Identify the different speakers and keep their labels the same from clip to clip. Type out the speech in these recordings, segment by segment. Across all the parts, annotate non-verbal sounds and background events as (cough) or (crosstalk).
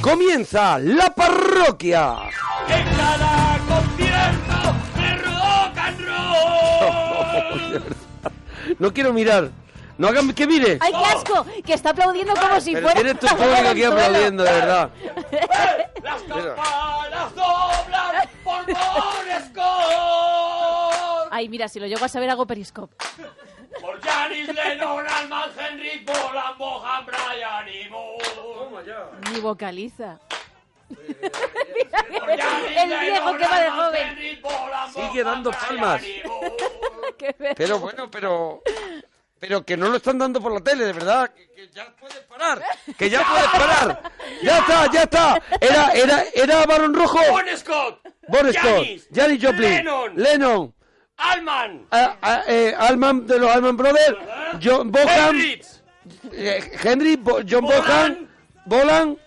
Speaker 1: Comienza la parroquia.
Speaker 2: En cada concierto de rock and roll.
Speaker 1: (laughs) No quiero mirar. No hagan que mire.
Speaker 3: ¡Ay, qué asco! Que está aplaudiendo como si
Speaker 1: Oh. Pero
Speaker 3: fuera. (laughs)
Speaker 1: tienes tu público aquí aplaudiendo, eh. de verdad.
Speaker 2: Las campanas doblan por Morescore.
Speaker 3: Ay, mira, si lo llego a saber hago periscope.
Speaker 2: Por Janis Lennon, Alman Henry, Bolan, Bohan, Brian y Moore.
Speaker 3: Ni vocaliza.
Speaker 2: Por Janis
Speaker 3: El viejo
Speaker 2: Lennon,
Speaker 3: que va de
Speaker 2: Alman
Speaker 3: joven.
Speaker 2: Henry, Bolan,
Speaker 1: Sigue
Speaker 2: Bohan,
Speaker 1: dando
Speaker 2: Brian
Speaker 1: palmas.
Speaker 2: y Moore.
Speaker 3: (laughs) Qué ver-
Speaker 1: Pero bueno, pero. Pero que no lo están dando por la tele, de verdad. Que, que ya puedes parar. Que ya puedes parar. Ya está, ya está. Era, era, era Barón Rojo.
Speaker 2: Bon Scott.
Speaker 1: Boris Scott. Janis Joplin.
Speaker 2: Lennon.
Speaker 1: Lennon.
Speaker 2: Alman.
Speaker 1: a- a- eh, Allman de los Alman Brothers. John Bohan.
Speaker 2: Hendrix.
Speaker 1: eh, Henry. Bo- John Bohan.
Speaker 2: Bolan.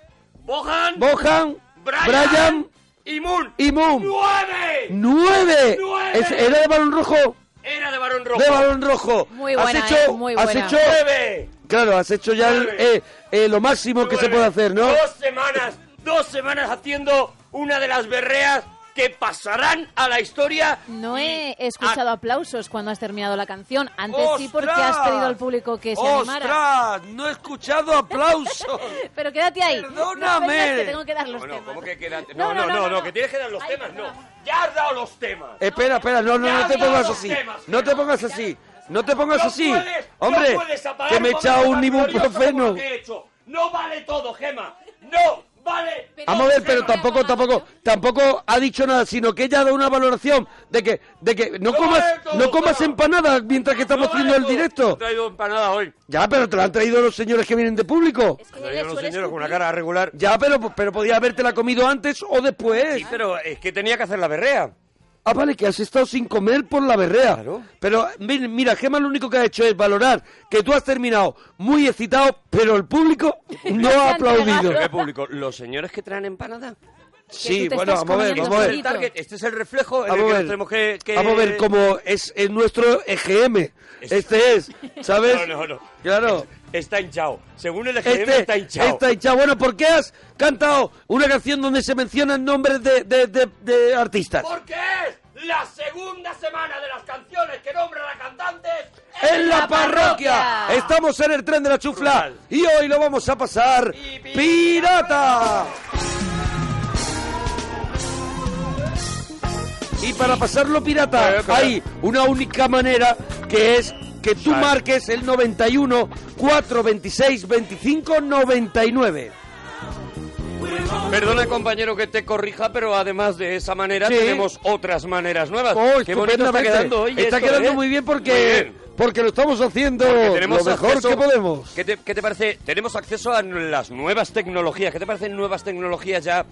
Speaker 1: Bolan.
Speaker 2: Bohan.
Speaker 1: Bohan.
Speaker 2: Brian.
Speaker 1: Brian.
Speaker 2: y Moore.
Speaker 1: Y Moon.
Speaker 2: ¡Nueve!
Speaker 1: ¡Nueve!
Speaker 2: ¡Nueve!
Speaker 1: Es- ¿Era de Balón Rojo?
Speaker 2: Era de Barón Rojo.
Speaker 1: De Balón Rojo.
Speaker 3: Muy
Speaker 1: has
Speaker 3: buena,
Speaker 1: hecho,
Speaker 3: eh, muy
Speaker 1: has
Speaker 3: buena.
Speaker 1: hecho,
Speaker 2: ¡Nueve!
Speaker 1: claro, has hecho ya el-
Speaker 2: Nueve.
Speaker 1: eh, eh, lo máximo que se
Speaker 2: Nueve.
Speaker 1: puede hacer, ¿no?
Speaker 2: Dos semanas, dos semanas haciendo una de las berreas que pasarán a la historia.
Speaker 3: No
Speaker 2: y
Speaker 3: he escuchado aplausos cuando has terminado la canción. Antes sí, porque
Speaker 1: Ah. ¡Ostras!
Speaker 3: has pedido al público que se animara.
Speaker 1: ¡Ostras! No he escuchado aplausos.
Speaker 3: (laughs) Pero quédate ahí.
Speaker 1: Perdóname.
Speaker 3: No vengas, que tengo que dar los
Speaker 2: Bueno,
Speaker 3: temas.
Speaker 2: ¿cómo que quédate? No, no, no, no, que tienes que dar los
Speaker 3: Ay,
Speaker 2: temas, no.
Speaker 3: perdona.
Speaker 2: Ya has dado los temas.
Speaker 1: espera, espera, no, no, no te
Speaker 2: Ya,
Speaker 1: pongas
Speaker 2: dos
Speaker 1: así.
Speaker 2: temas,
Speaker 1: No te
Speaker 2: pero-
Speaker 1: pongas así. No te pongas
Speaker 2: No
Speaker 1: pues así.
Speaker 2: puedes- no
Speaker 1: Hombre,
Speaker 2: puedes apagar
Speaker 1: que me he
Speaker 2: momentos
Speaker 1: echado un
Speaker 2: tan gloriosos como
Speaker 1: ibuprofeno.
Speaker 2: lo que he hecho. No vale todo, Gema. No vale.
Speaker 3: Pero-
Speaker 1: Vamos a ver, pero
Speaker 3: Pero-
Speaker 1: tampoco, tampoco, tampoco ha dicho nada, sino que ella ha dado una valoración de que, de que no
Speaker 2: No
Speaker 1: comas,
Speaker 2: vale todo,
Speaker 1: no comas
Speaker 2: para.
Speaker 1: empanadas mientras que estamos
Speaker 2: No vale
Speaker 1: haciendo el
Speaker 2: todo.
Speaker 1: directo.
Speaker 2: He traído empanada hoy.
Speaker 1: Ya, pero te la han traído los señores que vienen de público.
Speaker 3: Es que
Speaker 2: Lo
Speaker 3: él
Speaker 2: digo a los
Speaker 3: suele
Speaker 2: señores con una
Speaker 3: escupir.
Speaker 2: cara regular.
Speaker 1: Ya, pero, pero podía habértela comido antes o después.
Speaker 2: Sí, pero es que tenía que hacer la berrea.
Speaker 1: Ah, vale, que has estado sin comer por la berrea.
Speaker 2: Claro.
Speaker 1: Pero mi- mira, Gemma lo único que ha hecho es valorar que tú has terminado muy excitado, pero el (laughs) público no
Speaker 3: se
Speaker 1: ha
Speaker 3: han
Speaker 1: aplaudido.
Speaker 3: entregado.
Speaker 2: ¿Qué público? ¿Los señores que traen empanada?
Speaker 1: Sí,
Speaker 3: tú te
Speaker 1: bueno,
Speaker 3: estás
Speaker 1: vamos a ver,
Speaker 3: comiendo
Speaker 1: vamos a ver.
Speaker 3: solito.
Speaker 2: Target, este es el reflejo en el
Speaker 1: Vamos
Speaker 2: que
Speaker 1: a
Speaker 2: nos
Speaker 1: ver,
Speaker 2: tenemos que... que-
Speaker 1: vamos a ver cómo es, es nuestro EGM. Este es, ¿sabes?
Speaker 2: No, no, no.
Speaker 1: Claro.
Speaker 2: Está hinchado. Según el EGM
Speaker 1: Este
Speaker 2: está hinchado.
Speaker 1: está hinchado. Bueno, ¿por qué has cantado una canción donde se mencionan nombres de, de- de- de artistas?
Speaker 2: Porque es la segunda semana de las canciones que nombran a cantantes
Speaker 1: En la parroquia.
Speaker 3: parroquia.
Speaker 1: Estamos en el tren de la chufla
Speaker 2: Brutal.
Speaker 1: y hoy lo vamos a pasar
Speaker 2: Y pirata.
Speaker 1: pirata. Y para pasarlo pirata
Speaker 2: Eh, pero-
Speaker 1: hay una única manera que es que tú
Speaker 2: Vale.
Speaker 1: marques el 91 426 25 99.
Speaker 2: Perdona, compañero, que te corrija, pero además de esa manera
Speaker 1: Sí.
Speaker 2: tenemos otras maneras nuevas.
Speaker 1: Oh,
Speaker 2: Ah, Qué bonito está
Speaker 1: estupendamente.
Speaker 2: quedando hoy
Speaker 1: Está
Speaker 2: esto,
Speaker 1: quedando
Speaker 2: ¿eh?
Speaker 1: muy bien porque
Speaker 2: Muy bien.
Speaker 1: porque lo estamos haciendo lo
Speaker 2: Porque
Speaker 1: mejor
Speaker 2: acceso-
Speaker 1: que podemos.
Speaker 2: ¿Qué te, qué te parece? Tenemos acceso a las nuevas tecnologías. ¿Qué te parecen nuevas tecnologías ya?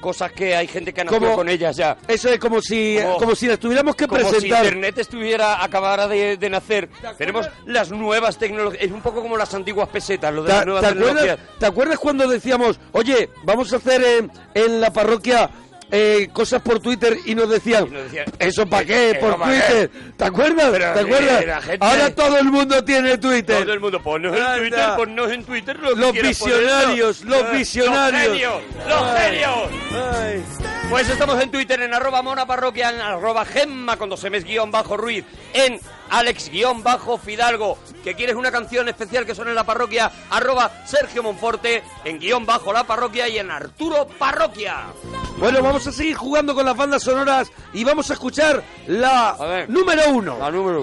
Speaker 2: Cosas que hay gente que ha nacido
Speaker 1: Como-
Speaker 2: con ellas ya.
Speaker 1: Eso es como si
Speaker 2: Como-
Speaker 1: como, si las tuviéramos que
Speaker 2: Como
Speaker 1: presentar.
Speaker 2: si Internet estuviera acabara de, de nacer. Tenemos las nuevas tecnologías. Es un poco como las antiguas pesetas, lo de
Speaker 1: ¿Te,
Speaker 2: las nuevas
Speaker 1: te acuerdas,
Speaker 2: tecnologías.
Speaker 1: te acuerdas cuando decíamos, oye, vamos a hacer eh, en la parroquia eh, cosas por Twitter y nos decían,
Speaker 2: Y nos decían,
Speaker 1: ¿eso para qué?
Speaker 2: "Eso
Speaker 1: por
Speaker 2: pa'
Speaker 1: Twitter. ¿Te acuerdas?
Speaker 2: Pero,
Speaker 1: ¿Te
Speaker 2: eh,
Speaker 1: acuerdas?
Speaker 2: la gente-
Speaker 1: Ahora todo el mundo tiene Twitter.
Speaker 2: Todo el mundo, ponnos
Speaker 1: Anda.
Speaker 2: en Twitter, ponnos en Twitter lo que
Speaker 1: Los
Speaker 2: quieras
Speaker 1: visionarios,
Speaker 2: ponernos.
Speaker 1: los
Speaker 2: Eh,
Speaker 1: visionarios.
Speaker 2: Los genios, los
Speaker 1: Ay.
Speaker 2: genios.
Speaker 1: Ay.
Speaker 2: Pues estamos en Twitter en arroba mona parroquia, en arroba gemma con dos M's guión bajo Ruiz, en Alex guión bajo Fidalgo, que quieres una canción especial que suene en la parroquia, arroba Sergio Monforte, en guión bajo la parroquia y en Arturo Parroquia.
Speaker 1: Bueno, vamos a seguir jugando con las bandas sonoras y vamos a escuchar la
Speaker 2: A ver.
Speaker 1: número uno.
Speaker 2: número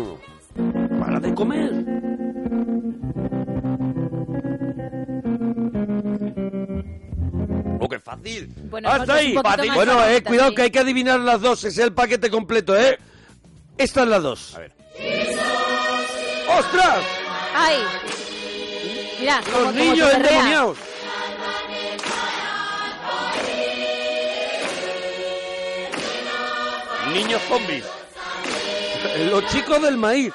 Speaker 2: uno.
Speaker 1: Para de comer.
Speaker 2: ¡Oh, qué fácil!
Speaker 3: Bueno,
Speaker 2: Hasta
Speaker 3: nosotros
Speaker 2: ahí,
Speaker 3: un poquito
Speaker 2: Pati.
Speaker 3: más
Speaker 1: Bueno, eh,
Speaker 3: adelante
Speaker 1: cuidado
Speaker 3: también.
Speaker 1: que hay que adivinar las dos, es el paquete completo, ¿eh? Esta es la dos.
Speaker 2: A ver.
Speaker 1: ¡Ostras!
Speaker 3: ¡Ay! Mira, como-
Speaker 1: Los
Speaker 3: como
Speaker 1: niños
Speaker 3: te berrea.
Speaker 1: endemoniados.
Speaker 2: Niños zombies.
Speaker 1: Los chicos del maíz.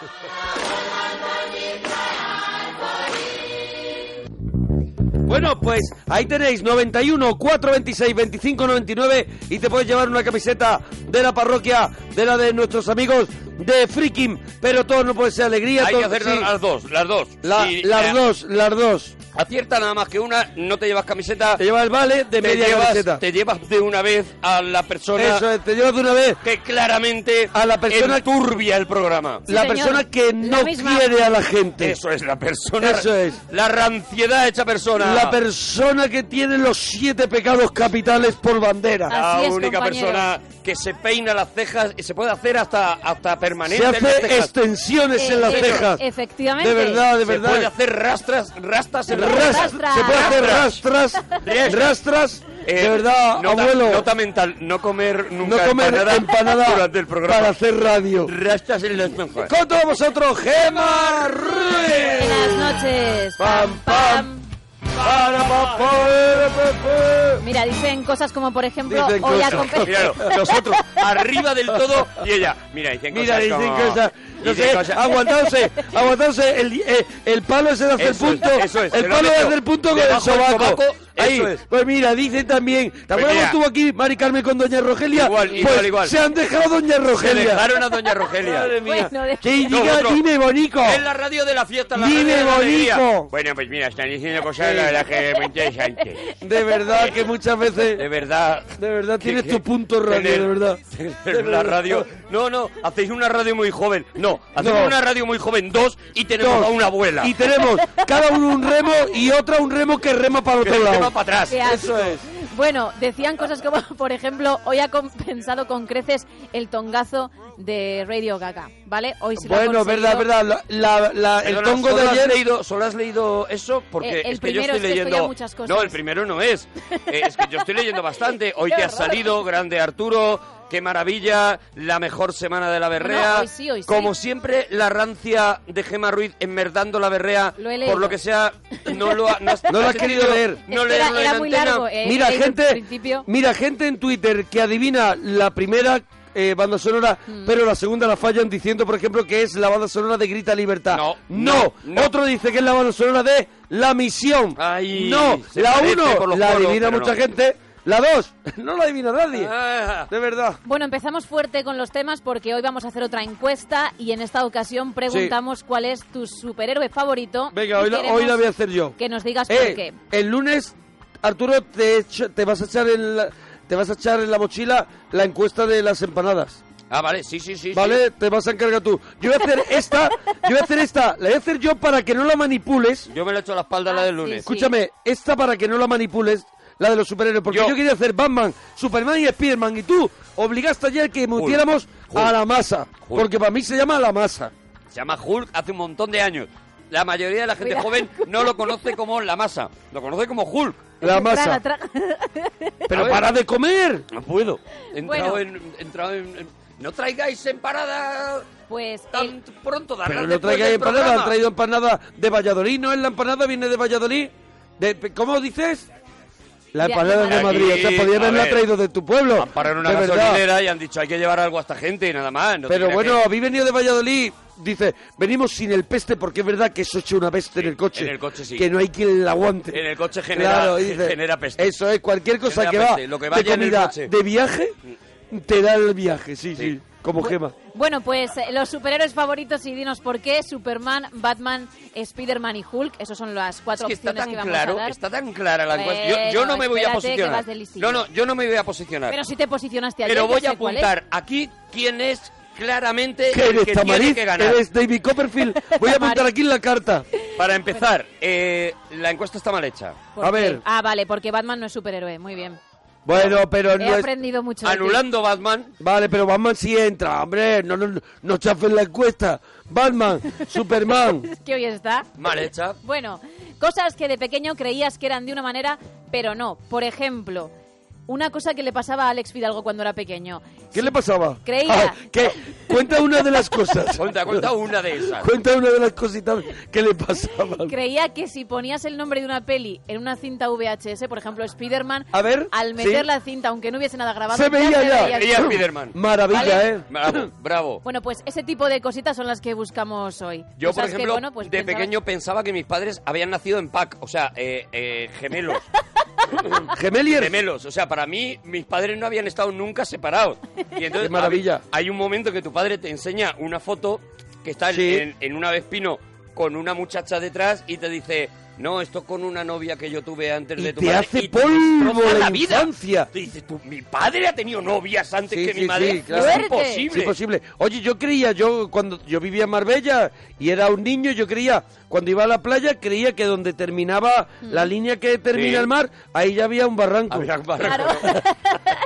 Speaker 1: Bueno, pues ahí tenéis 91 426 25 99 y te puedes llevar una camiseta de la parroquia, de la de nuestros amigos de Freaking. Pero todo no puede ser alegría.
Speaker 2: Hay que
Speaker 1: todo-
Speaker 2: hacer
Speaker 1: sí.
Speaker 2: las dos, las dos.
Speaker 1: La-
Speaker 2: Y,
Speaker 1: las
Speaker 2: eh,
Speaker 1: dos, las dos.
Speaker 2: Acierta nada más que una, no te llevas camiseta.
Speaker 1: Te llevas el vale de
Speaker 2: te
Speaker 1: Eh, media camiseta.
Speaker 2: llevas, te llevas de una vez a la persona
Speaker 1: Eso es, te llevas de una vez
Speaker 2: que claramente
Speaker 1: A la persona-
Speaker 2: turbia el programa.
Speaker 3: Sí,
Speaker 1: la
Speaker 3: señor.
Speaker 1: persona que
Speaker 3: La
Speaker 1: no
Speaker 3: misma.
Speaker 1: quiere a la gente.
Speaker 2: Eso es la persona.
Speaker 1: Eso es.
Speaker 2: La ranciedad hecha persona.
Speaker 1: La persona que tiene los siete pecados capitales por bandera.
Speaker 2: la
Speaker 3: Así es,
Speaker 2: única
Speaker 3: compañero.
Speaker 2: persona que se peina las cejas y se puede hacer hasta, hasta permanente.
Speaker 1: Se
Speaker 2: en las
Speaker 1: hace
Speaker 2: cejas.
Speaker 1: extensiones en las
Speaker 3: Eh,
Speaker 1: cejas.
Speaker 3: Efectivamente.
Speaker 1: De verdad, de
Speaker 2: Se puede
Speaker 1: verdad.
Speaker 2: hacer rastras, rastas en las
Speaker 1: Ras-
Speaker 2: cejas.
Speaker 3: Rastras.
Speaker 1: se puede hacer rastras,
Speaker 2: Rastras.
Speaker 1: rastras,
Speaker 2: Eh,
Speaker 1: de verdad,
Speaker 2: nota,
Speaker 1: abuelo,
Speaker 2: Nota mental, no comer
Speaker 1: no
Speaker 2: nunca
Speaker 1: comer empanada,
Speaker 2: durante el programa.
Speaker 1: para hacer radio.
Speaker 2: Rastas en las cejas.
Speaker 1: Con todos vosotros, Gema Ruiz.
Speaker 3: Buenas noches.
Speaker 1: Pam, pam. Para pa- pa- pa- pa-
Speaker 3: Mira, dicen cosas como, por ejemplo,
Speaker 1: Dicen
Speaker 3: hoy ha
Speaker 1: cosas.
Speaker 3: compe-
Speaker 2: Míralo, nosotros, arriba del todo, y ella, mira, dicen cosas
Speaker 1: Mira, dicen
Speaker 2: como-
Speaker 1: cosas. No
Speaker 2: dicen
Speaker 1: sé,
Speaker 2: cosas-
Speaker 1: aguantarse, aguantarse. El, eh, el palo es el hacer
Speaker 2: Eso es,
Speaker 1: punto.
Speaker 2: eso es,
Speaker 1: el
Speaker 2: se lo
Speaker 1: palo
Speaker 2: ha
Speaker 1: es
Speaker 2: metido
Speaker 1: hacer punto con el
Speaker 2: debajo del
Speaker 1: sobaco.
Speaker 2: sobaco,
Speaker 1: Ahí.
Speaker 2: eso es. Pues
Speaker 1: Pues mira, dicen también. ¿Te acuerdas cuando
Speaker 2: mira.
Speaker 1: estuvo aquí Mari Carmen con Doña Rogelia?
Speaker 2: Igual,
Speaker 1: Pues
Speaker 2: igual, igual.
Speaker 1: Se han dejado Doña
Speaker 2: Se
Speaker 1: Rogelia.
Speaker 2: dejaron a doña Rogelia.
Speaker 1: Madre mía.
Speaker 3: Bueno, de-
Speaker 1: Que diga,
Speaker 2: Nosotros-
Speaker 1: dime, bonico.
Speaker 2: Es la radio de la fiesta, la
Speaker 1: Dime,
Speaker 2: radio de la alegría.
Speaker 1: bonito.
Speaker 2: Bueno, pues mira, están diciendo cosas, la verdad que muy interesantes.
Speaker 1: De verdad que muchas veces.
Speaker 2: De verdad.
Speaker 1: De verdad, tienes
Speaker 2: que-
Speaker 1: tu punto radio,
Speaker 2: tener-
Speaker 1: de verdad.
Speaker 2: (laughs)
Speaker 1: De
Speaker 2: tener la
Speaker 1: verdad.
Speaker 2: radio. No, no, hacéis una radio muy joven. No, hacemos
Speaker 1: No.
Speaker 2: una radio muy joven, dos, y tenemos
Speaker 1: Dos.
Speaker 2: a una abuela.
Speaker 1: Y tenemos cada uno un remo y otra un remo que rema para
Speaker 2: que
Speaker 1: otro
Speaker 2: se
Speaker 1: lado.
Speaker 2: va para atrás.
Speaker 3: Qué asco.
Speaker 1: Eso es.
Speaker 3: Bueno, decían cosas como, (laughs) por ejemplo, hoy ha compensado con creces el tongazo de Radio Gaga, ¿vale? Hoy sí lo ha
Speaker 1: Bueno, verdad,
Speaker 3: conseguido.
Speaker 1: verdad. la- la- la- el
Speaker 2: Perdona,
Speaker 1: tongo
Speaker 2: ¿solo
Speaker 1: de
Speaker 2: has
Speaker 1: ayer.
Speaker 2: Leído, ¿Solo has leído eso? Porque
Speaker 3: Eh, el
Speaker 2: es que yo
Speaker 3: primero,
Speaker 2: estoy
Speaker 3: es que estoy
Speaker 2: leyendo.
Speaker 3: a muchas cosas.
Speaker 2: No, el primero no es. Eh, es que yo estoy
Speaker 3: (laughs)
Speaker 2: leyendo bastante. Hoy
Speaker 3: Qué
Speaker 2: te ha
Speaker 3: horror.
Speaker 2: salido, grande Arturo. Qué maravilla, la mejor semana de la berrea.
Speaker 3: No, hoy sí, hoy sí.
Speaker 2: Como siempre, la rancia de Gema Ruiz enmerdando la berrea.
Speaker 3: Lo he
Speaker 2: por
Speaker 3: leído.
Speaker 2: lo que sea, no lo, ha- has,
Speaker 1: (laughs) No lo has
Speaker 2: sentido-
Speaker 1: querido leer.
Speaker 2: No
Speaker 3: Es que era-
Speaker 2: leerlo en
Speaker 3: era muy
Speaker 2: antena.
Speaker 3: largo, eh.
Speaker 1: Mira,
Speaker 3: leído al
Speaker 1: gente,
Speaker 3: principio.
Speaker 1: mira, gente en Twitter que adivina la primera eh, banda sonora,
Speaker 3: Mm.
Speaker 1: pero la segunda la fallan diciendo, por ejemplo, que es la banda sonora de Grita Libertad.
Speaker 2: No,
Speaker 1: no,
Speaker 2: no, no.
Speaker 1: otro dice que es la banda sonora de La Misión.
Speaker 2: Ay,
Speaker 1: no,
Speaker 2: se
Speaker 1: la
Speaker 2: parece por
Speaker 1: uno
Speaker 2: los
Speaker 1: la
Speaker 2: coros,
Speaker 1: adivina
Speaker 2: pero
Speaker 1: mucha
Speaker 2: no.
Speaker 1: gente, la dos (laughs) no la adivina nadie.
Speaker 2: Ah.
Speaker 1: De verdad.
Speaker 3: Bueno, empezamos fuerte con los temas porque hoy vamos a hacer otra encuesta y en esta ocasión preguntamos cuál es tu superhéroe favorito.
Speaker 1: Venga,
Speaker 3: y
Speaker 1: hoy la,
Speaker 3: queremos
Speaker 1: hoy la voy a hacer yo.
Speaker 3: Que nos digas
Speaker 1: Eh,
Speaker 3: por qué.
Speaker 1: El lunes, Arturo, te, echa- te vas a echar en la, te vas a echar en la mochila la encuesta de las empanadas.
Speaker 2: Ah, vale, sí, sí, sí. sí.
Speaker 1: ¿Vale? Te vas a encargar tú. Yo voy a hacer esta, yo voy a hacer esta, la voy a hacer yo para que no la manipules.
Speaker 2: Yo me lo he hecho a la espalda la
Speaker 3: Ah,
Speaker 2: del
Speaker 3: sí,
Speaker 2: lunes.
Speaker 3: sí.
Speaker 1: Escúchame, esta para que no la manipules, la de los superhéroes, porque yo,
Speaker 2: Yo.
Speaker 1: quería hacer Batman, Superman y Spiderman y tú obligaste ayer que mutiéramos
Speaker 2: Hulk.
Speaker 1: a la masa,
Speaker 2: Hulk.
Speaker 1: porque para mí se llama la masa.
Speaker 2: Se llama Hulk hace un montón de años. La mayoría de la gente
Speaker 3: Cuidado.
Speaker 2: joven no lo conoce como la masa, lo conoce como Hulk.
Speaker 1: La masa.
Speaker 3: Traga, traga.
Speaker 2: A
Speaker 1: Pero
Speaker 2: ver.
Speaker 1: para de comer.
Speaker 2: No puedo. He entrado
Speaker 3: Bueno.
Speaker 2: en, he entrado en- en- No traigáis empanada
Speaker 3: Pues
Speaker 2: tan
Speaker 3: el-
Speaker 2: pronto. darlas
Speaker 1: Pero no
Speaker 2: después
Speaker 1: traigáis
Speaker 2: del
Speaker 1: empanada,
Speaker 2: programa.
Speaker 1: han traído empanada de Valladolid, no es la empanada, viene de Valladolid. De- ¿Cómo dices? La
Speaker 3: De
Speaker 1: empanada
Speaker 3: aquí,
Speaker 1: de Madrid,
Speaker 2: aquí,
Speaker 1: o sea, podían
Speaker 2: a
Speaker 1: haberla
Speaker 2: ver.
Speaker 1: traído de tu pueblo.
Speaker 2: Han parado en una
Speaker 1: de verdad.
Speaker 2: gasolinera y han dicho hay que llevar algo a esta gente y nada más. no te
Speaker 1: Pero
Speaker 2: creas
Speaker 1: bueno,
Speaker 2: que-
Speaker 1: habéis venido de Valladolid. Dice, venimos sin el peste porque es verdad que eso echa una peste en el coche.
Speaker 2: en el coche sí.
Speaker 1: Que no hay quien la aguante.
Speaker 2: En el coche genera-
Speaker 1: Claro, dice,
Speaker 2: genera peste.
Speaker 1: Eso es, cualquier cosa
Speaker 2: Genera
Speaker 1: que va,
Speaker 2: peste, lo que
Speaker 1: de
Speaker 2: vaya en el
Speaker 1: comida,
Speaker 2: coche.
Speaker 1: de viaje, te da el viaje, sí, sí,
Speaker 2: Sí.
Speaker 1: como gema.
Speaker 3: Bueno, pues eh, los superhéroes favoritos y dinos por qué. Superman, Batman, Spiderman y Hulk. Esas son las
Speaker 2: Es
Speaker 3: cuatro
Speaker 2: que está
Speaker 3: opciones
Speaker 2: tan
Speaker 3: que vamos
Speaker 2: claro,
Speaker 3: a dar.
Speaker 2: está tan clara la
Speaker 3: Bueno,
Speaker 2: encuesta. Yo, yo no me voy a
Speaker 3: espérate, que
Speaker 2: posicionar.
Speaker 3: vas de listillo.
Speaker 2: No, no, yo no me voy a posicionar.
Speaker 3: Pero si te posicionaste ayer.
Speaker 2: Pero
Speaker 3: ya
Speaker 2: voy a
Speaker 3: sé cuál es.
Speaker 2: apuntar aquí quién es claramente
Speaker 1: ¿Qué
Speaker 2: el
Speaker 1: eres,
Speaker 2: que tiene
Speaker 1: Tamariz?
Speaker 2: que ganar.
Speaker 1: ¿Eres David Copperfield? Voy a apuntar
Speaker 3: Tamariz.
Speaker 1: aquí en la carta.
Speaker 2: Para empezar, eh, la encuesta está mal hecha.
Speaker 3: ¿Por
Speaker 1: A
Speaker 3: qué?
Speaker 1: ver.
Speaker 3: Ah, vale, porque Batman no es superhéroe. Muy bien.
Speaker 1: Bueno, pero
Speaker 3: He
Speaker 1: no es...
Speaker 3: aprendido mucho. de ti.
Speaker 2: Anulando Batman,
Speaker 1: Vale, pero Batman sí entra, hombre, no, no, no, no chafes la encuesta.
Speaker 3: (laughs)
Speaker 1: Batman, Superman,
Speaker 3: (laughs) Es que hoy está.
Speaker 2: mal hecha.
Speaker 3: Bueno, cosas que de pequeño creías que eran de una manera, pero no. Por ejemplo, una cosa que le pasaba a Alex Fidalgo cuando era pequeño.
Speaker 1: ¿qué le pasaba? Ah,
Speaker 3: Creía.
Speaker 1: ¿qué? Cuenta una de las cosas.
Speaker 2: (laughs) Cuenta, cuenta una de esas.
Speaker 1: Cuenta una de las cositas que le pasaban.
Speaker 3: Creía que si ponías el nombre de una peli en una cinta VHS, por ejemplo Spider-Man,
Speaker 1: A ver,
Speaker 3: al meter
Speaker 1: sí.
Speaker 3: la cinta, aunque no hubiese nada grabado,
Speaker 1: Se veía
Speaker 3: se
Speaker 1: ya.
Speaker 3: veía el
Speaker 2: Veía
Speaker 3: Spider-Man.
Speaker 2: Spiderman.
Speaker 1: Maravilla,
Speaker 3: Vale.
Speaker 1: ¿eh?
Speaker 2: Bravo, bravo.
Speaker 3: Bueno, pues ese tipo de cositas son las que buscamos hoy.
Speaker 2: Yo, por
Speaker 3: Cosas que,
Speaker 2: ejemplo,
Speaker 3: bueno, pues
Speaker 2: de
Speaker 3: pensabas-
Speaker 2: pequeño pensaba que mis padres habían nacido en pack, o sea, eh, eh, gemelos.
Speaker 1: Gemeliers.
Speaker 2: Gemelos. O sea, para mí, mis padres no habían estado
Speaker 1: (laughs)
Speaker 2: nunca separados. Y entonces,
Speaker 1: Qué maravilla.
Speaker 2: hab- Hay, un momento que tu padre te enseña una foto que está en-
Speaker 1: Sí.
Speaker 2: en, en una vez pino con una muchacha detrás y te dice. No, esto con una novia que yo tuve antes
Speaker 1: Y
Speaker 2: de tu
Speaker 1: te
Speaker 2: madre",
Speaker 1: hace
Speaker 2: y
Speaker 1: polvo
Speaker 2: destroza
Speaker 1: la
Speaker 2: la vida.
Speaker 1: infancia.
Speaker 2: Tú dices, tú, mi padre ha tenido novias antes
Speaker 1: Sí,
Speaker 2: que
Speaker 1: sí,
Speaker 2: mi madre.
Speaker 1: sí, claro.
Speaker 2: Es
Speaker 3: Fuerte.
Speaker 2: imposible.
Speaker 1: Sí, posible. Oye, yo creía, yo cuando yo vivía en Marbella y era un niño, yo creía, cuando iba a la playa, creía que donde terminaba la línea que termina
Speaker 2: Sí.
Speaker 1: el mar, ahí ya había un barranco.
Speaker 2: Había, (laughs)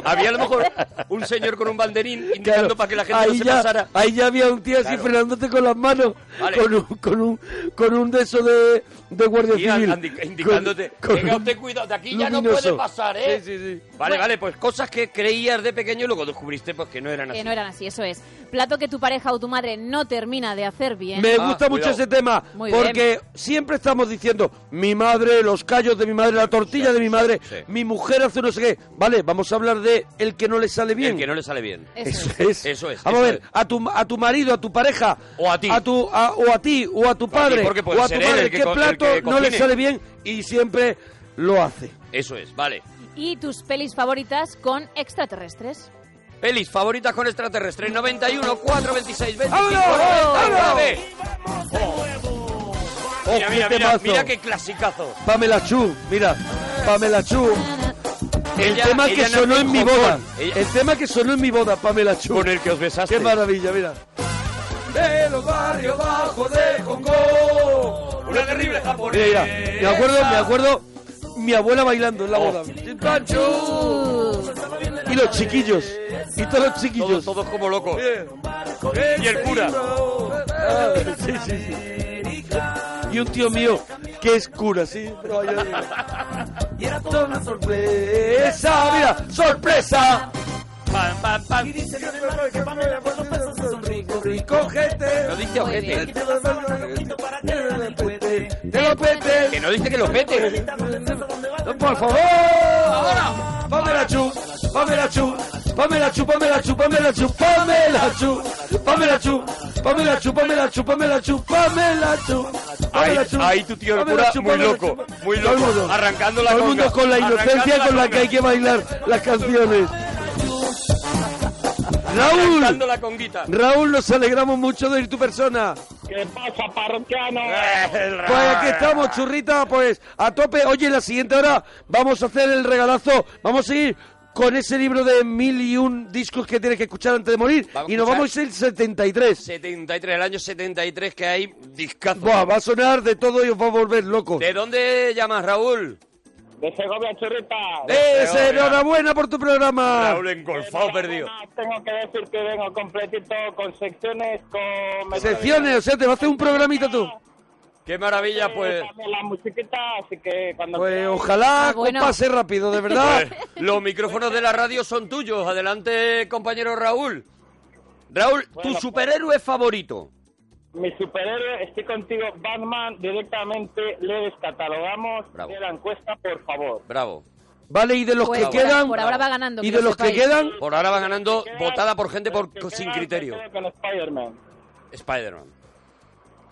Speaker 2: Había a lo mejor un señor con un banderín indicando
Speaker 1: Claro,
Speaker 2: para que la gente no
Speaker 1: ahí
Speaker 2: se
Speaker 1: ya,
Speaker 2: pasara.
Speaker 1: Ahí ya había un tío así
Speaker 2: Claro.
Speaker 1: frenándote con las manos,
Speaker 2: Vale.
Speaker 1: con, un, con, un, con un de eso de, de guardia
Speaker 2: Y an-
Speaker 1: civil.
Speaker 2: andi- indicándote,
Speaker 1: Con- con
Speaker 2: venga
Speaker 1: un
Speaker 2: usted cuidado, de aquí ya no
Speaker 1: luminoso.
Speaker 2: puede pasar, ¿eh?
Speaker 1: Sí, sí, sí.
Speaker 2: Vale, vale, pues cosas que creías de pequeño y luego descubriste pues que no eran así.
Speaker 3: Que no eran así, eso es. Plato que tu pareja o tu madre no termina de hacer bien.
Speaker 1: Me
Speaker 2: Ah,
Speaker 1: gusta mucho
Speaker 2: cuidado.
Speaker 1: ese tema
Speaker 3: Muy
Speaker 1: porque siempre estamos diciendo mi madre, los callos de mi madre, la tortilla
Speaker 2: sí,
Speaker 1: de mi
Speaker 2: sí,
Speaker 1: madre,
Speaker 2: sí.
Speaker 1: mi mujer hace no sé qué. Vale, vamos a hablar de el que no le sale bien.
Speaker 2: El que no le sale bien.
Speaker 3: Eso es.
Speaker 1: Eso es.
Speaker 2: Eso es,
Speaker 1: Vamos
Speaker 2: eso
Speaker 1: a ver,
Speaker 2: es.
Speaker 1: a tu a tu marido, a tu pareja,
Speaker 2: O a ti.
Speaker 1: tu a- o a ti, o a tu padre,
Speaker 2: porque puede
Speaker 1: o a tu
Speaker 2: ser él
Speaker 1: madre,
Speaker 2: el que
Speaker 1: qué
Speaker 2: co- el
Speaker 1: plato
Speaker 2: que
Speaker 1: no le
Speaker 2: cocine.
Speaker 1: sale bien y siempre lo hace.
Speaker 2: Eso es, vale.
Speaker 3: Y tus pelis favoritas con extraterrestres.
Speaker 2: Pelis favoritas con extraterrestres 91 4 26 25
Speaker 1: ¡Vámonos! ¡Vámonos! Oh,
Speaker 2: Mira,
Speaker 1: qué
Speaker 2: mira, mira,
Speaker 1: temazo.
Speaker 2: mira qué clasicazo.
Speaker 1: Pamela Chu, mira, Pamela Chu. El
Speaker 2: Ella-
Speaker 1: tema que
Speaker 2: ella
Speaker 1: sonó
Speaker 2: nació
Speaker 1: en mi
Speaker 2: Hong Kong.
Speaker 1: boda.
Speaker 2: Ella-
Speaker 1: El tema que sonó en mi boda, Pamela Chu.
Speaker 2: Con el que os besaste.
Speaker 1: Qué maravilla, mira. De los barrios bajos de Hong Kong.
Speaker 2: Una terrible
Speaker 1: Mira,
Speaker 2: japonesa.
Speaker 1: mira, me acuerdo, me acuerdo mi abuela bailando en la boda. Y los chiquillos, y todos los
Speaker 2: Todos,
Speaker 1: chiquillos.
Speaker 2: todos como locos.
Speaker 1: Y
Speaker 2: Y el cura.
Speaker 1: Sí, sí, sí. Y un tío mío que es cura, sí. Pero yo- Y era toda una sorpresa, Ah, mira, sorpresa.
Speaker 2: Pam, pam, pam.
Speaker 1: pues,
Speaker 2: No dice
Speaker 3: Muy
Speaker 2: ojete.
Speaker 3: bien.
Speaker 1: Te lo
Speaker 2: Que
Speaker 1: pete.
Speaker 2: no dice que lo pete.
Speaker 1: Por favor. Ahora. Pamela Chu, Pamela Chu, Pamela Chu, Pamela Chu, Pamela Chu, Pamela Chu, Pamela Chu, Pamela Chu, Pamela Chu, Pamela Chu, Pamela Chu.
Speaker 2: Ahí,
Speaker 1: Pamela Chu,
Speaker 2: ahí tu tío el
Speaker 1: Pamela
Speaker 2: cura
Speaker 1: Chu,
Speaker 2: muy
Speaker 1: Pamela
Speaker 2: loco,
Speaker 1: Chu.
Speaker 2: muy
Speaker 1: Todo el
Speaker 2: loco,
Speaker 1: mundo.
Speaker 2: arrancando la
Speaker 1: Todo el
Speaker 2: conga,
Speaker 1: mundo con la
Speaker 2: arrancando
Speaker 1: inocencia
Speaker 2: la
Speaker 1: con la que
Speaker 2: conga.
Speaker 1: hay que bailar las canciones.
Speaker 2: Dando
Speaker 1: Raúl,
Speaker 2: la conguita.
Speaker 1: Raúl, nos alegramos mucho de ir tu persona.
Speaker 4: ¿Qué pasa, parroquiano?
Speaker 2: Eh.
Speaker 1: Pues aquí estamos, churrita, pues a tope. Oye, en la siguiente hora vamos a hacer el regalazo. Vamos a ir con ese libro de mil y un discos que tienes que escuchar antes de morir.
Speaker 2: Vamos a
Speaker 1: y nos
Speaker 2: escuchar.
Speaker 1: vamos a ir el 73.
Speaker 2: 73, el año 73 que hay discazo.
Speaker 1: Buah, va a sonar de todo y os va a volver locos.
Speaker 2: ¿De dónde llamas, Raúl?
Speaker 4: De Segovia, churrita.
Speaker 1: ¡Eh,
Speaker 2: Pero,
Speaker 1: enhorabuena por tu programa!
Speaker 2: Raúl engolfado, perdido.
Speaker 4: Además, Tengo que decir que vengo completito con secciones, con...
Speaker 1: Secciones, o sea, te va a hacer un programita tú.
Speaker 2: Qué
Speaker 4: Eh,
Speaker 2: maravilla, pues.
Speaker 4: También La musiquita, así que cuando...
Speaker 1: Pues
Speaker 4: queráis-
Speaker 1: ojalá
Speaker 3: Ah, bueno.
Speaker 1: pase rápido, de verdad.
Speaker 2: Pues, los micrófonos de la radio son tuyos. Adelante, compañero Raúl. Raúl, tu
Speaker 4: Bueno, pues-
Speaker 2: superhéroe favorito.
Speaker 4: Mi superhéroe, estoy contigo, Batman, directamente le descatalogamos
Speaker 2: Bravo.
Speaker 4: de la encuesta, por favor.
Speaker 2: Bravo.
Speaker 1: Vale, y de los
Speaker 3: Pues
Speaker 1: que
Speaker 3: por-
Speaker 1: quedan...
Speaker 3: por ahora va ganando,
Speaker 1: Y
Speaker 3: que
Speaker 1: de
Speaker 3: lo
Speaker 1: los que
Speaker 3: sepáis.
Speaker 1: quedan...
Speaker 2: Por ahora va ganando
Speaker 4: Quedan-
Speaker 2: votada por gente por,
Speaker 4: que
Speaker 2: sin
Speaker 4: quedan,
Speaker 2: criterio.
Speaker 4: me quedo Con Spider-man.
Speaker 2: Spider-Man.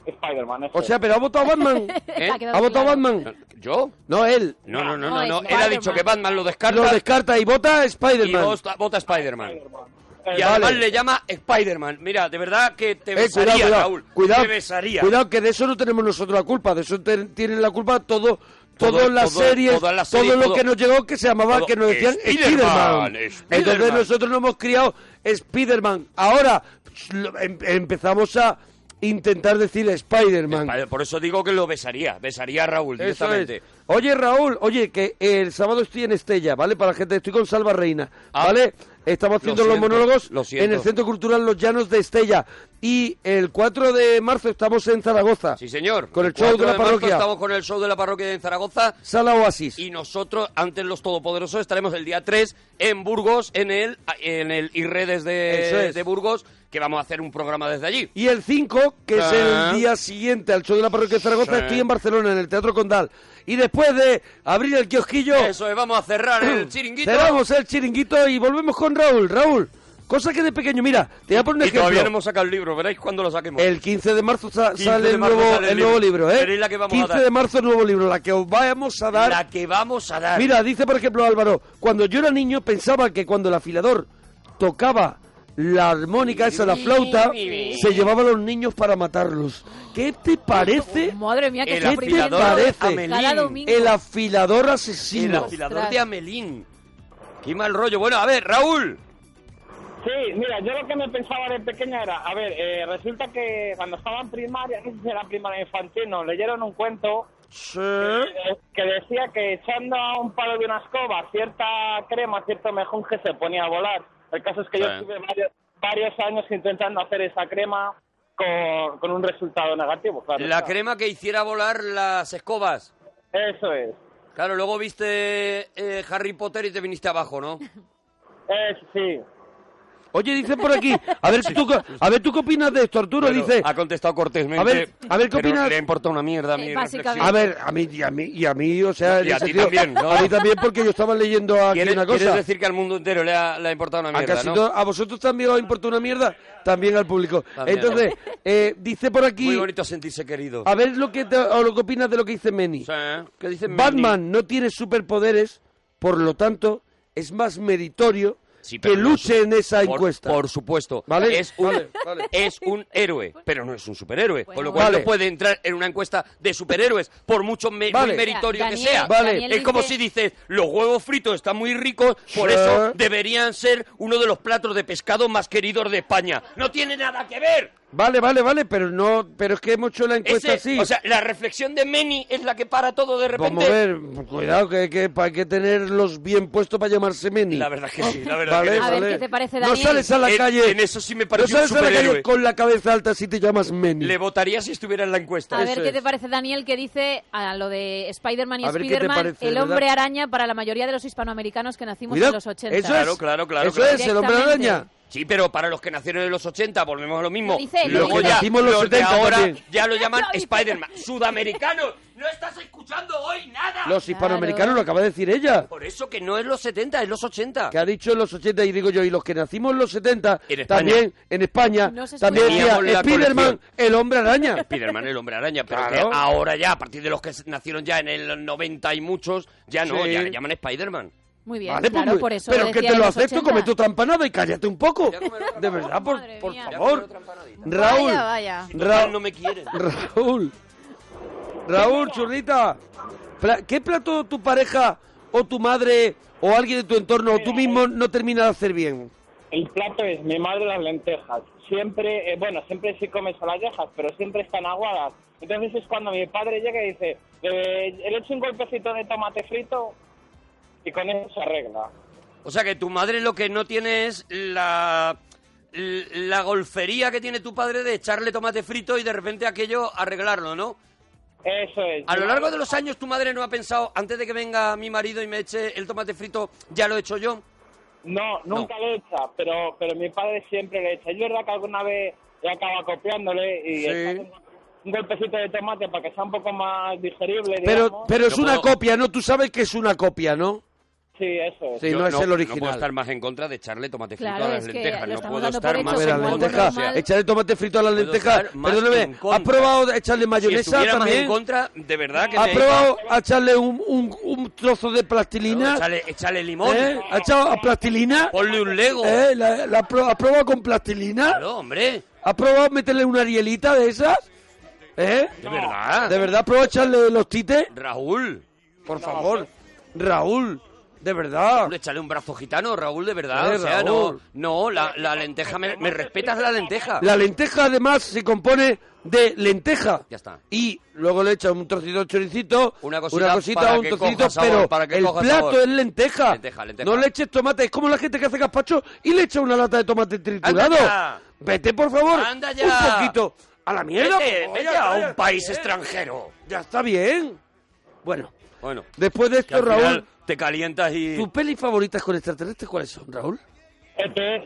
Speaker 4: Spider-Man, eso
Speaker 1: O sea, pero ha votado Batman.
Speaker 2: ¿Eh?
Speaker 3: (laughs) Ha quedado
Speaker 1: ¿Ha votado
Speaker 3: claro.
Speaker 1: Batman?
Speaker 2: ¿Yo?
Speaker 1: No, él.
Speaker 2: No, no, no,
Speaker 3: No,
Speaker 2: no. no.
Speaker 3: Spider-Man.
Speaker 2: Él ha dicho que Batman lo descarta
Speaker 1: Lo descarta y vota a
Speaker 2: y
Speaker 1: Spider-Man.
Speaker 2: vota, vota a Spider-Man.
Speaker 4: es.
Speaker 2: Y
Speaker 4: Eh,
Speaker 2: además
Speaker 1: Vale.
Speaker 2: le llama Spider-Man. Mira, de verdad que te
Speaker 1: Eh,
Speaker 2: besaría,
Speaker 1: cuidado, cuidado,
Speaker 2: Raúl.
Speaker 1: cuidado,
Speaker 2: Te besaría.
Speaker 1: cuidado, que de eso no tenemos nosotros la culpa, de eso te- tienen la culpa todo,
Speaker 2: Todo-
Speaker 1: todas las
Speaker 2: todo-
Speaker 1: series,
Speaker 2: todas las
Speaker 1: todo
Speaker 2: series,
Speaker 1: lo
Speaker 2: todo-
Speaker 1: que nos llegó que se llamaba,
Speaker 2: todo-
Speaker 1: que nos decían
Speaker 2: Spiderman,
Speaker 1: Spider-Man. Entonces
Speaker 2: Spiderman.
Speaker 1: nosotros nos hemos criado Spider-Man. Ahora lo- em- empezamos a intentar decir Spider-Man.
Speaker 2: Vale, Por eso digo que lo besaría. Besaría a Raúl
Speaker 1: Eso
Speaker 2: directamente.
Speaker 1: es. Oye, Raúl, oye, que el sábado estoy en Estella, ¿vale? Para la gente, estoy con Salva Reina,
Speaker 2: Ah.
Speaker 1: ¿vale? Estamos haciendo
Speaker 2: Lo
Speaker 1: los
Speaker 2: siento,
Speaker 1: monólogos
Speaker 2: lo siento.
Speaker 1: en el Centro Cultural Los Llanos de Estella. Y el 4 de marzo estamos en Zaragoza.
Speaker 2: Sí, señor.
Speaker 1: Con el show
Speaker 2: 4
Speaker 1: de la
Speaker 2: marzo
Speaker 1: parroquia.
Speaker 2: Estamos con el show de la parroquia en Zaragoza.
Speaker 1: Sala Oasis.
Speaker 2: Y nosotros, antes los todopoderosos, estaremos el día 3 en Burgos, en el, en el Irredes
Speaker 1: Eso
Speaker 2: de,
Speaker 1: es.
Speaker 2: de Burgos, que vamos a hacer un programa desde allí.
Speaker 1: Y el 5, que es
Speaker 2: Ah.
Speaker 1: el día siguiente al show de la parroquia de Zaragoza,
Speaker 2: Sí.
Speaker 1: estoy en Barcelona, en el Teatro Condal. Y después de abrir el kiosquillo, (clears throat)
Speaker 2: Eso es, vamos a cerrar el chiringuito.
Speaker 1: cerramos el chiringuito y volvemos con Raúl. Raúl, Cosa que de pequeño, mira, te voy a poner un
Speaker 2: Y todavía no
Speaker 1: ejemplo.
Speaker 2: hemos sacado el libro, veréis cuando lo saquemos.
Speaker 1: El 15 de marzo sa-
Speaker 2: 15
Speaker 1: sale
Speaker 2: Pues, de
Speaker 1: el
Speaker 2: marzo
Speaker 1: nuevo,
Speaker 2: sale el
Speaker 1: el nuevo
Speaker 2: libro.
Speaker 1: libro, ¿eh?
Speaker 2: Pero es la que vamos a
Speaker 1: 15
Speaker 2: dar.
Speaker 1: de marzo el nuevo libro, la que os vamos a dar.
Speaker 2: La que vamos a dar.
Speaker 1: Mira, dice por ejemplo Álvaro, cuando yo era niño pensaba que cuando el afilador tocaba la armónica, esa la flauta, se llevaba a los niños para matarlos. ¿Qué te parece?
Speaker 3: Madre mía, que
Speaker 2: El
Speaker 1: ¿Qué te
Speaker 2: afilador
Speaker 1: parece?
Speaker 2: Amelín.
Speaker 3: Cada domingo.
Speaker 1: El afilador
Speaker 2: el
Speaker 1: asesino.
Speaker 2: afilador
Speaker 3: Ostras.
Speaker 2: de Amelín. Qué mal rollo. Bueno, a ver, Raúl.
Speaker 4: Sí, mira, yo lo que me pensaba de pequeña era, a ver, eh, resulta que cuando estaba en primaria, no sé si era primaria infantil, no, leyeron un cuento eh, que decía que echando a un palo de una escoba cierta crema, cierto mejunje se ponía a volar. El caso es que yo
Speaker 2: Sí.
Speaker 4: estuve varios, varios años intentando hacer esa crema con, con un resultado negativo, claro.
Speaker 2: La
Speaker 4: está.
Speaker 2: crema que hiciera volar las escobas.
Speaker 4: Eso es.
Speaker 2: Claro, luego viste eh, Harry Potter y te viniste abajo, ¿no?
Speaker 4: Es, sí.
Speaker 1: Oye, dice por aquí, a
Speaker 2: (laughs)
Speaker 1: ver, tú, qué- a ver tú qué opinas de esto, Arturo,
Speaker 2: Pero
Speaker 1: dice...
Speaker 2: Ha contestado cortésmente.
Speaker 1: A ver, a ver, ¿qué
Speaker 2: pero
Speaker 1: opinas?
Speaker 2: Le importa una mierda a mí.
Speaker 3: Eh, básicamente.
Speaker 1: A ver, a mí, y a mí, y a mí, o sea, en
Speaker 2: Y a
Speaker 1: ese
Speaker 2: ti
Speaker 1: sentido-
Speaker 2: también, ¿no?
Speaker 1: a mí también, porque yo estaba leyendo aquí
Speaker 2: ¿Quieres,
Speaker 1: una cosa.
Speaker 2: quieres decir que al mundo entero le ha, le ha importado una
Speaker 1: A,
Speaker 2: mierda,
Speaker 1: casi
Speaker 2: ¿no?
Speaker 1: todo- a vosotros también os importa una mierda, también al público.
Speaker 2: También.
Speaker 1: Entonces, eh, dice por aquí,
Speaker 2: Muy bonito sentirse querido.
Speaker 1: a ver lo que, te- o lo que opinas de lo que dice Meni.
Speaker 2: Sí, ¿eh? ¿Qué dice Mendy?
Speaker 1: Batman no tiene superpoderes, por lo tanto, es más meritorio
Speaker 2: Sí, pero
Speaker 1: que
Speaker 2: no
Speaker 1: luche
Speaker 2: es un-
Speaker 1: en esa
Speaker 2: por-
Speaker 1: encuesta.
Speaker 2: Por supuesto.
Speaker 1: Vale,
Speaker 2: Es un, (laughs)
Speaker 1: vale, vale.
Speaker 2: es un héroe, pero no es un superhéroe. Con
Speaker 3: Bueno.
Speaker 2: lo cual
Speaker 1: Vale.
Speaker 2: no puede entrar en una encuesta de superhéroes, por mucho me- muy
Speaker 1: Vale.
Speaker 2: meritorio
Speaker 3: Daniel-
Speaker 2: que sea.
Speaker 1: Vale.
Speaker 3: Daniel
Speaker 2: Es como
Speaker 3: dice-
Speaker 2: si dices, los huevos fritos están muy ricos, por
Speaker 1: Sí.
Speaker 2: eso deberían ser uno de los platos de pescado más queridos de España. No tiene nada que ver.
Speaker 1: Vale, vale, vale, pero no, pero es que hemos hecho la encuesta
Speaker 2: Ese-
Speaker 1: Pues así.
Speaker 2: O sea, la reflexión de Meni es la que para todo de repente.
Speaker 1: Vamos a ver, cuidado, que, que hay que tenerlos bien puestos para llamarse Meni.
Speaker 2: La verdad que sí, la verdad
Speaker 1: Vale,
Speaker 2: que sí.
Speaker 3: A ver,
Speaker 1: vale.
Speaker 3: ¿qué te parece,
Speaker 1: No
Speaker 3: Daniel?
Speaker 1: sales a la
Speaker 2: En-
Speaker 1: calle.
Speaker 2: en eso sí me parece
Speaker 1: No
Speaker 2: un
Speaker 1: sales a la calle
Speaker 2: superhéroe.
Speaker 1: con la cabeza alta si te llamas Meni.
Speaker 2: Le votaría si estuviera en la encuesta.
Speaker 3: A ver
Speaker 1: Eso
Speaker 3: qué
Speaker 1: es.
Speaker 3: te parece, Daniel, que dice a lo de Spider-Man y
Speaker 1: A ver qué te
Speaker 3: Spider-Man,
Speaker 1: parece, de
Speaker 3: el
Speaker 1: verdad.
Speaker 3: hombre araña para la mayoría de los hispanoamericanos que nacimos
Speaker 1: Cuidado,
Speaker 3: en los 80.
Speaker 1: Eso
Speaker 2: Claro,
Speaker 1: es,
Speaker 2: claro, claro,
Speaker 1: Eso
Speaker 2: claro.
Speaker 1: es, el hombre
Speaker 3: Directamente.
Speaker 1: araña.
Speaker 2: Sí, pero para los que nacieron en los 80, volvemos a lo mismo.
Speaker 3: Lo dice él,
Speaker 2: Luego
Speaker 3: lo dice
Speaker 2: ya,
Speaker 1: él. Nacimos los
Speaker 2: los, de
Speaker 1: 70
Speaker 2: ahora
Speaker 1: también.
Speaker 2: ya lo llaman
Speaker 3: Lo dice.
Speaker 2: Spider-Man. ¡Sudamericanos! ¡No estás escuchando hoy nada!
Speaker 1: Los hispanoamericanos lo acaba de decir ella.
Speaker 2: Por eso que no es los 70, es los 80.
Speaker 1: Que ha dicho en los 80 y digo yo, y los que nacimos en los 70,
Speaker 2: En España.
Speaker 1: también en España,
Speaker 3: No se
Speaker 1: también
Speaker 2: escucha.
Speaker 1: decía
Speaker 2: Teníamos la
Speaker 1: Spiderman,
Speaker 2: colección.
Speaker 1: el hombre araña.
Speaker 2: Spider-Man, el hombre araña, pero
Speaker 1: Claro.
Speaker 2: que ahora ya, a partir de los que nacieron ya en el 90 y muchos, ya no,
Speaker 1: Sí.
Speaker 2: ya le llaman Spider-Man.
Speaker 3: Muy bien,
Speaker 1: Vale, pues
Speaker 3: claro,
Speaker 1: muy-
Speaker 3: por eso.
Speaker 1: pero que
Speaker 3: decía
Speaker 1: te
Speaker 3: en
Speaker 1: lo
Speaker 3: los
Speaker 1: acepto,
Speaker 3: 80.
Speaker 1: come tu empanada y cállate un poco.
Speaker 2: Ya comeré otra
Speaker 1: De verdad, por,
Speaker 3: Madre
Speaker 1: por
Speaker 3: mía.
Speaker 2: Ya comeré
Speaker 1: favor.
Speaker 2: otra empanadita.
Speaker 1: Raúl,
Speaker 3: Vaya, vaya.
Speaker 1: Ra-
Speaker 2: no me quieren.
Speaker 1: Raúl, Raúl, churrita, pla- ¿qué plato tu pareja o tu madre o alguien de tu entorno o tú mismo no termina de hacer bien?
Speaker 4: El plato es mi madre las lentejas. Siempre, eh, bueno, siempre sí comes a las lentejas, pero siempre están aguadas. Entonces es cuando mi padre llega y dice, eh, le echo un golpecito de tomate frito y con eso se arregla.
Speaker 2: O sea que tu madre lo que no tiene es la, la golfería que tiene tu padre de echarle tomate frito y de repente aquello arreglarlo, ¿no?
Speaker 4: Eso es.
Speaker 2: A lo largo de los años tu madre no ha pensado, antes de que venga mi marido y me eche el tomate frito, ya lo he hecho yo.
Speaker 4: No, nunca lo echa, pero, pero mi padre siempre le echa. Es verdad que alguna vez ya acaba copiándole y
Speaker 1: Sí.
Speaker 4: echa un- un golpecito de tomate para que sea un poco más digerible,
Speaker 1: Pero,
Speaker 4: digamos.
Speaker 1: pero es
Speaker 2: Yo
Speaker 1: una
Speaker 2: puedo-
Speaker 1: copia, ¿no? Tú sabes que es una copia, ¿no?
Speaker 4: Sí, eso es.
Speaker 1: Sí, no es el
Speaker 2: No puedo
Speaker 1: original.
Speaker 2: estar más en contra de echarle tomate frito
Speaker 3: Claro,
Speaker 2: a las
Speaker 3: es que
Speaker 2: lentejas.
Speaker 3: lo
Speaker 2: No
Speaker 3: estamos
Speaker 2: puedo
Speaker 3: dando
Speaker 2: estar
Speaker 3: por
Speaker 2: más
Speaker 3: hecho,
Speaker 1: a ver, a
Speaker 2: en
Speaker 1: las
Speaker 3: como algo
Speaker 2: contra.
Speaker 1: lentejas.
Speaker 2: O sea,
Speaker 3: normal.
Speaker 1: Echarle tomate frito a las
Speaker 2: Puedo
Speaker 1: lentejas.
Speaker 2: estar más en
Speaker 1: Perdóname, ¿has
Speaker 2: contra.
Speaker 1: probado echarle
Speaker 2: si
Speaker 1: mayonesa
Speaker 2: estuviera más en
Speaker 1: también?
Speaker 2: contra, de verdad que
Speaker 1: ¿Has
Speaker 2: me-
Speaker 1: probado a echarle un, un- un trozo de
Speaker 2: No,
Speaker 1: plastilina?
Speaker 2: échale, échale limón.
Speaker 1: ¿Eh? ¿Has echado a plastilina?
Speaker 2: Ponle un lego.
Speaker 1: ¿Eh? ¿La, la has pro- has probado con plastilina?
Speaker 2: Claro, hombre.
Speaker 1: ¿Has probado meterle una arielita de esas? ¿Eh?
Speaker 2: De verdad.
Speaker 1: ¿De verdad has probado echarle los tites?
Speaker 2: Raúl.
Speaker 1: Por favor, Raúl, de verdad.
Speaker 2: Hombre, échale un brazo gitano, Raúl, de verdad.
Speaker 1: Eh,
Speaker 2: o sea,
Speaker 1: Raúl.
Speaker 2: no, no, la, la lenteja, me, me respetas la lenteja.
Speaker 1: La lenteja además se compone de lenteja.
Speaker 2: Ya está.
Speaker 1: Y luego le echan un trocito de choricito,
Speaker 2: Una cosita para
Speaker 1: un
Speaker 2: que
Speaker 1: trocito,
Speaker 2: coja sabor,
Speaker 1: pero
Speaker 2: para que
Speaker 1: el
Speaker 2: coja
Speaker 1: plato
Speaker 2: sabor.
Speaker 1: es lenteja.
Speaker 2: Lenteja, lenteja.
Speaker 1: No le eches tomate, es como la gente que hace gazpacho y le echa una lata de tomate triturado.
Speaker 2: ya.
Speaker 1: Vete, por favor,
Speaker 2: Anda ya.
Speaker 1: un poquito a la mierda.
Speaker 2: Vete,
Speaker 1: por favor,
Speaker 2: vete
Speaker 1: ya
Speaker 2: a
Speaker 1: está, ya
Speaker 2: un
Speaker 1: está
Speaker 2: país
Speaker 1: bien.
Speaker 2: extranjero.
Speaker 1: Ya está bien. Bueno,
Speaker 2: Bueno,
Speaker 1: después de
Speaker 2: que al
Speaker 1: esto, Raúl,
Speaker 2: final eh, te calientas y...
Speaker 1: ¿tus pelis favoritas con extraterrestres cuáles son, Raúl?
Speaker 4: Este es-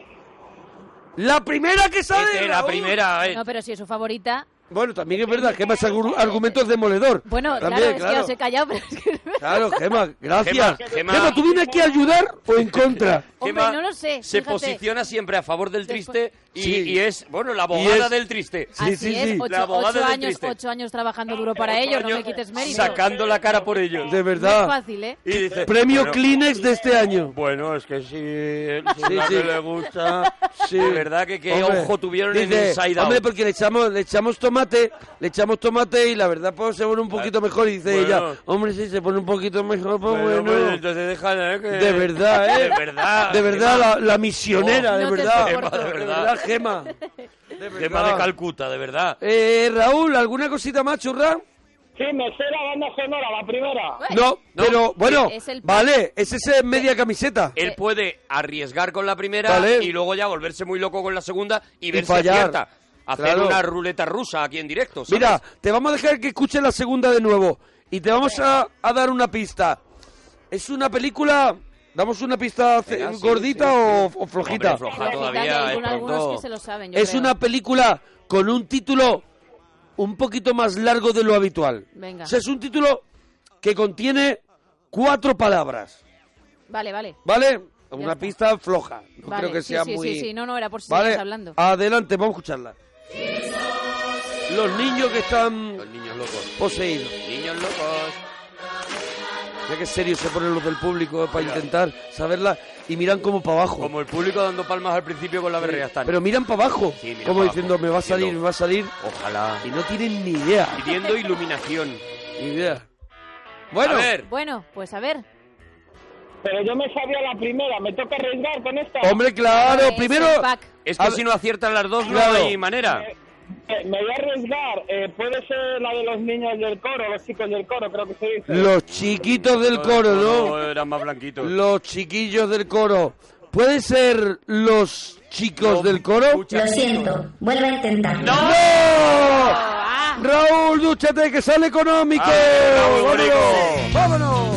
Speaker 1: La primera que sale.
Speaker 2: Este, la
Speaker 1: Raúl.
Speaker 2: primera, eh.
Speaker 3: No, pero si es su favorita,
Speaker 1: Bueno, también es verdad, Gema es algún argumento es demoledor.
Speaker 3: Bueno,
Speaker 1: También,
Speaker 3: claro, es que os he callado, (laughs) pero es que...
Speaker 1: Claro, Gema, gracias.
Speaker 2: Gema,
Speaker 1: Gema,
Speaker 2: Gema.
Speaker 1: ¿tú vienes aquí a ayudar o en contra?
Speaker 3: Hombre,
Speaker 2: Gema
Speaker 3: no lo sé,
Speaker 2: Se
Speaker 3: fíjate.
Speaker 2: posiciona siempre a favor del
Speaker 3: Después-
Speaker 2: triste y,
Speaker 1: Sí.
Speaker 2: y es, bueno, la abogada
Speaker 1: es-
Speaker 2: del triste.
Speaker 1: Sí,
Speaker 3: Así
Speaker 1: sí,
Speaker 3: es,
Speaker 1: sí.
Speaker 3: Ocho,
Speaker 2: La abogada
Speaker 3: ocho
Speaker 2: del
Speaker 3: años,
Speaker 2: triste.
Speaker 3: ocho años trabajando duro para
Speaker 2: Ocho
Speaker 3: ellos, no me
Speaker 2: años
Speaker 3: quites mérito.
Speaker 2: Sacando la cara por ellos.
Speaker 1: De
Speaker 3: No es
Speaker 1: verdad.
Speaker 3: fácil, ¿eh?
Speaker 2: Y dice,
Speaker 1: Premio
Speaker 2: bueno,
Speaker 1: Kleenex de este año.
Speaker 2: Bueno, es que sí, sí,
Speaker 1: Sí,
Speaker 2: la
Speaker 1: sí.
Speaker 2: que le gusta.
Speaker 1: (laughs) Sí.
Speaker 2: De verdad que qué
Speaker 1: Hombre,
Speaker 2: ojo tuvieron en
Speaker 1: dice,
Speaker 2: Inside
Speaker 1: Hombre,
Speaker 2: Out.
Speaker 1: porque le echamos, le echamos tomate, le echamos tomate y la verdad pues se pone un poquito mejor. Y dice
Speaker 2: Bueno.
Speaker 1: ella, hombre, sí, se pone un poquito mejor, pues bueno.
Speaker 2: Bueno, pues entonces déjala, ¿eh? que-
Speaker 1: De verdad, ¿eh?
Speaker 2: (laughs) De verdad.
Speaker 1: De verdad, la, la misionera,
Speaker 3: No,
Speaker 1: de,
Speaker 3: no te
Speaker 1: verdad.
Speaker 3: soporto.
Speaker 1: de verdad. Gema. De
Speaker 2: Gema, Gema de Calcuta, de verdad.
Speaker 1: Eh, Raúl, ¿alguna cosita más, churra?
Speaker 4: Sí, me sé la banda sonora, la primera.
Speaker 3: Bueno,
Speaker 1: No,
Speaker 2: no.
Speaker 1: pero bueno,
Speaker 3: Es el-
Speaker 1: vale, ese es eh, media camiseta.
Speaker 2: Él puede arriesgar con la primera
Speaker 1: Vale.
Speaker 2: y luego ya volverse muy loco con la segunda y ver si
Speaker 1: fallar.
Speaker 2: acierta. Hacer
Speaker 1: Claro.
Speaker 2: una ruleta rusa aquí en directo. ¿sabes?
Speaker 1: Mira, te vamos a dejar que escuches la segunda de nuevo y te vamos a, a dar una pista. Es una película... ¿Damos una pista ce-
Speaker 2: Venga, sí,
Speaker 1: gordita
Speaker 2: sí,
Speaker 1: o,
Speaker 2: sí.
Speaker 1: o flojita?
Speaker 2: Hombre, floja
Speaker 3: Flojita, que
Speaker 2: todavía.
Speaker 3: hay
Speaker 2: es
Speaker 3: con algunos
Speaker 2: pronto.
Speaker 3: que se lo saben, yo
Speaker 1: es
Speaker 3: creo.
Speaker 1: una película con un título un poquito más largo de lo habitual.
Speaker 3: Venga.
Speaker 1: O sea, es un título que contiene cuatro palabras,
Speaker 3: Vale, vale.
Speaker 1: ¿vale? Una
Speaker 3: está.
Speaker 1: pista floja. No
Speaker 3: Vale,
Speaker 1: creo que
Speaker 3: sí,
Speaker 1: sea
Speaker 3: sí,
Speaker 1: muy...
Speaker 3: sí, sí, no, no, era por si
Speaker 1: Vale,
Speaker 3: seguías hablando.
Speaker 1: adelante, vamos a escucharla. Los niños que
Speaker 2: Los
Speaker 1: están
Speaker 2: niños locos.
Speaker 1: poseídos.
Speaker 2: Niños locos.
Speaker 1: Ya que serios se ponen los del público eh, para intentar saberla y miran como para abajo.
Speaker 2: Como el público dando palmas al principio con la berrea están.
Speaker 1: Pero miran para abajo,
Speaker 2: Sí, miran
Speaker 1: como
Speaker 2: pa'
Speaker 1: diciendo,
Speaker 2: abajo,
Speaker 1: me va a salir,
Speaker 2: diciendo-
Speaker 1: me va a salir.
Speaker 2: Ojalá.
Speaker 1: Y no tienen ni idea,
Speaker 2: Pidiendo iluminación.
Speaker 1: ni idea. Bueno,
Speaker 2: A ver.
Speaker 3: Bueno, pues a ver.
Speaker 4: Pero yo me sabía la primera, me toca arriesgar con esta.
Speaker 1: hombre, claro,
Speaker 3: Vale, es
Speaker 1: primero...
Speaker 3: el pack.
Speaker 2: Es
Speaker 1: A
Speaker 2: que
Speaker 1: ver.
Speaker 2: si no aciertan las dos
Speaker 1: Claro.
Speaker 2: no hay manera.
Speaker 4: Eh, me voy a arriesgar, eh, puede ser la de los niños del coro, los chicos del coro, creo que se dice.
Speaker 1: Los chiquitos del coro, ¿no?
Speaker 2: eran más blanquitos.
Speaker 1: Los chiquillos del coro. ¿Puede ser los chicos
Speaker 2: Los
Speaker 1: del coro?
Speaker 2: muchachos.
Speaker 5: Lo siento, vuelve a intentarlo.
Speaker 1: ¡No!
Speaker 3: Ah,
Speaker 1: Raúl, dúchate que sale económico.
Speaker 2: Ah, Raúl,
Speaker 1: ¡Vámonos! ¡Vámonos!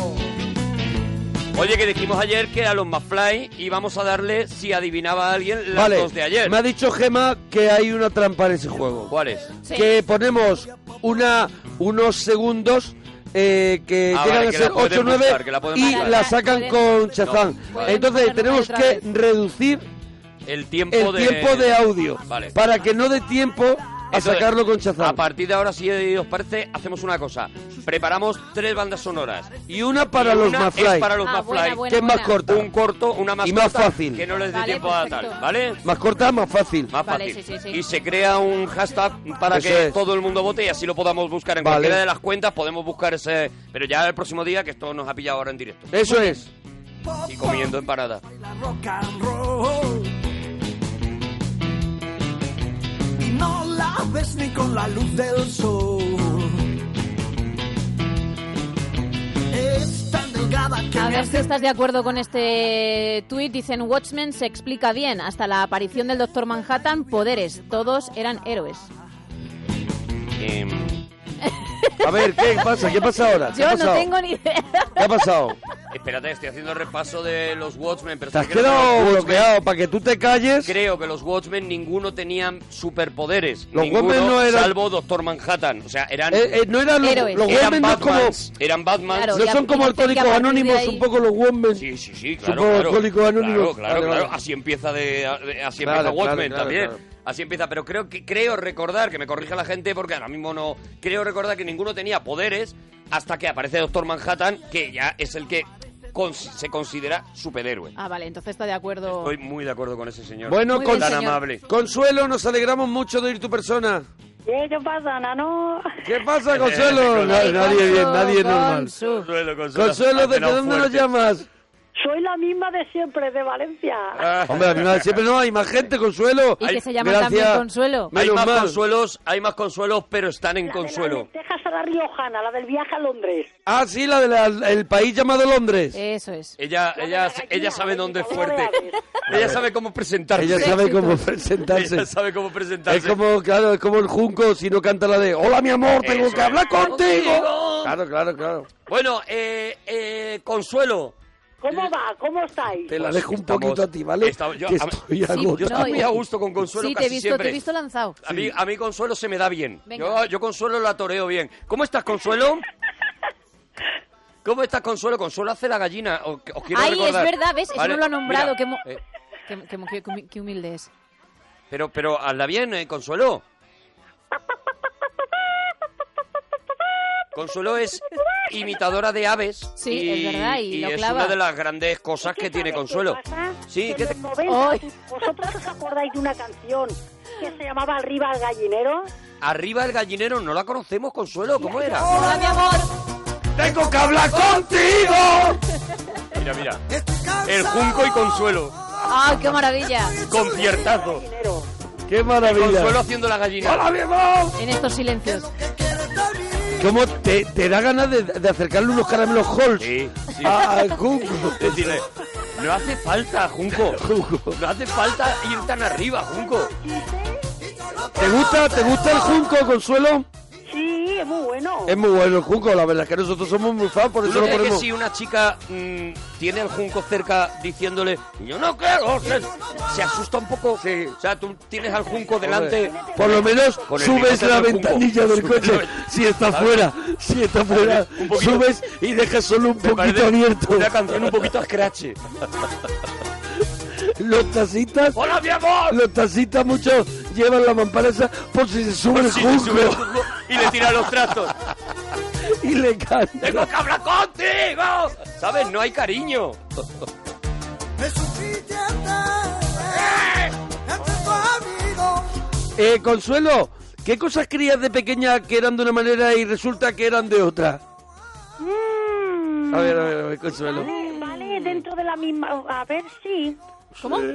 Speaker 2: Oye, que dijimos ayer que a los McFly íbamos a darle, si adivinaba alguien, las
Speaker 1: Vale,
Speaker 2: dos de ayer.
Speaker 1: me ha dicho Gema que hay una trampa en ese juego.
Speaker 2: ¿Cuál es?
Speaker 3: sí.
Speaker 1: Que ponemos una, unos segundos eh, que
Speaker 2: Ah,
Speaker 1: llegan
Speaker 2: vale,
Speaker 1: a
Speaker 2: que
Speaker 1: ser
Speaker 2: la pueden
Speaker 1: 8 9
Speaker 2: buscar, que la pueden
Speaker 1: y
Speaker 2: buscar.
Speaker 1: la sacan
Speaker 3: Pueden-
Speaker 1: con Chazán.
Speaker 3: pueden
Speaker 1: Entonces
Speaker 3: buscar
Speaker 1: tenemos
Speaker 3: otra
Speaker 1: que
Speaker 3: vez.
Speaker 1: reducir
Speaker 2: El tiempo
Speaker 1: el
Speaker 2: de...
Speaker 1: tiempo de audio
Speaker 2: Vale.
Speaker 1: para que no dé tiempo a
Speaker 2: Entonces,
Speaker 1: sacarlo con Chazán.
Speaker 2: A partir de ahora, si os parece, hacemos una cosa. Preparamos tres bandas sonoras.
Speaker 1: Y una para
Speaker 2: Y
Speaker 1: los
Speaker 2: una
Speaker 1: Mafly,
Speaker 2: es para los
Speaker 3: Ah,
Speaker 2: McFly.
Speaker 3: buena, buena.
Speaker 1: que es más corta.
Speaker 2: Un corto, una más
Speaker 1: Y más
Speaker 2: corta,
Speaker 1: fácil.
Speaker 2: Que no les dé
Speaker 3: Vale,
Speaker 2: tiempo a
Speaker 3: perfecto.
Speaker 2: tal, ¿vale?
Speaker 1: Más corta, más fácil.
Speaker 2: Más
Speaker 3: Vale,
Speaker 2: fácil.
Speaker 3: sí, sí, sí.
Speaker 2: Y se crea un hashtag para
Speaker 1: Eso
Speaker 2: que
Speaker 1: es.
Speaker 2: todo el mundo vote y así lo podamos buscar en
Speaker 1: Vale.
Speaker 2: cualquiera de las cuentas. Podemos buscar ese. Pero ya el próximo día, que esto nos ha pillado ahora en directo.
Speaker 1: Eso es.
Speaker 2: Y comiendo en parada.
Speaker 6: la rock and roll. Y no la ves ni con la luz del sol. Es tan delgada que
Speaker 3: A
Speaker 6: me
Speaker 3: ver
Speaker 6: hace
Speaker 3: si estás de acuerdo con este tuit. Dicen, Watchmen se explica bien. Hasta la aparición del Doctor Manhattan, poderes. Todos eran héroes.
Speaker 2: Em,
Speaker 1: A ver, ¿qué pasa? ¿Qué pasa ahora? ¿Qué
Speaker 3: Yo
Speaker 1: ha
Speaker 3: no
Speaker 1: pasado?
Speaker 3: tengo ni idea. (laughs)
Speaker 1: ¿Qué ha pasado?
Speaker 2: espérate, estoy haciendo repaso de los Watchmen. Pero
Speaker 1: Te has
Speaker 2: creo que los
Speaker 1: quedado
Speaker 2: Watchmen-
Speaker 1: bloqueado para que tú te calles.
Speaker 2: Creo que los Watchmen ninguno tenían superpoderes.
Speaker 1: Los
Speaker 2: ninguno,
Speaker 1: Watchmen no eran-
Speaker 2: Salvo Doctor Manhattan. O sea, eran.
Speaker 1: Eh, eh, no eran los,
Speaker 3: Héroes.
Speaker 1: los
Speaker 2: eran
Speaker 1: Women, no, es como,
Speaker 2: Batmans, Eran Batman.
Speaker 3: Claro,
Speaker 1: no
Speaker 3: y a-
Speaker 1: son como
Speaker 3: y a partir
Speaker 1: alcohólicos
Speaker 3: de ahí-
Speaker 1: anónimos, un poco los Women.
Speaker 2: Sí, sí, sí,
Speaker 1: Son
Speaker 2: claro.
Speaker 1: como
Speaker 2: claro.
Speaker 1: Alcohólicos Anónimos.
Speaker 2: Claro, claro,
Speaker 1: Vale,
Speaker 2: claro.
Speaker 1: vale.
Speaker 2: Así empieza, de, de- así
Speaker 1: Claro,
Speaker 2: empieza
Speaker 1: claro,
Speaker 2: Watchmen
Speaker 1: claro,
Speaker 2: también.
Speaker 1: claro.
Speaker 2: Así empieza, pero creo que creo recordar, que me corrija la gente porque ahora mismo no. Creo recordar que ninguno tenía poderes hasta que aparece Doctor Manhattan, que ya es el que cons- se considera superhéroe.
Speaker 3: Ah, vale, entonces está de acuerdo.
Speaker 2: Estoy muy de acuerdo con ese señor.
Speaker 1: Bueno,
Speaker 3: Muy
Speaker 1: con-
Speaker 3: bien,
Speaker 2: tan
Speaker 3: señor.
Speaker 2: amable.
Speaker 1: Consuelo, nos alegramos mucho de ir tu persona.
Speaker 7: ¿Qué pasa, Nano?
Speaker 1: ¿qué
Speaker 2: Eh,
Speaker 1: pasa, Consuelo? Na-
Speaker 2: Consuelo.
Speaker 1: nadie bien, nadie
Speaker 3: Con
Speaker 1: normal.
Speaker 3: su-
Speaker 1: Consuelo, ¿desde dónde nos llamas?
Speaker 7: Soy la misma de siempre, de Valencia.
Speaker 2: Ah.
Speaker 1: Hombre, a mí me- siempre no hay más gente, Consuelo.
Speaker 3: Y que
Speaker 1: Ay,
Speaker 3: se llama también Consuelo.
Speaker 2: Hay
Speaker 1: Menos
Speaker 2: más
Speaker 1: mal.
Speaker 2: consuelos, hay más consuelos, pero están en consuelo.
Speaker 7: La de Texas a la Riojana, la del viaje a Londres.
Speaker 1: Ah, sí, la del país llamado Londres.
Speaker 3: Eso es.
Speaker 2: Ella,
Speaker 7: La de
Speaker 2: ella,
Speaker 7: la gallina,
Speaker 2: ella sabe dónde es
Speaker 7: la de la
Speaker 2: fuerte.
Speaker 7: aves.
Speaker 2: (laughs) Ella sabe cómo presentarse.
Speaker 1: Ella sabe cómo
Speaker 2: Ella
Speaker 1: presentarse.
Speaker 2: sabe cómo presentarse.
Speaker 1: Es como, claro, es como el junco si no canta la de Hola mi amor, tengo
Speaker 2: Eso
Speaker 1: que
Speaker 2: es.
Speaker 1: hablar contigo.
Speaker 2: Contigo. Pues
Speaker 1: Claro, claro, claro.
Speaker 2: Bueno, eh, eh, Consuelo,
Speaker 7: ¿Cómo va? ¿Cómo estáis?
Speaker 1: Te la dejo un
Speaker 2: Estamos-
Speaker 1: poquito a ti, ¿vale?
Speaker 2: estamos- yo-
Speaker 1: que
Speaker 2: a mí-
Speaker 1: estoy a
Speaker 3: Sí,
Speaker 1: gusto.
Speaker 2: Yo
Speaker 3: No,
Speaker 2: estoy muy
Speaker 3: y-
Speaker 2: a gusto con Consuelo
Speaker 3: Sí, te
Speaker 2: casi
Speaker 3: he visto,
Speaker 2: siempre.
Speaker 3: te he visto lanzado.
Speaker 2: A mí, a mí Consuelo se me da bien. Yo,
Speaker 3: Venga.
Speaker 2: yo Consuelo la toreo bien. ¿Cómo
Speaker 3: (laughs)
Speaker 2: estás, Consuelo? ¿Cómo estás, Consuelo? Consuelo hace la gallina. o- Os, quiero
Speaker 3: Ay,
Speaker 2: recordar.
Speaker 3: es verdad, ¿ves?
Speaker 2: Vale,
Speaker 3: Eso no lo ha nombrado.
Speaker 2: mira,
Speaker 3: qué, mo-
Speaker 2: eh,
Speaker 3: qué, qué mo- qué humi- qué humilde es.
Speaker 2: pero, pero hazla bien, eh, Consuelo. Consuelo es imitadora de aves.
Speaker 3: Sí,
Speaker 2: y,
Speaker 3: es verdad, y lo
Speaker 2: es
Speaker 3: clava.
Speaker 2: una de las grandes cosas
Speaker 7: ¿Qué
Speaker 2: que tiene
Speaker 7: sabes qué
Speaker 2: Consuelo.
Speaker 7: pasa?
Speaker 2: Sí,
Speaker 7: que
Speaker 2: que
Speaker 7: en
Speaker 2: te-
Speaker 7: los 90,
Speaker 3: Ay.
Speaker 7: ¿Vosotros os acordáis de una canción que se llamaba Arriba al gallinero?
Speaker 2: arriba el gallinero, no la conocemos, Consuelo. ¿Cómo era?
Speaker 3: Hola, mi amor.
Speaker 1: ¡Tengo que hablar contigo!
Speaker 2: Mira, mira. El Junco y Consuelo.
Speaker 3: ¡Ah, qué maravilla!
Speaker 2: Conciertazo.
Speaker 7: Gallinero.
Speaker 1: ¡Qué maravilla!
Speaker 2: Consuelo haciendo la gallina.
Speaker 1: ¡Hola, mi amor!
Speaker 3: En estos silencios.
Speaker 1: ¿Cómo te, te da ganas de, de acercarle unos caramelos Halls
Speaker 2: Sí, sí.
Speaker 1: a, a Cuco?
Speaker 2: Decirle, no hace falta, Junco.
Speaker 1: (laughs) Junco.
Speaker 2: No hace falta ir tan arriba, Junco.
Speaker 1: ¿Te gusta, ¿Te gusta el Junco, Consuelo?
Speaker 7: Sí, es muy bueno.
Speaker 1: Es muy bueno el Junco, la verdad es que nosotros somos muy fans, por
Speaker 2: ¿Tú
Speaker 1: eso
Speaker 2: no
Speaker 1: lo
Speaker 2: crees que
Speaker 1: ponemos.
Speaker 2: si una chica mm, tiene al Junco cerca diciéndole, yo no quiero, ser", se asusta un poco? O sea, tú tienes al Junco delante.
Speaker 1: Eh, Por lo menos
Speaker 2: Con el
Speaker 1: subes
Speaker 2: bigote
Speaker 1: la
Speaker 2: del
Speaker 1: ventanilla
Speaker 2: Junco.
Speaker 1: del coche si está fuera, si está fuera,
Speaker 2: Un poquito.
Speaker 1: subes y dejas solo un
Speaker 2: Me
Speaker 1: poquito
Speaker 2: parece
Speaker 1: abierto.
Speaker 2: Una canción un poquito a scratch.
Speaker 1: Los tacitas,
Speaker 2: ¡Hola, mi amor!
Speaker 1: los tacitas muchos llevan la mampara esa por si se sube el
Speaker 2: Sí, se sube el
Speaker 1: junco
Speaker 2: Junco y le tira
Speaker 1: (laughs)
Speaker 2: los trastos.
Speaker 1: y le canta.
Speaker 2: ¡Tengo que hablar contigo! ¿Sabes? No hay cariño.
Speaker 1: Eh, Consuelo, ¿qué cosas creías de pequeña que eran de una manera y resulta que eran de otra?
Speaker 7: Mm.
Speaker 1: A ver, a ver, a ver, Consuelo.
Speaker 7: Vale,
Speaker 2: Mm.
Speaker 7: vale, dentro de la misma. A ver, sí. ¿Cómo? Sí,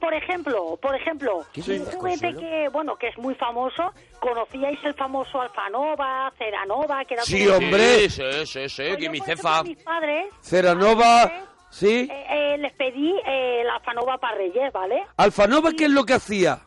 Speaker 7: por ejemplo, por ejemplo, un juguete que, bueno, que es muy famoso, conocíais el famoso Alfanova, Ceranova, que era
Speaker 1: Sí,
Speaker 7: como-
Speaker 1: Hombre.
Speaker 2: Sí, sí, sí, sí,
Speaker 7: Pues
Speaker 2: que
Speaker 7: yo,
Speaker 2: mi
Speaker 7: por ejemplo,
Speaker 2: cefa.
Speaker 7: a mis padres,
Speaker 1: Ceranova,
Speaker 7: eh,
Speaker 1: ¿sí?
Speaker 7: eh, les pedí eh, la Alfanova para Reyes, ¿vale?
Speaker 1: Alfanova, ¿qué es lo que hacía?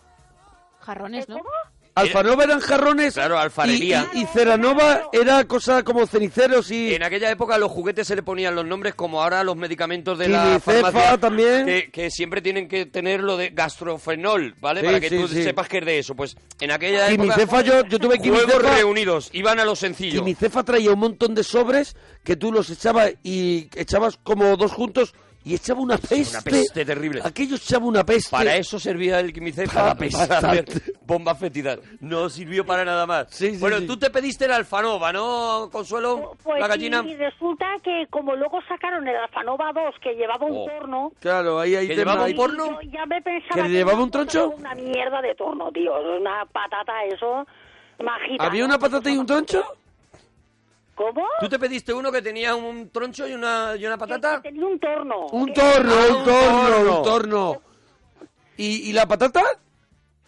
Speaker 3: Jarrones, ¿no?
Speaker 7: ¿Cómo?
Speaker 1: Alfanova eran jarrones.
Speaker 2: Claro, alfarería.
Speaker 1: Y, y- y Ceranova era cosa como ceniceros y.
Speaker 2: En aquella época a los juguetes se le ponían los nombres como ahora a los medicamentos de la
Speaker 1: Quimicefa
Speaker 2: farmacia
Speaker 1: también.
Speaker 2: Que, que siempre tienen que tener lo de gastrofenol, ¿vale?
Speaker 1: Sí,
Speaker 2: Para que
Speaker 1: sí,
Speaker 2: tú
Speaker 1: sí.
Speaker 2: sepas que es de eso. Pues en aquella
Speaker 1: Quimicefa,
Speaker 2: época
Speaker 1: yo, yo tuve
Speaker 2: juegos
Speaker 1: quimicefa.
Speaker 2: reunidos, iban a lo sencillo.
Speaker 1: Quimicefa traía un montón de sobres que tú los echabas y echabas como dos juntos y echaba una peste.
Speaker 2: peste terrible.
Speaker 1: Aquello echaba una peste.
Speaker 2: Para eso servía el quimicefa,
Speaker 1: Para
Speaker 2: (laughs) para,
Speaker 1: pesar.
Speaker 2: hacer bombas fétidas. No sirvió para nada más.
Speaker 1: Sí, sí,
Speaker 2: bueno,
Speaker 1: sí.
Speaker 2: tú te pediste el alfanova, ¿no, Consuelo?
Speaker 7: Pues
Speaker 2: Oh, la
Speaker 7: sí,
Speaker 2: gallina.
Speaker 7: y resulta que como luego sacaron el Alfanova 2 que llevaba un
Speaker 2: Oh.
Speaker 7: torno,
Speaker 1: Claro, ahí hay
Speaker 2: Que
Speaker 1: tema,
Speaker 2: llevaba un
Speaker 1: ahí-
Speaker 2: por-
Speaker 7: Yo
Speaker 2: ¿Torno?
Speaker 7: ya me pensaba
Speaker 1: ¿Que le llevaba un
Speaker 7: era
Speaker 1: troncho?
Speaker 7: Una mierda de torno, tío. Una patata, eso. Majita.
Speaker 1: ¿Había una patata y un troncho?
Speaker 7: ¿Cómo?
Speaker 2: ¿Tú te pediste uno que tenía un troncho y una, y una patata?
Speaker 7: Que Tenía un torno.
Speaker 1: Un
Speaker 7: Que-
Speaker 1: torno,
Speaker 2: Ah,
Speaker 1: un
Speaker 2: un
Speaker 1: torno,
Speaker 2: torno.
Speaker 1: un torno. ¿Y, y la patata?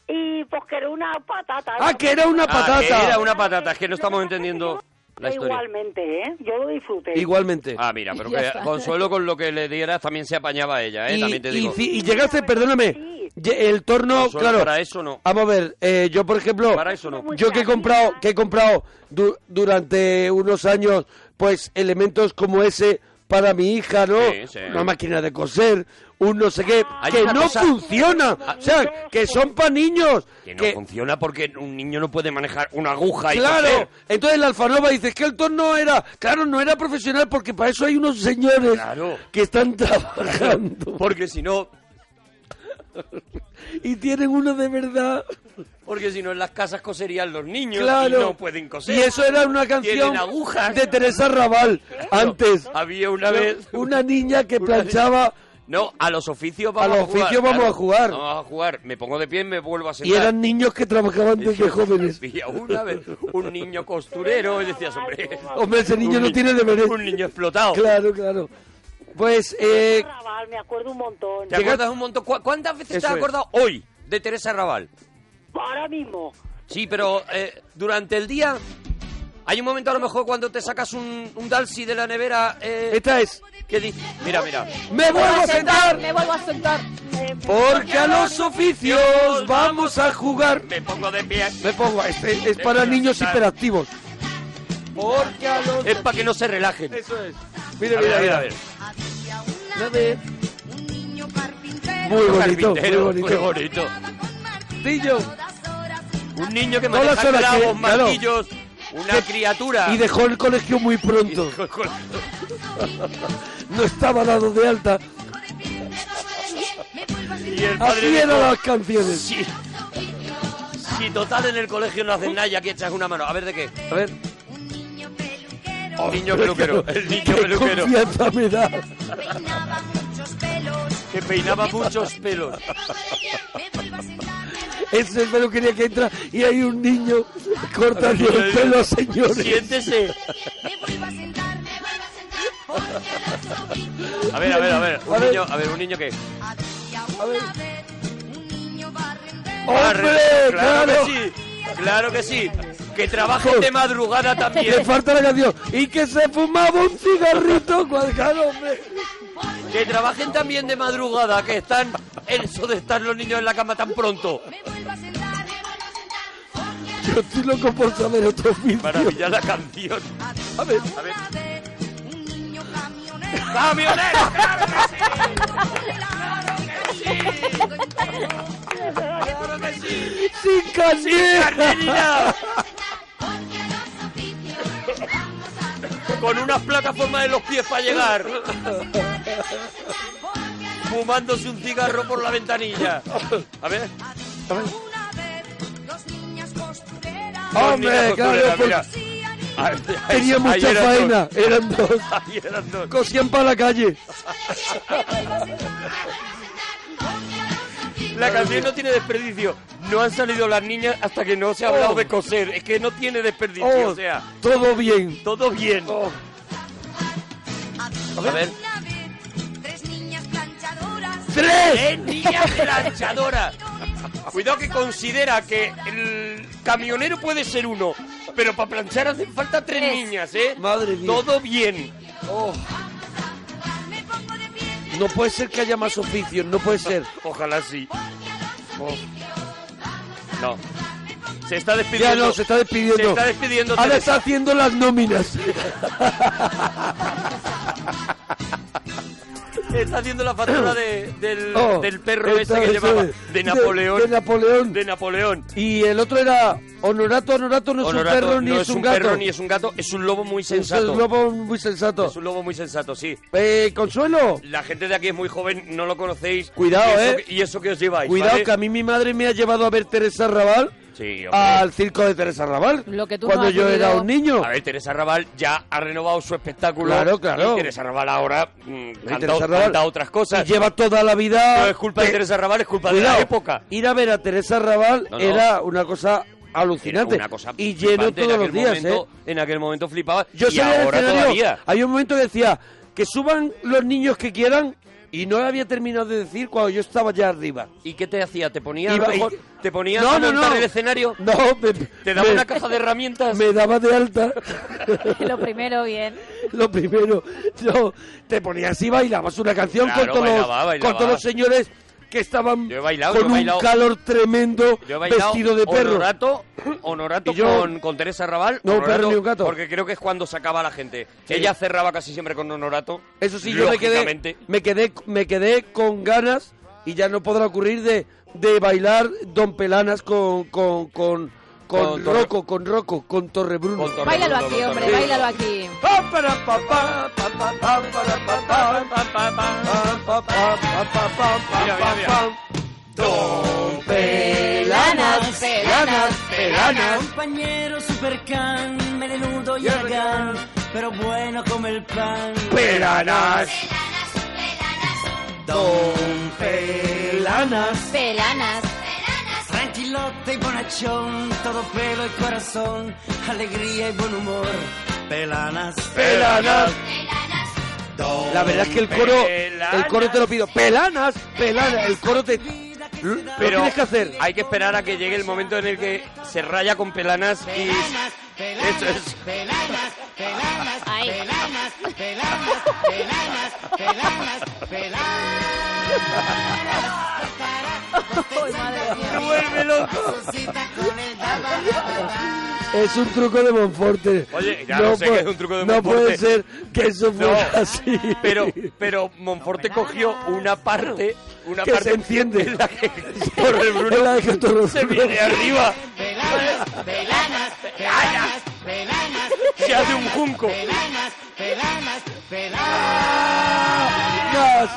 Speaker 7: Y pues que era una patata.
Speaker 1: Ah, que era una
Speaker 2: Ah, que era
Speaker 1: patata.
Speaker 2: una patata, es que no
Speaker 7: Lo
Speaker 2: estamos
Speaker 7: pasa es que
Speaker 2: entendiendo
Speaker 7: yo-
Speaker 2: la historia.
Speaker 7: Igualmente, ¿eh? Yo lo disfruté.
Speaker 1: Igualmente.
Speaker 2: Ah, mira, pero
Speaker 3: Ya
Speaker 2: que
Speaker 3: está.
Speaker 2: Consuelo con lo que le dieras también se apañaba ella, ¿eh?
Speaker 1: y,
Speaker 2: también te
Speaker 1: y
Speaker 2: digo.
Speaker 1: ci- y llegaste, perdóname, ye- el torno,
Speaker 2: Consuelo,
Speaker 1: claro.
Speaker 2: para eso no.
Speaker 1: Vamos a ver, eh, yo por ejemplo,
Speaker 2: Para eso no.
Speaker 1: yo que he comprado, que he comprado du- durante unos años, pues elementos como ese para mi hija, ¿no?
Speaker 2: Sí, sí.
Speaker 1: Una máquina de coser, un no sé qué,
Speaker 2: Hay
Speaker 1: que
Speaker 2: una
Speaker 1: no
Speaker 2: cosa- Ah,
Speaker 1: funciona, o sea, que son para niños,
Speaker 2: Que no funciona porque un niño no puede manejar una aguja y
Speaker 1: Claro,
Speaker 2: coser.
Speaker 1: entonces la Alfanova dice que el torno era, claro, no era profesional porque para eso hay unos señores
Speaker 2: Claro.
Speaker 1: que están (laughs) trabajando
Speaker 2: Porque si no,
Speaker 1: y tienen uno de verdad.
Speaker 2: porque si no en las casas coserían los niños
Speaker 1: Claro.
Speaker 2: y no pueden coser.
Speaker 1: Y eso era una canción
Speaker 2: Tienen agujas.
Speaker 1: de Teresa Raval antes.
Speaker 2: Había una vez
Speaker 1: Una niña que
Speaker 2: Una
Speaker 1: planchaba
Speaker 2: No, a los oficios vamos
Speaker 1: A
Speaker 2: a,
Speaker 1: los oficios
Speaker 2: jugar,
Speaker 1: vamos
Speaker 2: claro.
Speaker 1: a jugar.
Speaker 2: Vamos a jugar. Me pongo de pie y me vuelvo a sentar.
Speaker 1: y eran niños que trabajaban desde
Speaker 2: (laughs)
Speaker 1: jóvenes.
Speaker 2: Había una vez un niño costurero y decías, hombre...
Speaker 1: Hombre, ese niño
Speaker 2: un
Speaker 1: no
Speaker 2: ni-
Speaker 1: tiene deberes.
Speaker 2: Un niño explotado.
Speaker 1: Claro, claro. Pues, eh,
Speaker 7: Raval, me acuerdo un montón.
Speaker 2: ¿Te acuerdas un montón? ¿Cu- ¿Cuántas veces
Speaker 1: Eso
Speaker 2: te has
Speaker 1: es.
Speaker 2: acordado hoy de Teresa Raval?
Speaker 7: Ahora mismo.
Speaker 2: Sí, pero eh, durante el día hay un momento a lo mejor cuando te sacas un, un dalsi de la nevera eh,
Speaker 1: esta es.
Speaker 2: que dices, mira, mira,
Speaker 1: ¡Me vuelvo a sentar!
Speaker 3: Me vuelvo a sentar. (laughs)
Speaker 1: Porque a los oficios vamos a jugar.
Speaker 2: me pongo de pie.
Speaker 1: Me pongo, a este es para niños hiperactivos. Porque a los.
Speaker 2: Es para que no se relajen.
Speaker 1: Eso es.
Speaker 2: A
Speaker 1: Mira,
Speaker 2: ver,
Speaker 1: mira,
Speaker 2: a ver, a
Speaker 1: mira.
Speaker 2: ver.
Speaker 1: ve. Muy bonito,
Speaker 2: Un
Speaker 1: muy
Speaker 2: carpintero,
Speaker 1: bonito.
Speaker 2: muy bonito.
Speaker 1: Tillo.
Speaker 2: Un niño que
Speaker 1: Todas
Speaker 2: maneja
Speaker 1: horas que-
Speaker 2: clavos,
Speaker 1: eh, claro.
Speaker 2: martillos, una
Speaker 1: Que-
Speaker 2: criatura.
Speaker 1: Y dejó el colegio muy pronto. No estaba dado de alta.
Speaker 2: Y el padre
Speaker 1: Así
Speaker 2: dijo,
Speaker 1: eran las canciones.
Speaker 2: si, si total en el colegio no hacen nada y aquí echas una mano. A ver de qué.
Speaker 1: A ver.
Speaker 2: niño peluquero, Oh, el (laughs) niño
Speaker 1: Qué
Speaker 2: peluquero.
Speaker 1: confianza me da.
Speaker 2: Que peinaba muchos pelos.
Speaker 1: Es el peluquería que entra y hay un niño cortando el pelo a señores.
Speaker 2: Siéntese. A ver, a ver, a ver. Un
Speaker 1: A ver.
Speaker 2: niño, a ver, un niño que.
Speaker 1: ¡Hombre!
Speaker 2: Ah, claro,
Speaker 1: ¡Claro!
Speaker 2: que sí. Claro que sí. Que trabajen de madrugada
Speaker 1: Le
Speaker 2: (laughs) también.
Speaker 1: falta la canción. Y que se fumaba un cigarrito. cual- Claro, hombre.
Speaker 2: Que trabajen también de madrugada. Que están. Eso de estar los niños en la cama tan pronto.
Speaker 1: Yo estoy loco por saber otro vídeo.
Speaker 2: Maravilla la canción.
Speaker 1: A ver.
Speaker 2: A ver. ¡Camionero! ¡Claro que sí!
Speaker 1: ¡Sin
Speaker 2: ¡Claro que sí!
Speaker 1: canción!
Speaker 2: ¡Carnelina! Con unas plataformas en los pies para llegar. Fumándose un cigarro por la ventanilla. A ver.
Speaker 1: (laughs) ¡Hombre!
Speaker 2: Niña
Speaker 1: Claro,
Speaker 2: costurera,
Speaker 1: pues,
Speaker 2: mira. Ah,
Speaker 1: tenía
Speaker 2: ahí
Speaker 1: mucha
Speaker 2: eran dos.
Speaker 1: faena. Eran dos.
Speaker 2: Ahí eran dos.
Speaker 1: Cosían para la calle.
Speaker 2: La canción no tiene desperdicio. No han salido las niñas hasta que no se ha hablado
Speaker 1: Oh.
Speaker 2: de coser. Es que no tiene desperdicio.
Speaker 1: Oh,
Speaker 2: O sea,
Speaker 1: todo bien.
Speaker 2: todo bien.
Speaker 1: Oh,
Speaker 2: A ver.
Speaker 1: ¡Tres!
Speaker 2: ¡Eh, niña planchadora! Cuidado que considera que el camionero puede ser uno, pero para planchar hacen falta tres
Speaker 3: Tres.
Speaker 2: niñas, ¿eh?
Speaker 1: Madre mía.
Speaker 2: Todo bien.
Speaker 1: Oh. No puede ser que haya más oficios. No puede ser.
Speaker 2: Ojalá sí. Oh. No. Se está
Speaker 1: Ya
Speaker 2: despidiendo.
Speaker 1: no, se está despidiendo.
Speaker 2: Se está despidiendo
Speaker 1: Ahora
Speaker 2: Teresa.
Speaker 1: está haciendo las nóminas.
Speaker 2: Está haciendo la factura de- del,
Speaker 1: Oh,
Speaker 2: del perro ese
Speaker 1: esta
Speaker 2: que
Speaker 1: vez
Speaker 2: llevaba.
Speaker 1: es.
Speaker 2: De Napoleón.
Speaker 1: De, Napoleón.
Speaker 2: De Napoleón.
Speaker 1: Y el otro era Honorato, Honorato no es
Speaker 2: Honorato
Speaker 1: un perro ni
Speaker 2: no
Speaker 1: es un gato.
Speaker 2: perro ni es un gato, es un lobo muy
Speaker 1: Es
Speaker 2: sensato.
Speaker 1: un lobo muy sensato.
Speaker 2: Es un lobo muy sensato, sí.
Speaker 1: Eh, Consuelo,
Speaker 2: La gente de aquí es muy joven, no lo conocéis.
Speaker 1: Cuidado,
Speaker 2: y eso,
Speaker 1: ¿eh?
Speaker 2: que- Y eso que os lleváis.
Speaker 1: cuidado
Speaker 2: ¿vale?
Speaker 1: que a mí mi madre me ha llevado a ver Teresa Raval
Speaker 2: Sí, hombre.
Speaker 1: al circo de Teresa Raval
Speaker 3: Lo que tú no
Speaker 1: cuando
Speaker 3: has
Speaker 1: yo era
Speaker 3: vivido.
Speaker 1: un niño.
Speaker 2: A ver, Teresa Raval ya ha renovado su espectáculo.
Speaker 1: Claro, claro.
Speaker 2: Y Teresa Raval ahora mm,
Speaker 1: Y
Speaker 2: canta,
Speaker 1: Teresa Raval
Speaker 2: canta otras cosas.
Speaker 1: y lleva toda la vida.
Speaker 2: No es culpa de
Speaker 1: Pe-
Speaker 2: Teresa Raval, es culpa
Speaker 1: Cuidado,
Speaker 2: de la época.
Speaker 1: Ir a ver a Teresa Raval
Speaker 2: No, no.
Speaker 1: era una cosa
Speaker 2: Era
Speaker 1: alucinante
Speaker 2: una cosa
Speaker 1: y lleno
Speaker 2: flipante en
Speaker 1: todos los
Speaker 2: aquel
Speaker 1: días,
Speaker 2: momento,
Speaker 1: ¿eh?
Speaker 2: En aquel momento flipaba.
Speaker 1: Yo
Speaker 2: y
Speaker 1: salía del
Speaker 2: ahora
Speaker 1: escenario,
Speaker 2: todavía.
Speaker 1: Hay un momento que decía que suban los niños que quieran y no había terminado de decir cuando yo estaba ya arriba.
Speaker 2: ¿Y qué te hacía? ¿Te ponía,
Speaker 1: Iba-
Speaker 2: a lo mejor,
Speaker 1: y-
Speaker 2: ¿te ponía a montar el escenario?
Speaker 1: No, me,
Speaker 2: ¿Te daba
Speaker 1: me-
Speaker 2: una caja de herramientas?
Speaker 1: Me daba de alta. (laughs)
Speaker 3: Lo primero, bien.
Speaker 1: Lo primero, yo te ponías y bailabas una canción
Speaker 2: Claro,
Speaker 1: con, todos
Speaker 2: bailaba,
Speaker 1: los,
Speaker 2: bailaba.
Speaker 1: con todos los señores que estaban
Speaker 2: Yo he bailado,
Speaker 1: con
Speaker 2: yo he
Speaker 1: un
Speaker 2: bailado.
Speaker 1: calor tremendo
Speaker 2: Yo he bailado
Speaker 1: vestido de perro.
Speaker 2: Honorato, Honorato
Speaker 1: Y yo-
Speaker 2: con, con Teresa Raval.
Speaker 1: No,
Speaker 2: Honorato,
Speaker 1: perro ni un gato.
Speaker 2: Porque creo que es cuando sacaba a la gente. Ella cerraba casi siempre con Honorato.
Speaker 1: Eso sí, yo me quedé,
Speaker 2: lógicamente.
Speaker 1: me quedé, me quedé con ganas y ya no podrá ocurrir de, de bailar Don Pelanas con con con con,
Speaker 2: Con Torre-
Speaker 1: Rocco, con Rocco, con Torrebruno.
Speaker 2: Con Torre-
Speaker 3: Báilalo aquí, hombre, báilalo aquí.
Speaker 1: Pa, para, pa, pa, pa, pa, pa, para, pa, pa, pa, pa, pa, pa, pa, pa, pa,
Speaker 2: Mira,
Speaker 1: pa,
Speaker 2: mira, mira.
Speaker 1: pa. Don Pelanas, Pelanas, Pelanas.
Speaker 8: Compañero supercan, melenudo y
Speaker 1: Ya,
Speaker 8: aragán, pero bueno como el pan.
Speaker 1: Pelanas. Don Pelanas.
Speaker 3: Pelanas.
Speaker 8: Tranquilote y bonachón, todo pelo y corazón, alegría y buen humor. Pelanas,
Speaker 1: Pelanas. La verdad es que el coro, el
Speaker 2: Pelanas.
Speaker 1: coro te lo pido. Pelanas, pelanas, el coro te... Lo
Speaker 2: Pero
Speaker 1: tienes que hacer.
Speaker 2: hay que esperar a que llegue el momento en el que se raya con pelanas y... Eso es.
Speaker 3: Ay. Ay, madre mía.
Speaker 2: ¡Me vuelve loco!
Speaker 1: Es un truco de Monforte.
Speaker 2: Oye, ya lo sé que es un truco de
Speaker 1: No
Speaker 2: Monforte.
Speaker 1: puede ser que eso fuera
Speaker 2: No,
Speaker 1: así.
Speaker 2: Pero, pero Monforte cogió una parte, una
Speaker 1: Que
Speaker 2: parte
Speaker 1: se enciende.
Speaker 2: en la que (laughs) por el Bruno
Speaker 1: Es la de que todo-
Speaker 2: se viene arriba. Se hace un junco.
Speaker 1: Dios.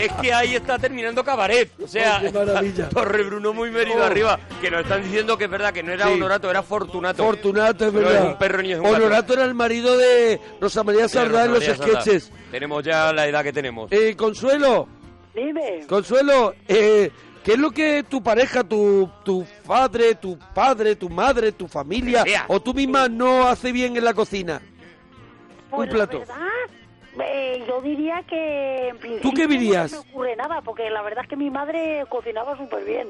Speaker 2: Es que ahí está terminando cabaret. O sea,
Speaker 1: Oh, qué maravilla.
Speaker 2: (laughs) Torre Bruno muy merido
Speaker 1: Oh.
Speaker 2: arriba. Que nos están diciendo que es verdad que no era
Speaker 1: Sí.
Speaker 2: Honorato, era Fortunato.
Speaker 1: Fortunato, es
Speaker 2: No
Speaker 1: verdad.
Speaker 2: es un perro ni es un gato.
Speaker 1: Honorato era el marido de Rosa María
Speaker 2: Pero
Speaker 1: Sardá en los
Speaker 2: Rosa María Sardá.
Speaker 1: sketches.
Speaker 2: Tenemos ya la edad que tenemos.
Speaker 1: Eh, Consuelo,
Speaker 7: Dime.
Speaker 1: Consuelo, eh, ¿qué es lo que tu pareja, tu, tu padre, tu padre, tu madre, tu familia
Speaker 2: Que sea.
Speaker 1: o tú misma no hace bien en la cocina?
Speaker 7: Pues
Speaker 1: un plato.
Speaker 7: La verdad, eh, yo diría que. En principio,
Speaker 1: qué dirías?
Speaker 7: No se me ocurre nada, porque la verdad es que mi madre cocinaba súper bien.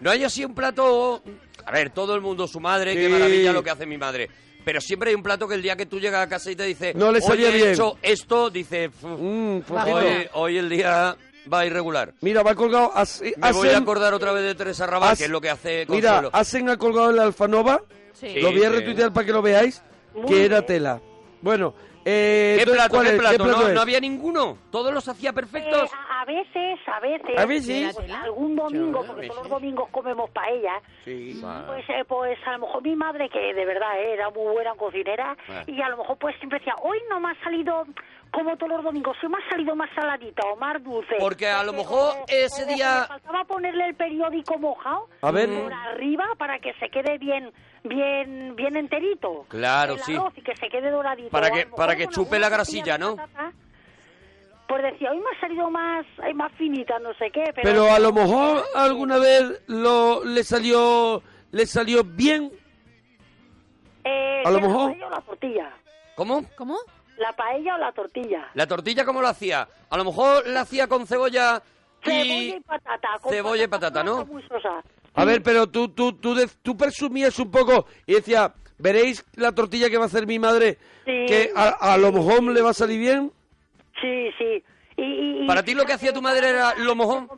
Speaker 2: No hay así un plato. A ver, todo el mundo, su madre, qué
Speaker 1: Sí.
Speaker 2: maravilla lo que hace mi madre. Pero siempre hay un plato que el día que tú llegas a casa y te dice,
Speaker 1: No le
Speaker 2: "Hoy
Speaker 1: salía
Speaker 2: he
Speaker 1: bien".
Speaker 2: hecho esto, dice, "Fu,
Speaker 1: Mm, flojito.
Speaker 2: hoy, hoy el día va irregular.
Speaker 1: Mira, va colgado. hace-
Speaker 2: Me voy a
Speaker 1: hacen-
Speaker 2: acordar otra vez de Teresa Rabal,
Speaker 1: Haz-
Speaker 2: que es lo que hace
Speaker 1: Mira,
Speaker 2: Consuelo.
Speaker 1: hacen ha colgado en la Alfanova.
Speaker 3: Sí.
Speaker 2: Sí.
Speaker 1: lo voy a
Speaker 2: sí.
Speaker 1: retuitear para que lo veáis. que era tela. Bueno, eh,
Speaker 2: ¿Qué,
Speaker 1: entonces,
Speaker 2: plato,
Speaker 1: ¿cuál
Speaker 2: qué
Speaker 1: es?
Speaker 2: plato? no,
Speaker 1: es?
Speaker 2: no había ninguno. Todos los hacía
Speaker 7: Eh,
Speaker 2: perfectos.
Speaker 7: a, a veces, a veces.
Speaker 1: A veces.
Speaker 7: pues, algún domingo, porque todos los domingos comemos paella.
Speaker 1: Sí.
Speaker 7: Pues, eh, pues a lo mejor mi madre, que de verdad eh, era muy buena cocinera,
Speaker 2: Ah.
Speaker 7: y a lo mejor pues siempre decía, hoy no me ha salido como todos los domingos, hoy me ha salido más saladita o más dulce.
Speaker 2: Porque a lo mejor ese
Speaker 7: o- o
Speaker 2: día-
Speaker 7: me faltaba ponerle el periódico mojado
Speaker 1: A ver.
Speaker 7: por arriba para que se quede bien bien bien enterito.
Speaker 2: Claro,
Speaker 7: El
Speaker 2: sí.
Speaker 7: arroz y que se quede doradito.
Speaker 2: Para
Speaker 7: O a
Speaker 2: que-
Speaker 7: lo mejor
Speaker 2: para que
Speaker 7: con
Speaker 2: chupe
Speaker 7: alguna
Speaker 2: la
Speaker 7: tortilla
Speaker 2: grasilla,
Speaker 7: de
Speaker 2: ¿no?
Speaker 7: patata, Pues decía, hoy me ha salido más, ay, más finita, no sé qué, pero...
Speaker 1: Pero a lo mejor alguna vez lo, le salió le salió bien.
Speaker 7: Eh,
Speaker 1: a lo
Speaker 7: ¿qué, la
Speaker 1: mejor-
Speaker 7: paella o la tortilla?
Speaker 2: ¿Cómo?
Speaker 3: ¿Cómo?
Speaker 7: ¿La paella o la tortilla?
Speaker 2: ¿La tortilla cómo la hacía? A lo mejor la hacía con cebolla y...
Speaker 7: Cebolla y patata. con
Speaker 2: Cebolla y patata,
Speaker 7: blanca
Speaker 2: ¿no?
Speaker 7: muy sosa.
Speaker 1: A ver, pero tú tú tú de- tú presumías un poco y decías, veréis la tortilla que va a hacer mi madre,
Speaker 7: Sí.
Speaker 1: que a, a lo mejor le va a salir bien.
Speaker 7: Sí, sí. Y, y- y-
Speaker 2: Para ti lo que hacía tu madre era lo mojón.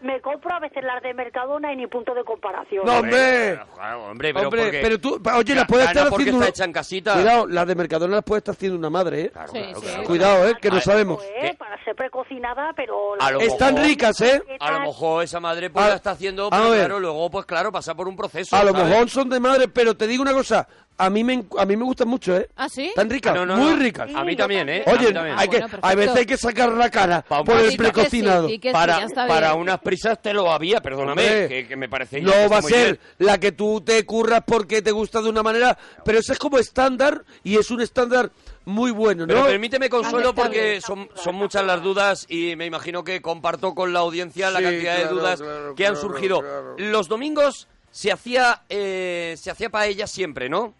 Speaker 7: Me compro a veces las de Mercadona y ni punto de comparación. Pues,
Speaker 1: No, hombre.
Speaker 2: Claro, hombre, pero,
Speaker 1: Hombre,
Speaker 2: porque-
Speaker 1: pero tú, oye,
Speaker 2: Ya,
Speaker 1: las puedes
Speaker 2: Ana,
Speaker 1: estar
Speaker 2: porque
Speaker 1: haciendo.
Speaker 2: está
Speaker 1: una-
Speaker 2: hecha en casita.
Speaker 1: Cuidado, las de Mercadona las puede estar haciendo una madre, ¿eh?
Speaker 2: Claro,
Speaker 3: Sí,
Speaker 2: claro,
Speaker 3: sí.
Speaker 2: claro.
Speaker 1: Cuidado, ¿eh? Que
Speaker 2: A
Speaker 1: no
Speaker 2: ver,
Speaker 1: sabemos.
Speaker 7: Eh,
Speaker 2: ¿Qué?
Speaker 7: Para ser precocinada, pero...
Speaker 2: A lo mejor-
Speaker 1: Están ricas, ¿eh?
Speaker 2: A lo mejor esa madre pues
Speaker 1: A-
Speaker 2: la está haciendo,
Speaker 1: a
Speaker 2: pero
Speaker 1: ver.
Speaker 2: claro, luego pues claro, pasa por un proceso.
Speaker 1: A lo
Speaker 2: ¿sabes?
Speaker 1: mejor son de madre, pero te digo una cosa, a mí me, encu- a mí me gustan mucho, ¿eh?
Speaker 3: ¿Ah, sí?
Speaker 1: Están ricas,
Speaker 2: No, no,
Speaker 1: muy
Speaker 2: no.
Speaker 1: ricas.
Speaker 2: A mí también, ¿eh? A mí
Speaker 1: Oye,
Speaker 2: también.
Speaker 1: hay que,
Speaker 3: Ah, bueno,
Speaker 1: a veces
Speaker 3: perfecto.
Speaker 1: hay que sacar la cara
Speaker 2: Pa' un
Speaker 1: por el
Speaker 2: poquito.
Speaker 1: precocinado.
Speaker 3: Ah, Sí, sí, que sí,
Speaker 2: para
Speaker 3: ya está
Speaker 2: para
Speaker 3: bien.
Speaker 2: unas prisas te lo había, perdóname,
Speaker 1: Hombre,
Speaker 2: que, que me parece ya que
Speaker 1: No
Speaker 2: está
Speaker 1: va a
Speaker 2: muy
Speaker 1: ser
Speaker 2: bien.
Speaker 1: la que tú te curras porque te gusta de una manera, pero eso es como estándar y es un estándar muy bueno,
Speaker 2: Pero
Speaker 1: ¿no?
Speaker 2: permíteme consuelo
Speaker 3: Aceptable.
Speaker 2: porque son, son muchas las dudas y me imagino que comparto con la audiencia la
Speaker 1: Sí,
Speaker 2: cantidad de
Speaker 1: claro,
Speaker 2: dudas
Speaker 1: claro,
Speaker 2: que han
Speaker 1: claro,
Speaker 2: surgido.
Speaker 1: claro.
Speaker 2: Los domingos se hacía eh, se hacía paella siempre, ¿no?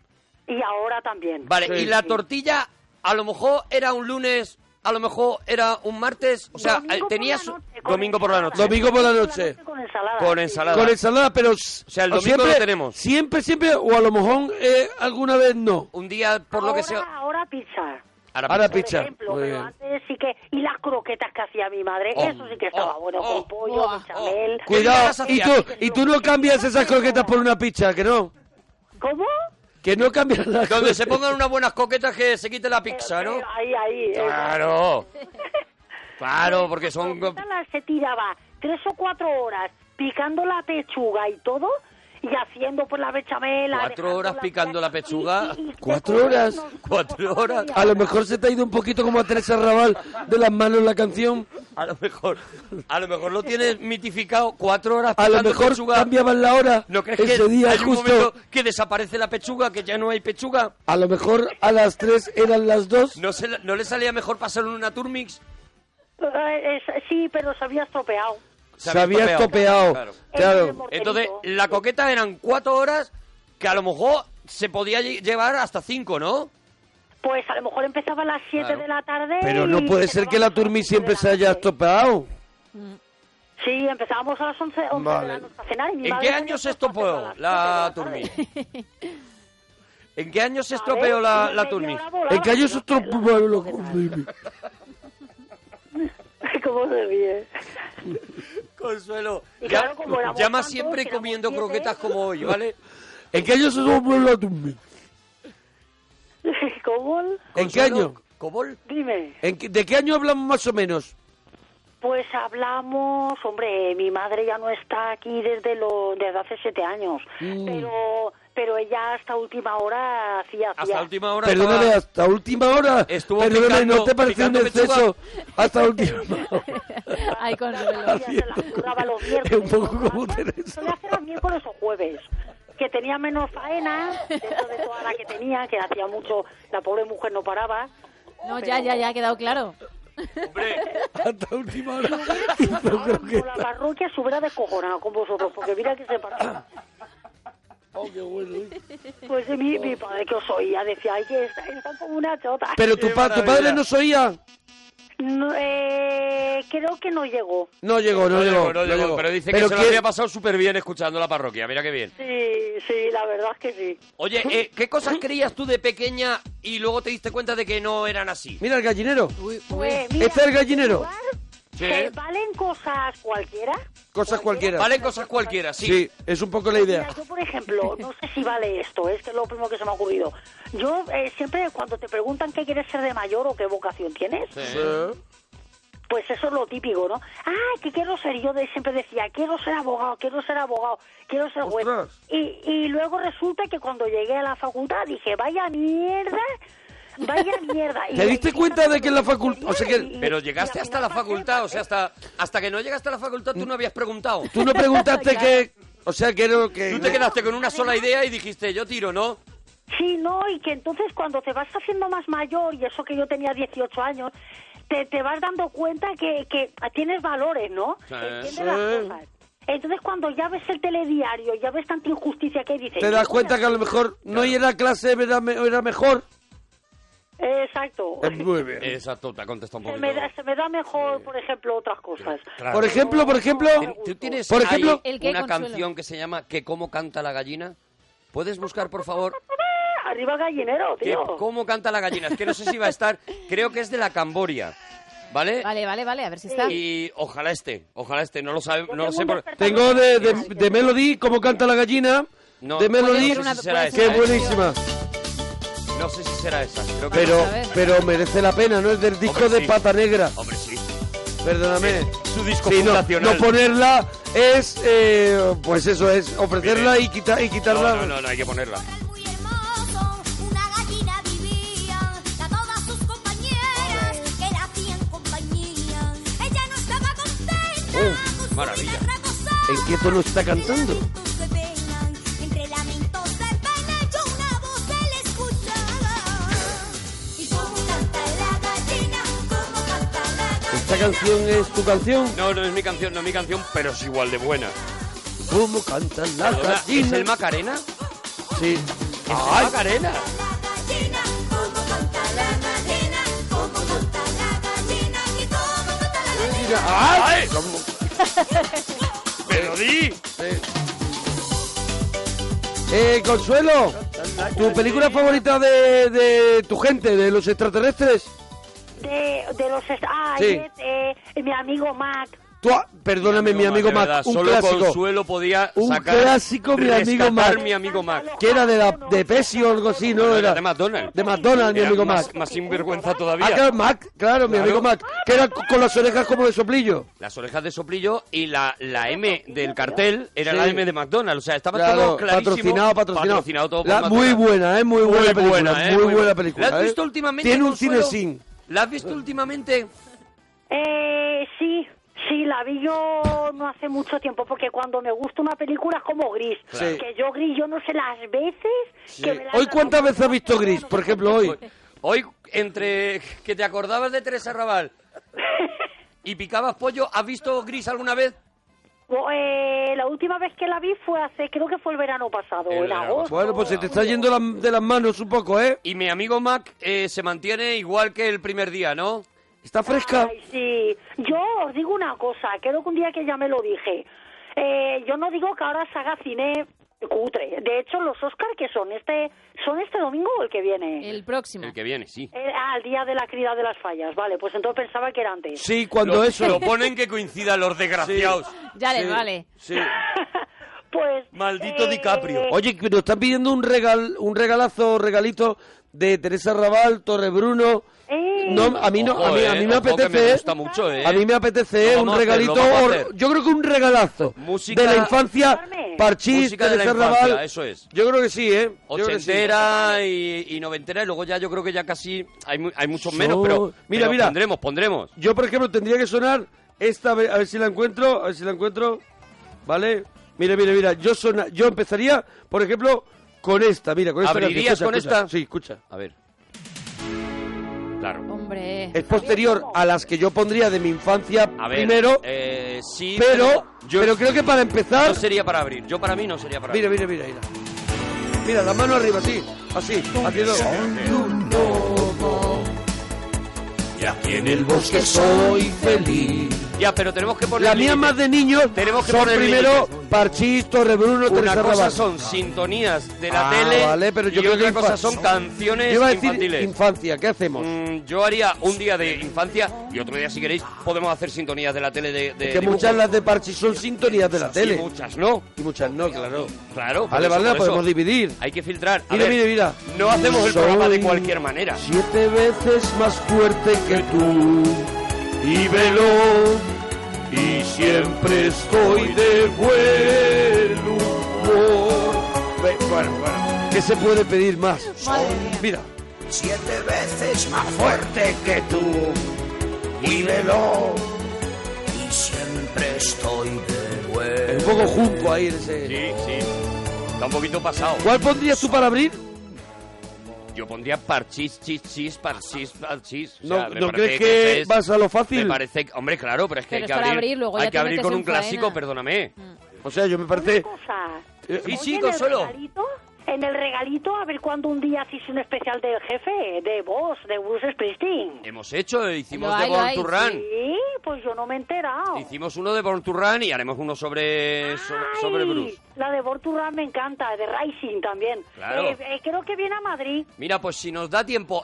Speaker 7: Y ahora también.
Speaker 2: Vale,
Speaker 1: Sí.
Speaker 2: y la tortilla a lo mejor era un lunes, a lo mejor era un martes, o sea,
Speaker 7: Domingo por
Speaker 2: tenías
Speaker 7: la noche, con
Speaker 2: domingo por la noche.
Speaker 7: ensalada.
Speaker 1: Domingo por la noche.
Speaker 7: Con ensalada.
Speaker 2: Con
Speaker 7: sí.
Speaker 2: ensalada.
Speaker 1: Con ensalada, pero... O
Speaker 2: sea, el domingo lo tenemos.
Speaker 1: Siempre, siempre, o a lo mejor eh, alguna vez no.
Speaker 2: Un día por lo
Speaker 7: Ahora-
Speaker 2: que sea.
Speaker 7: Ahora pizza.
Speaker 1: Ahora
Speaker 7: Por
Speaker 1: Pizza,
Speaker 7: ejemplo,
Speaker 1: muy
Speaker 7: pero
Speaker 1: bien.
Speaker 7: antes sí que... Y las croquetas que hacía mi madre,
Speaker 2: Oh,
Speaker 7: eso sí que estaba
Speaker 2: oh,
Speaker 7: bueno,
Speaker 2: oh,
Speaker 7: con pollo,
Speaker 3: oh,
Speaker 7: bechamel.
Speaker 2: ¿Qué
Speaker 1: Cuidado,
Speaker 2: digas,
Speaker 1: y
Speaker 2: Sofía?
Speaker 1: tú, y tú no cambias esas croquetas por una pizza, que no.
Speaker 7: ¿Cómo?
Speaker 1: Que no cambias las
Speaker 2: Donde
Speaker 1: croquetas.
Speaker 2: se pongan unas buenas coquetas que se quite la pizza, ¿no? Ah,
Speaker 7: Eh, Ahí, ahí. eh.
Speaker 2: Claro. Claro, porque son...
Speaker 7: La se tiraba tres o cuatro horas picando la pechuga y todo y haciendo pues la bechamela.
Speaker 2: Cuatro
Speaker 7: dejando
Speaker 2: horas
Speaker 7: la-
Speaker 2: picando la pechuga.
Speaker 1: ¿Cuatro
Speaker 7: te-
Speaker 1: horas?
Speaker 7: nos- nos
Speaker 2: Cuatro
Speaker 7: pasaba
Speaker 2: horas.
Speaker 7: media
Speaker 1: A lo mejor se te ha ido un poquito como a Teresa Raval de las manos la canción.
Speaker 2: A lo mejor, a lo mejor lo tienes mitificado cuatro horas
Speaker 1: A lo
Speaker 2: picando
Speaker 1: mejor
Speaker 2: pechuga.
Speaker 1: cambiaban la hora.
Speaker 2: ¿No crees
Speaker 1: Ese
Speaker 2: que
Speaker 1: día
Speaker 2: hay un
Speaker 1: justo.
Speaker 2: momento que desaparece la pechuga, que ya no hay pechuga?
Speaker 1: A lo mejor a las tres eran las dos.
Speaker 2: ¿No, se, la- no le salía mejor pasar una turmix?
Speaker 7: Eh, es- sí, pero se había estropeado.
Speaker 1: se había estopeado.
Speaker 2: Claro.
Speaker 1: Claro.
Speaker 2: Entonces, la coqueta eran cuatro horas que a lo mejor se podía lle- llevar hasta cinco, ¿no?
Speaker 7: Pues a lo mejor empezaba a las 7
Speaker 2: Claro.
Speaker 7: de la tarde.
Speaker 1: Pero
Speaker 7: y
Speaker 1: no puede ser
Speaker 7: terminábamos
Speaker 1: que la
Speaker 7: a las
Speaker 1: turmi
Speaker 7: once
Speaker 1: siempre
Speaker 7: de la
Speaker 1: se haya
Speaker 7: noche.
Speaker 1: estropeado.
Speaker 7: Sí, empezábamos a las 11, once
Speaker 1: Vale.
Speaker 7: de la noche a cenar. Y mi madre
Speaker 2: ¿En
Speaker 7: pues,
Speaker 2: qué
Speaker 7: tenía
Speaker 2: año se
Speaker 7: que hacerlo a
Speaker 2: estropeó
Speaker 7: las
Speaker 2: la
Speaker 7: siete de la
Speaker 2: turmix?
Speaker 7: tarde.
Speaker 2: (laughs) ¿En qué año
Speaker 7: A
Speaker 2: se
Speaker 7: ver,
Speaker 2: estropeó la,
Speaker 7: media
Speaker 2: la
Speaker 7: hora
Speaker 2: turmix?
Speaker 7: volaba.
Speaker 1: El callo es otro
Speaker 7: (laughs) ¿Cómo se ríe?
Speaker 2: Consuelo,
Speaker 7: Y
Speaker 2: ya-
Speaker 7: claro, como éramos
Speaker 2: llama
Speaker 7: tantos,
Speaker 2: siempre
Speaker 7: éramos
Speaker 2: comiendo
Speaker 7: siete.
Speaker 2: croquetas como hoy,
Speaker 7: (laughs)
Speaker 2: ¿vale?
Speaker 1: ¿En qué año se somos la tumba?
Speaker 7: ¿Cómo?
Speaker 1: ¿En qué
Speaker 2: Consuelo,
Speaker 1: año?
Speaker 2: ¿Cobol?
Speaker 7: Dime.
Speaker 1: ¿En qué- ¿De qué año hablamos más o menos?
Speaker 7: Pues hablamos, hombre, mi madre ya no está aquí desde lo, desde hace siete años, pero pero ella hasta última hora hacía
Speaker 2: Hasta
Speaker 7: hacía.
Speaker 2: última hora.
Speaker 1: Perdóname,
Speaker 2: estaba-
Speaker 1: hasta última hora.
Speaker 2: Estuvo
Speaker 1: Perdóname,
Speaker 2: picando-
Speaker 1: ¿no te pareció un
Speaker 2: picando pechuga?
Speaker 1: exceso? Hasta (laughs) última hora.
Speaker 3: (laughs)
Speaker 1: (laughs)
Speaker 3: Ay, Consuelo.
Speaker 7: Hacía, se la curraba los
Speaker 1: Es
Speaker 7: miércoles.
Speaker 1: un poco
Speaker 7: ¿no?
Speaker 1: como Teresa.
Speaker 7: Solía hacer los miércoles o jueves, que tenía menos faena dentro de toda la que tenía, que hacía mucho, la pobre mujer no paraba.
Speaker 3: No, ya, ya, ya ha quedado claro.
Speaker 2: Hombre,
Speaker 1: Hasta última hora. (laughs) Hizo
Speaker 7: Ahora mismo la
Speaker 1: croquetas.
Speaker 7: parroquia se hubiera descojonado con vosotros, porque mira que
Speaker 1: (laughs)
Speaker 7: se partió.
Speaker 1: Oh,
Speaker 7: Pues eh, mi, mi padre que os oía decía, ay, que está, está como una chota.
Speaker 1: Pero tu,
Speaker 2: Qué
Speaker 1: pa- tu padre
Speaker 2: maravilla.
Speaker 1: nos oía.
Speaker 7: No, eh, creo que no llegó.
Speaker 1: No llegó, no,
Speaker 2: no
Speaker 1: llegó,
Speaker 2: llegó, no llegó, pero dice que se lo
Speaker 1: qué-
Speaker 2: había pasado súper bien escuchando la parroquia, mira qué bien.
Speaker 7: Sí, sí, la verdad es que sí.
Speaker 2: Oye, eh, ¿qué cosas creías tú de pequeña y luego te diste cuenta de que no eran así?
Speaker 1: Mira el gallinero.
Speaker 7: Pues, mira,
Speaker 1: Está el gallinero.
Speaker 2: Sí.
Speaker 7: ¿Te valen cosas cualquiera?
Speaker 1: Cosas cualquiera.
Speaker 2: Valen cosas cualquiera, sí.
Speaker 1: sí. es un poco la
Speaker 7: Mira,
Speaker 1: idea.
Speaker 7: yo,
Speaker 1: (laughs)
Speaker 7: por ejemplo, no sé si vale esto, es que es lo primero que se me ha ocurrido. Yo eh, siempre cuando te preguntan qué quieres ser de mayor o qué vocación tienes, pues eso es lo típico, ¿no? Ah, que quiero ser, yo de, siempre decía, quiero ser abogado, quiero ser abogado, quiero ser juez.
Speaker 1: Ostras.
Speaker 7: Y, y luego resulta que cuando llegué a la facultad dije, vaya mierda, vaya
Speaker 1: (laughs)
Speaker 7: mierda. Y
Speaker 1: ¿Te diste
Speaker 7: ahí
Speaker 1: cuenta de que en la
Speaker 7: estaba
Speaker 1: facultad- o sea que-
Speaker 7: y- y-
Speaker 2: Pero
Speaker 7: y
Speaker 2: llegaste
Speaker 7: al
Speaker 2: hasta
Speaker 7: final
Speaker 2: la
Speaker 7: pasé,
Speaker 2: facultad, o sea,
Speaker 7: pasé.
Speaker 2: hasta, hasta que no llegaste a la facultad tú no habías preguntado.
Speaker 1: Tú no
Speaker 2: (laughs)
Speaker 1: preguntaste que... O sea, que no... Que,
Speaker 2: Tú te quedaste con una sola idea y dijiste, yo tiro, ¿no?
Speaker 7: Sí, no, y que entonces cuando te vas haciendo más mayor, y eso que yo tenía 18 años, te, te vas dando cuenta que, que tienes valores, ¿no?
Speaker 2: Sí.
Speaker 7: Entiendes las cosas. Entonces cuando ya ves el telediario, ya ves tanta injusticia que hay, dices...
Speaker 1: Te das cuenta que a lo mejor no ir a clase era, me- era mejor.
Speaker 7: Exacto.
Speaker 2: Pues
Speaker 1: Es muy bien.
Speaker 2: Exacto, te ha contestado un
Speaker 7: Se me, da,
Speaker 2: poquito.
Speaker 7: se me da mejor, por ejemplo, otras cosas.
Speaker 2: Claro.
Speaker 1: Por ejemplo, por ejemplo...
Speaker 2: ¿Tú tienes
Speaker 1: Por ejemplo-
Speaker 2: ahí
Speaker 3: ¿El qué,
Speaker 2: una
Speaker 3: Consuelo?
Speaker 2: canción que se llama Que cómo canta la gallina? ¿Puedes buscar, por favor,
Speaker 7: ¡Ah! Arriba el gallinero,
Speaker 2: que
Speaker 7: tío.
Speaker 2: cómo canta la gallina? Es que no sé si va a estar, creo que es de la Camboria, ¿vale?
Speaker 3: Vale, vale, vale, a ver si está.
Speaker 2: Y ojalá esté, ojalá esté, no lo sabe,
Speaker 7: Yo
Speaker 2: no lo
Speaker 7: tengo
Speaker 2: sé
Speaker 7: un
Speaker 2: por...
Speaker 7: despertador
Speaker 1: Tengo de, de, de Melody, como canta la gallina.
Speaker 2: No,
Speaker 1: de
Speaker 2: puede
Speaker 1: Melody,
Speaker 2: ser una-
Speaker 3: puede ser
Speaker 1: que es
Speaker 3: una
Speaker 1: buenísima.
Speaker 2: ¿eh? No sé si será esa, creo que
Speaker 1: Pero,
Speaker 3: a ver.
Speaker 1: pero merece la pena, ¿no? Es del disco de
Speaker 2: Hombre, sí.
Speaker 1: Pata Negra.
Speaker 2: no. Hombre, sí.
Speaker 1: Perdóname.
Speaker 2: Su disco
Speaker 1: Sí, no,
Speaker 2: fundacional.
Speaker 1: no ponerla es, eh, pues eso es, ofrecerla y, quita- y
Speaker 2: No,
Speaker 1: quitarla.
Speaker 2: no, no, no, hay que ponerla.
Speaker 9: Muy hermoso, una gallina vivía, a todas sus compañeras que la hacían compañía. Ella no estaba contenta
Speaker 2: Uf,
Speaker 9: con su
Speaker 2: maravilla.
Speaker 9: vida retozada.
Speaker 1: Oh, ¿En qué tono está cantando?
Speaker 9: Entre lamentos de pena, entre lamentos de pena, yo una voz se le escuchaba. Y cómo canta la gallina, cómo canta la gallina.
Speaker 1: ¿Esta canción es tu canción?
Speaker 2: No, no es mi canción, no es mi canción, pero es igual de buena.
Speaker 1: ¿Cómo cantan las
Speaker 2: Perdona, ¿Es
Speaker 1: gallinas?
Speaker 2: el Macarena?
Speaker 1: Sí.
Speaker 2: ¿Es el Macarena?
Speaker 9: La gallina, cómo canta la gallina, cómo canta la gallina y cómo canta la gallina.
Speaker 1: ¡Ay!
Speaker 2: ¡Pero di!
Speaker 1: Eh, Consuelo, ¿tu película favorita de, de tu gente, de los extraterrestres?
Speaker 7: De, de los... est- Ah,
Speaker 1: Sí.
Speaker 7: y es, eh, mi amigo Mac.
Speaker 1: Tú, ha- perdóname, mi amigo
Speaker 2: de
Speaker 1: Mac,
Speaker 2: verdad,
Speaker 1: un
Speaker 2: solo
Speaker 1: clásico.
Speaker 2: Consuelo podía
Speaker 1: Un
Speaker 2: sacar,
Speaker 1: clásico, mi amigo
Speaker 2: rescatar
Speaker 1: Mac.
Speaker 2: mi amigo Mac.
Speaker 1: Que era de, la, de Pepsi o algo así, ¿no? Era
Speaker 2: de McDonald's.
Speaker 1: de McDonald's, mi
Speaker 2: Era
Speaker 1: amigo
Speaker 2: más,
Speaker 1: Mac.
Speaker 2: más sinvergüenza
Speaker 1: Ah,
Speaker 2: todavía.
Speaker 1: claro, Mac, claro, mi
Speaker 2: Claro.
Speaker 1: amigo Mac. Que era con las orejas como de soplillo.
Speaker 2: Las orejas de soplillo y la, la M del cartel era
Speaker 1: Sí.
Speaker 2: la M de McDonald's. O sea, estaba
Speaker 1: Claro,
Speaker 2: todo clarísimo.
Speaker 1: patrocinado, patrocinado.
Speaker 2: Patrocinado todo por
Speaker 1: La-
Speaker 2: McDonald's.
Speaker 1: muy buena, ¿eh? Muy buena película, muy buena película,
Speaker 2: ¿La has
Speaker 1: ¿eh?
Speaker 2: visto últimamente?
Speaker 1: Tiene un
Speaker 2: Consuelo?
Speaker 1: cinesín.
Speaker 2: ¿La has visto últimamente?
Speaker 7: Eh, sí, sí, la vi yo no hace mucho tiempo, porque cuando me gusta una película es como Gris.
Speaker 1: Claro.
Speaker 7: Que yo Gris, yo no sé las veces que me la Pues,
Speaker 1: ¿Hoy
Speaker 7: han
Speaker 1: cuántas
Speaker 7: dado.
Speaker 1: veces has visto Gris? Por ejemplo, hoy.
Speaker 2: Hoy, entre que te acordabas de Teresa Raval y picabas pollo, ¿has visto Gris alguna vez?
Speaker 7: Bo- eh, la última vez que la vi fue hace, creo que fue el verano pasado,
Speaker 2: El
Speaker 7: en
Speaker 2: verano
Speaker 7: agosto.
Speaker 1: Bueno, pues se te está yendo la- de las manos un poco, ¿eh?
Speaker 2: Y mi amigo Mac eh, se mantiene igual que el primer día, ¿no?
Speaker 1: Está
Speaker 2: pues,
Speaker 1: fresca.
Speaker 7: Ay, sí. Yo os digo una cosa, creo que un día que ya me lo dije. Eh, yo no digo que ahora se haga cine cutre. De hecho, los Oscar que son este son este domingo o el que viene.
Speaker 3: El próximo.
Speaker 2: El que viene, sí.
Speaker 7: ah, el día de la crida de las fallas. Vale, pues entonces pensaba que era antes.
Speaker 1: Sí, cuando
Speaker 2: Lo-
Speaker 1: eso.
Speaker 7: (laughs)
Speaker 2: Lo ponen (laughs) que coincidan los desgraciados.
Speaker 3: Ya les
Speaker 1: Sí.
Speaker 3: vale.
Speaker 1: Sí.
Speaker 7: Pues
Speaker 2: Maldito DiCaprio.
Speaker 1: Oye, que nos están pidiendo un regal, un regalazo, regalito de Teresa Raval, Torre Bruno.
Speaker 7: eh,
Speaker 1: No, a mí no,
Speaker 2: Ojo,
Speaker 1: a mí, a
Speaker 2: eh,
Speaker 1: mí me
Speaker 2: ojo, que
Speaker 1: apetece.
Speaker 2: me gusta mucho, eh.
Speaker 1: A mí me apetece
Speaker 2: Lo
Speaker 1: un
Speaker 2: vamos a hacer,
Speaker 1: regalito.
Speaker 2: lo vamos a
Speaker 1: o-
Speaker 2: hacer.
Speaker 1: yo creo que un regalazo.
Speaker 2: Música-
Speaker 1: de la infancia,
Speaker 7: Carmen.
Speaker 1: Parchís,
Speaker 2: Música de la
Speaker 1: Teresa
Speaker 2: infancia,
Speaker 1: Raval.
Speaker 2: eso es.
Speaker 1: Yo creo que sí, ¿eh? Yo creo que sí.
Speaker 2: Ochentera y, y noventera, y luego ya yo creo que ya casi hay, mu- hay muchos
Speaker 1: Yo-
Speaker 2: menos, pero,
Speaker 1: Mira,
Speaker 2: pero
Speaker 1: mira.
Speaker 2: pondremos, pondremos.
Speaker 1: Yo, por ejemplo, tendría que sonar esta, ve- a ver si la encuentro, a ver si la encuentro, ¿vale? Mire, mire, mira, yo sona, yo empezaría, por ejemplo, con esta, mira, con esta.
Speaker 2: ¿Abrirías
Speaker 1: canción.
Speaker 2: con
Speaker 1: Escucha,
Speaker 2: esta?
Speaker 1: escucha. Sí, escucha.
Speaker 2: A ver. Claro.
Speaker 3: Hombre.
Speaker 1: Es posterior a las que yo pondría de mi infancia
Speaker 2: A ver.
Speaker 1: primero,
Speaker 2: eh, sí,
Speaker 1: pero,
Speaker 2: yo-
Speaker 1: pero creo que para empezar,
Speaker 2: No sería para abrir. Yo para mí no sería para
Speaker 1: mira,
Speaker 2: abrir.
Speaker 1: mira, mira, mira. Mira, la mano arriba, así, así, haciendo.
Speaker 2: Y en el bosque soy feliz. Ya, pero tenemos que poner.
Speaker 1: La mía
Speaker 2: límites.
Speaker 1: más de niños
Speaker 2: Tenemos que
Speaker 1: son
Speaker 2: poner
Speaker 1: primero Parchís, Torrebruno,
Speaker 2: Una
Speaker 1: Teresa
Speaker 2: cosa
Speaker 1: Rabal.
Speaker 2: son sintonías de la
Speaker 1: Ah,
Speaker 2: tele
Speaker 1: vale, pero yo
Speaker 2: y
Speaker 1: creo
Speaker 2: otra
Speaker 1: que
Speaker 2: cosa
Speaker 1: infan-
Speaker 2: son canciones
Speaker 1: Yo iba a decir
Speaker 2: infantiles.
Speaker 1: infancia, ¿qué hacemos?
Speaker 2: Mm, yo haría un día de infancia y otro día, si queréis, podemos hacer sintonías de la tele de. de
Speaker 1: Que
Speaker 2: dibujos.
Speaker 1: muchas las de Parchi son sintonías de la
Speaker 2: Sí,
Speaker 1: tele.
Speaker 2: muchas no.
Speaker 1: Y muchas no, claro.
Speaker 2: Claro. por
Speaker 1: Vale,
Speaker 2: eso,
Speaker 1: vale, la
Speaker 2: por eso.
Speaker 1: podemos dividir.
Speaker 2: Hay que filtrar. A
Speaker 1: Mira,
Speaker 2: ver,
Speaker 1: mira, mira.
Speaker 2: No hacemos el
Speaker 1: Soy
Speaker 2: programa de cualquier manera.
Speaker 1: Siete veces más fuerte que tú y veloz y siempre estoy de buen humor. Ve- Bueno, bueno. ¿Qué se puede pedir más?
Speaker 3: Madre mía.
Speaker 1: Mira.
Speaker 6: Siete veces más fuerte que tú y veloz. Y siempre estoy de vuelta.
Speaker 1: Un poco junco ahí en ese.
Speaker 2: Sí, sí. Está un poquito pasado.
Speaker 1: ¿Cuál pondrías tú para abrir?
Speaker 2: Yo pondría parchís, chis, chis, parchís, parchís. O
Speaker 1: ¿No,
Speaker 2: sea, me
Speaker 1: ¿no
Speaker 2: parece
Speaker 1: crees
Speaker 2: que
Speaker 1: que
Speaker 2: es-
Speaker 1: vas a lo fácil?
Speaker 2: Me parece, que- hombre, claro, pero es que
Speaker 3: Pero
Speaker 2: hay
Speaker 3: es
Speaker 2: que
Speaker 3: para
Speaker 2: abrir,
Speaker 3: abrir, luego ya
Speaker 2: hay
Speaker 3: te
Speaker 2: que abrir
Speaker 3: metes
Speaker 2: con
Speaker 3: en
Speaker 2: un clásico,
Speaker 3: faena. Mm.
Speaker 2: perdóname.
Speaker 1: O sea, yo me
Speaker 7: una
Speaker 2: (laughs)
Speaker 1: parece...
Speaker 7: cosa.
Speaker 1: eh,
Speaker 2: Sí,
Speaker 7: Oye,
Speaker 2: sí,
Speaker 7: en el
Speaker 2: Consuelo.
Speaker 7: regalito- En el regalito, a ver cuándo un día hacéis un especial del jefe, de vos, de Bruce Springsteen.
Speaker 2: Hemos hecho, eh, hicimos
Speaker 3: Lo
Speaker 2: de
Speaker 3: hay, lo
Speaker 2: Born
Speaker 3: hay,
Speaker 2: to Run.
Speaker 7: Sí, pues yo no me he enterado.
Speaker 2: Hicimos uno de Born to Run y haremos uno sobre, sobre,
Speaker 7: Ay,
Speaker 2: sobre Bruce.
Speaker 7: La de Born to Run me encanta, de Rising también.
Speaker 2: Claro.
Speaker 7: Eh, eh, creo que viene a Madrid.
Speaker 2: Mira, pues si nos da tiempo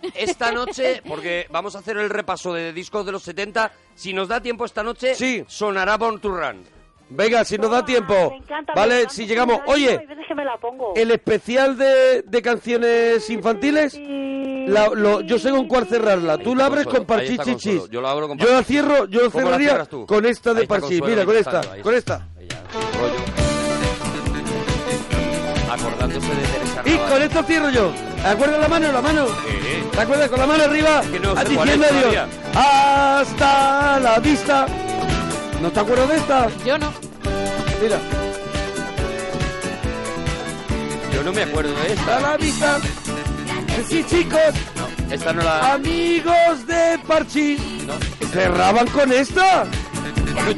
Speaker 3: (laughs)
Speaker 2: esta noche, porque vamos a hacer el repaso de discos de los 70, si nos da tiempo esta noche,
Speaker 1: Sí.
Speaker 2: sonará Born to Run.
Speaker 1: Venga, si nos da
Speaker 7: Toma,
Speaker 1: tiempo.
Speaker 7: Ah, me encanta, me
Speaker 1: Vale,
Speaker 7: encanta
Speaker 1: si
Speaker 7: tu
Speaker 1: llegamos.
Speaker 7: radio, hay
Speaker 1: Oye,
Speaker 7: veces que me la pongo.
Speaker 1: el especial de, de canciones infantiles,
Speaker 7: Sí.
Speaker 1: la- lo- yo sé con cuál cerrarla. Tú la abres
Speaker 2: Consuelo,
Speaker 1: con
Speaker 2: ahí está
Speaker 1: parchichichis.
Speaker 2: Consuelo, yo la abro con
Speaker 1: Yo la
Speaker 2: parchís.
Speaker 1: cierro, yo la
Speaker 2: ¿Cómo la
Speaker 1: cerraría
Speaker 2: cierras tú?
Speaker 1: con esta
Speaker 2: Ahí
Speaker 1: de
Speaker 2: está
Speaker 1: parchís.
Speaker 2: Consuelo,
Speaker 1: Mira, con
Speaker 2: ahí
Speaker 1: esta,
Speaker 2: está, ahí
Speaker 1: con
Speaker 2: está.
Speaker 1: esta.
Speaker 2: Ahí ya, rollo. Acordándose de Teresa
Speaker 1: Y
Speaker 2: Raval.
Speaker 1: con esto cierro yo. ¿Acuerdas la mano? La mano.
Speaker 2: Eh,
Speaker 1: ¿Te acuerdas? Con la mano arriba.
Speaker 2: Que no
Speaker 1: a-
Speaker 2: sé cuál es
Speaker 1: diciendo adiós.
Speaker 2: todavía.
Speaker 1: Hasta la vista. ¿No te acuerdas de esta?
Speaker 3: Yo no.
Speaker 1: Mira.
Speaker 2: Yo no me acuerdo ¿eh? de
Speaker 1: Hasta
Speaker 2: esta.
Speaker 1: la vista. Sí, chicos.
Speaker 2: Esta no
Speaker 1: Ah,
Speaker 2: la...
Speaker 1: Amigos de Parchís.
Speaker 2: No,
Speaker 1: ¿Cerraban con esta?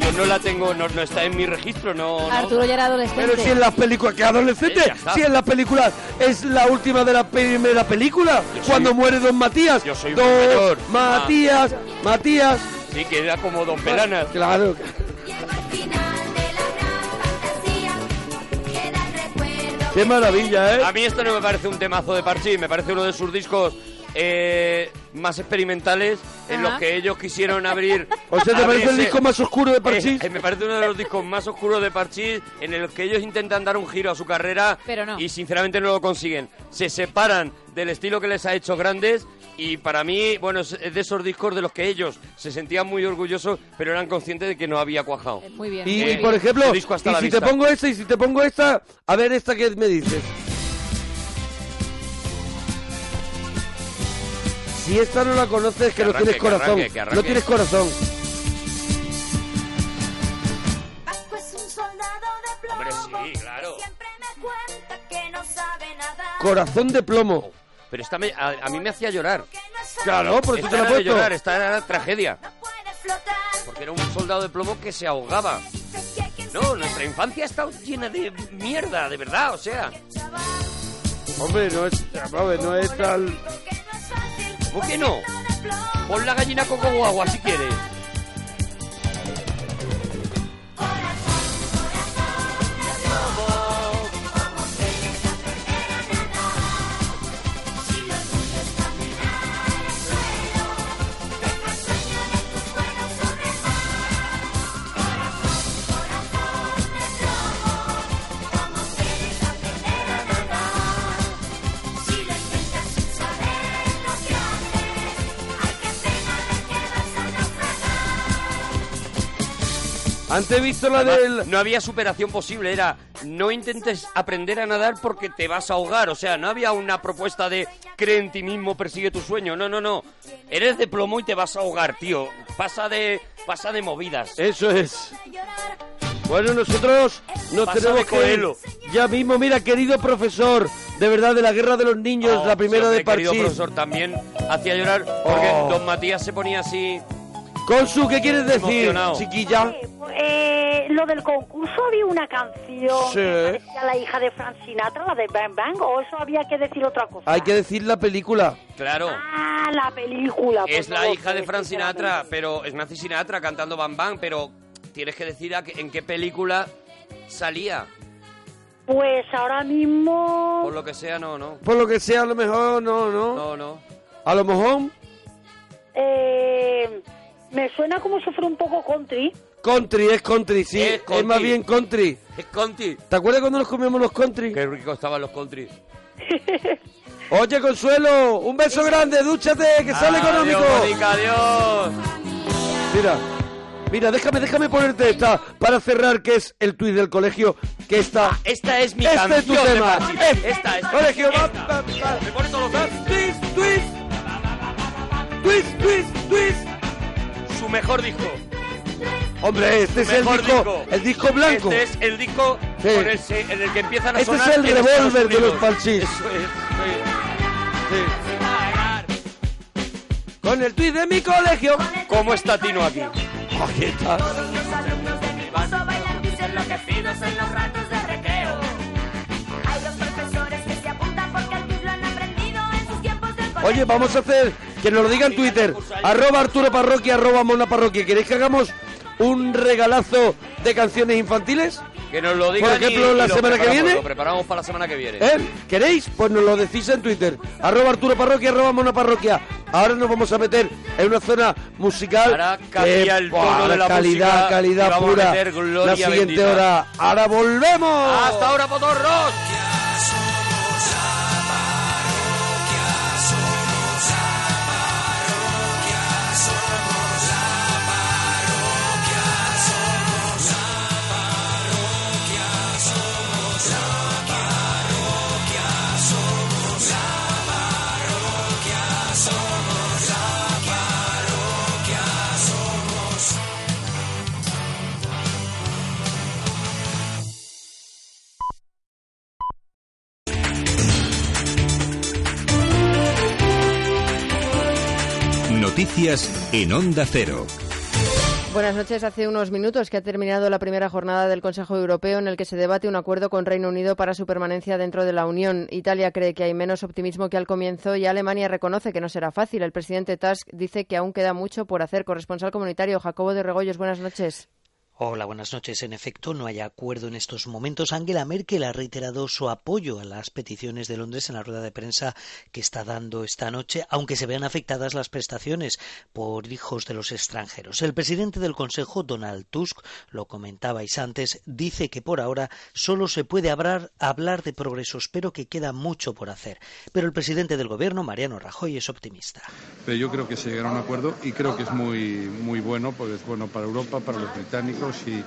Speaker 2: yo no la tengo, no, no está en mi registro, no... no.
Speaker 3: Arturo ya era adolescente.
Speaker 1: Pero si en las películas, que adolescente,
Speaker 2: Eh, ya está.
Speaker 1: si en las películas es la última de la primera película,
Speaker 2: Yo soy-
Speaker 1: cuando muere Don Matías.
Speaker 2: Yo soy
Speaker 1: Don
Speaker 2: mayor.
Speaker 1: Matías, Matías.
Speaker 2: Sí, que era como Don Pelanas.
Speaker 1: Claro.
Speaker 9: Llegó el final de la gran fantasía. Queda el recuerdo.
Speaker 1: Qué maravilla,
Speaker 2: A
Speaker 1: ¿eh?
Speaker 2: mí esto no me parece un temazo de Parchi, me parece uno de sus discos eh, más experimentales en
Speaker 3: Ajá.
Speaker 2: los que ellos quisieron abrir.
Speaker 1: (laughs) ¿O sea, te parece el
Speaker 2: abrirse-
Speaker 1: disco más oscuro de Parchís?
Speaker 2: Eh, eh, me parece uno de los discos más oscuros de Parchís en el que ellos intentan dar un giro a su carrera
Speaker 3: Pero no.
Speaker 2: y sinceramente no lo consiguen. Se separan del estilo que les ha hecho grandes y para mí, bueno, es es de esos discos de los que ellos se sentían muy orgullosos, pero eran conscientes de que no había cuajado.
Speaker 3: Muy bien.
Speaker 1: Y,
Speaker 3: muy
Speaker 1: y
Speaker 2: Eh,
Speaker 1: por
Speaker 3: bien.
Speaker 1: ejemplo,
Speaker 2: el
Speaker 1: y
Speaker 2: disco hasta la
Speaker 1: si te
Speaker 2: vista.
Speaker 1: pongo esta y si te pongo esta, a ver esta que me dices. Si esta no la conoces, que,
Speaker 2: Que
Speaker 1: no
Speaker 2: arranque,
Speaker 1: tienes
Speaker 2: que
Speaker 1: corazón.
Speaker 2: arranque, que arranque.
Speaker 1: No tienes corazón.
Speaker 9: Paco es un soldado de
Speaker 2: Hombre,
Speaker 9: plomo.
Speaker 2: sí, claro.
Speaker 9: Siempre me cuenta que no sabe nada.
Speaker 1: Corazón de plomo.
Speaker 2: Pero esta me- a, a mí me hacía llorar.
Speaker 9: que no es
Speaker 1: Claro, porque tú
Speaker 2: Esta
Speaker 1: te la
Speaker 2: era
Speaker 1: has
Speaker 2: de
Speaker 1: puesto.
Speaker 2: llorar, esta era tragedia.
Speaker 9: No puede flotar.
Speaker 2: Porque era un soldado de plomo que se ahogaba.
Speaker 9: Dice que hay que
Speaker 2: No, nuestra infancia ha estado llena de mierda, de verdad, o sea.
Speaker 1: Hombre, no es, vamos, no es tal.
Speaker 2: ¿Cómo que no? Pon la gallina coco guagua si quieres.
Speaker 1: Antes he visto la del...
Speaker 2: No había superación posible, era no intentes aprender a nadar porque te vas a ahogar. O sea, no había una propuesta de cree en ti mismo, persigue tu sueño. No, no, no. Eres de plomo y te vas a ahogar, tío. Pasa de, pasa de movidas.
Speaker 1: Eso es. Bueno, nosotros nos
Speaker 2: Pasa
Speaker 1: tenemos
Speaker 2: de
Speaker 1: que ir.
Speaker 2: Coelho.
Speaker 1: Ya mismo, mira, querido profesor, de verdad, de la guerra de los niños,
Speaker 2: Oh,
Speaker 1: la primera
Speaker 2: sí, hombre,
Speaker 1: de
Speaker 2: querido
Speaker 1: Parchís.
Speaker 2: profesor, también hacía llorar porque
Speaker 1: Oh.
Speaker 2: don Matías se ponía así...
Speaker 1: Consu, ¿qué quieres decir,
Speaker 2: Emocionado.
Speaker 1: chiquilla?
Speaker 7: Eh, lo del concurso había una canción
Speaker 1: Sí.
Speaker 7: que parecía la hija de Frank Sinatra, la de Bang Bang, o eso había que decir otra cosa.
Speaker 1: Hay que decir la película.
Speaker 2: Claro.
Speaker 7: Ah, pues la película. por
Speaker 2: Es la
Speaker 7: favor,
Speaker 2: hija de
Speaker 7: que
Speaker 2: Frank
Speaker 7: sinceramente-
Speaker 2: Sinatra, pero es Nancy Sinatra cantando Bam Bam, pero tienes que decir a que- en qué película salía.
Speaker 7: Pues ahora mismo...
Speaker 2: Por lo que sea, no, no.
Speaker 1: Por lo que sea, a lo mejor, no, no.
Speaker 2: No, no.
Speaker 1: A lo mejor,
Speaker 7: Eh, me suena como si fuera un poco country.
Speaker 1: country, es country, sí.
Speaker 2: Es
Speaker 1: Es,
Speaker 2: country.
Speaker 1: más bien country.
Speaker 2: Es Conti.
Speaker 1: ¿Te acuerdas cuando nos comíamos los country?
Speaker 2: Qué rico estaban los country.
Speaker 1: Oye, Consuelo, un beso grande, dúchate, que sale económico.
Speaker 2: Adiós, Mónica, adiós.
Speaker 1: Mira, mira, déjame, déjame ponerte esta para cerrar, que es el tuit del colegio, que está...
Speaker 2: Esta es mi
Speaker 1: Este
Speaker 2: canción
Speaker 1: es tu
Speaker 2: de
Speaker 1: tema.
Speaker 2: Francis.
Speaker 1: Este-
Speaker 2: Esta es.
Speaker 1: Colegio, va-
Speaker 2: Esta.
Speaker 1: va- va-
Speaker 2: Me pone todos los días.
Speaker 1: Twist, twist. Twist, twist, twist.
Speaker 2: Su mejor disco.
Speaker 1: Hombre, este es el
Speaker 2: Mejor
Speaker 1: disco,
Speaker 2: disco.
Speaker 1: el disco blanco.
Speaker 2: Este es el disco
Speaker 1: Sí.
Speaker 2: con el, se- en el que empiezan a
Speaker 1: Este es
Speaker 2: sonar.
Speaker 1: el
Speaker 2: en Estados
Speaker 1: revólver de los
Speaker 2: Unidos.
Speaker 1: parchís.
Speaker 2: Eso es.
Speaker 1: Sí. Con el tuit de mi colegio.
Speaker 2: ¿Cómo está Tino aquí?
Speaker 1: Aquí está. Oye, vamos a hacer que nos lo digan en Twitter. Arroba Arturo Parroquia, arroba Mona Parroquia. ¿Queréis que hagamos un regalazo de canciones infantiles?
Speaker 2: Que nos lo digan.
Speaker 1: Por ejemplo,
Speaker 2: y- y
Speaker 1: la
Speaker 2: lo
Speaker 1: semana que
Speaker 2: preparamos,
Speaker 1: viene.
Speaker 2: Lo preparamos para la semana que viene.
Speaker 1: ¿Eh? ¿Queréis? Pues nos lo decís en Twitter. Arroba Arturo Parroquia, arroba Mona Parroquia. Ahora nos vamos a meter en una zona musical.
Speaker 2: Ahora cambia
Speaker 1: que,
Speaker 2: el tono
Speaker 1: ¡buah!
Speaker 2: de la
Speaker 1: calidad,
Speaker 2: música y
Speaker 1: calidad
Speaker 2: vamos a
Speaker 1: pura.
Speaker 2: meter gloria
Speaker 1: la siguiente
Speaker 2: bendita. Ah.
Speaker 1: hora. Ahora volvemos.
Speaker 2: ¡Hasta ahora, potorros!
Speaker 10: Noticias en Onda Cero.
Speaker 11: Buenas noches. Hace unos minutos que ha terminado la primera jornada del Consejo Europeo en el que se debate un acuerdo con Reino Unido para su permanencia dentro de la Unión. Italia cree que hay menos optimismo que al comienzo y Alemania reconoce que no será fácil. El presidente Tusk dice que aún queda mucho por hacer. Corresponsal comunitario Jacobo de Regoyos, buenas noches.
Speaker 12: Hola, buenas noches. En efecto, no hay acuerdo en estos momentos. Angela Merkel ha reiterado su apoyo a las peticiones de Londres en la rueda de prensa que está dando esta noche, aunque se vean afectadas las prestaciones por hijos de los extranjeros. El presidente del Consejo, Donald Tusk, lo comentabais antes, dice que por ahora solo se puede hablar, hablar de progresos, pero que queda mucho por hacer. Pero el presidente del Gobierno, Mariano Rajoy, es optimista.
Speaker 13: Pero yo creo que se llegará a un acuerdo y creo que es muy, muy bueno, porque es bueno para Europa, para los británicos y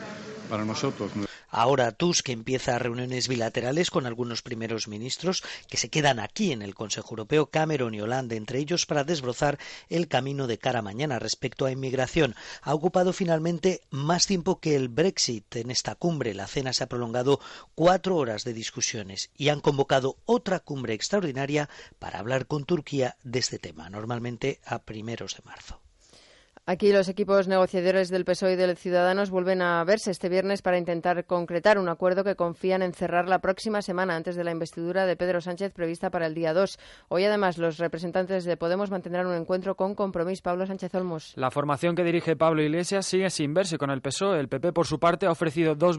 Speaker 13: para nosotros. ¿no?
Speaker 12: Ahora Tusk empieza reuniones bilaterales con algunos primeros ministros que se quedan aquí en el Consejo Europeo, Cameron y Holanda, entre ellos para desbrozar el camino de cara a mañana respecto a inmigración. Ha ocupado finalmente más tiempo que el Brexit en esta cumbre. La cena se ha prolongado cuatro horas de discusiones y han convocado otra cumbre extraordinaria para hablar con Turquía de este tema, normalmente a primeros de marzo.
Speaker 11: Aquí los equipos negociadores del PSOE E y del Ciudadanos vuelven a verse este viernes para intentar concretar un acuerdo que confían en cerrar la próxima semana antes de la investidura de Pedro Sánchez prevista para el día 2. Hoy, además, los representantes de Podemos mantendrán un encuentro con Compromís. Pablo Sánchez Olmos.
Speaker 14: La formación que dirige Pablo Iglesias sigue sin verse con el PSOE. E. El PP, por su parte, ha ofrecido dos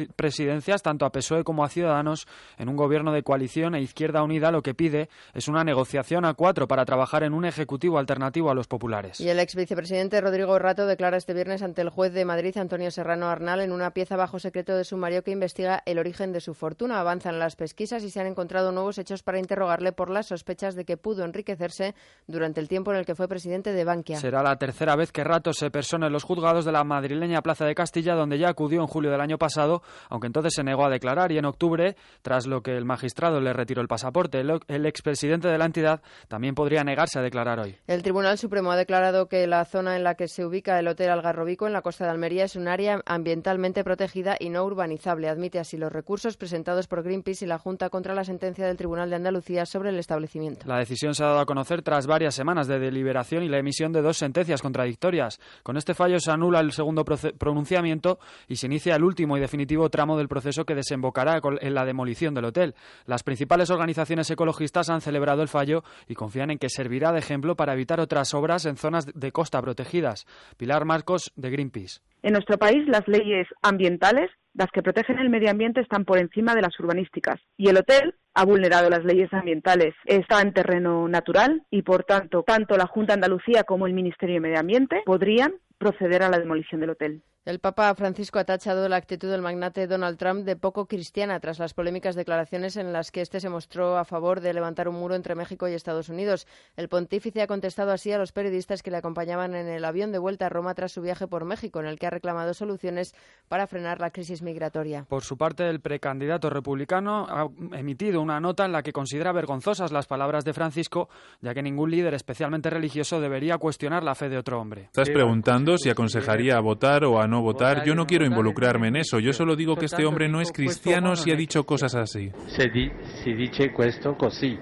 Speaker 14: vicepresidencias, tanto a PSOE E como a Ciudadanos, en un gobierno de coalición e Izquierda Unida lo que pide es una negociación a cuatro para trabajar en un ejecutivo alternativo a los populares.
Speaker 11: Y el ex vicepresidente presidente Rodrigo Rato declara este viernes ante el juez de Madrid, Antonio Serrano Arnal, en una pieza bajo secreto de sumario que investiga el origen de su fortuna. Avanzan las pesquisas y se han encontrado nuevos hechos para interrogarle por las sospechas de que pudo enriquecerse durante el tiempo en el que fue presidente de Bankia.
Speaker 14: Será la tercera vez que Rato se persona en los juzgados de la madrileña Plaza de Castilla, donde ya acudió en julio del año pasado, aunque entonces se negó a declarar y en octubre, tras lo que el magistrado le retiró el pasaporte, el, el expresidente de la entidad también podría negarse a declarar hoy.
Speaker 11: El Tribunal Supremo ha declarado que la zona en la que se ubica el Hotel Algarrobico en la costa de Almería es un área ambientalmente protegida y no urbanizable. Admite así los recursos presentados por Greenpeace y la Junta contra la sentencia del Tribunal de Andalucía sobre el establecimiento.
Speaker 14: La decisión se ha dado a conocer tras varias semanas de deliberación y la emisión de dos sentencias contradictorias. Con este fallo se anula el segundo pronunciamiento y se inicia el último y definitivo tramo del proceso que desembocará en la demolición del hotel. Las principales organizaciones ecologistas han celebrado el fallo y confían en que servirá de ejemplo para evitar otras obras en zonas de costa protegidas. Pilar Marcos, de Greenpeace.
Speaker 15: En nuestro país, las leyes ambientales, las que protegen el medio ambiente, están por encima de las urbanísticas. Y el hotel ha vulnerado las leyes ambientales. Está en terreno natural y, por tanto, tanto la Junta de Andalucía como el Ministerio de Medio Ambiente podrían proceder a la demolición del hotel.
Speaker 11: El Papa Francisco ha tachado la actitud del magnate Donald Trump de poco cristiana tras las polémicas declaraciones en las que este se mostró a favor de levantar un muro entre México y Estados Unidos. El pontífice ha contestado así a los periodistas que le acompañaban en el avión de vuelta a Roma tras su viaje por México, en el que ha reclamado soluciones para frenar la crisis migratoria.
Speaker 14: Por su parte, el precandidato republicano ha emitido una nota en la que considera vergonzosas las palabras de Francisco, ya que ningún líder especialmente religioso debería cuestionar la fe de otro hombre.
Speaker 16: Estás preguntando si aconsejaría a votar o a no votar, yo no quiero involucrarme en eso. Yo solo digo que este hombre no es cristiano si ha dicho cosas así.
Speaker 17: Se, di, si dice esto pues così.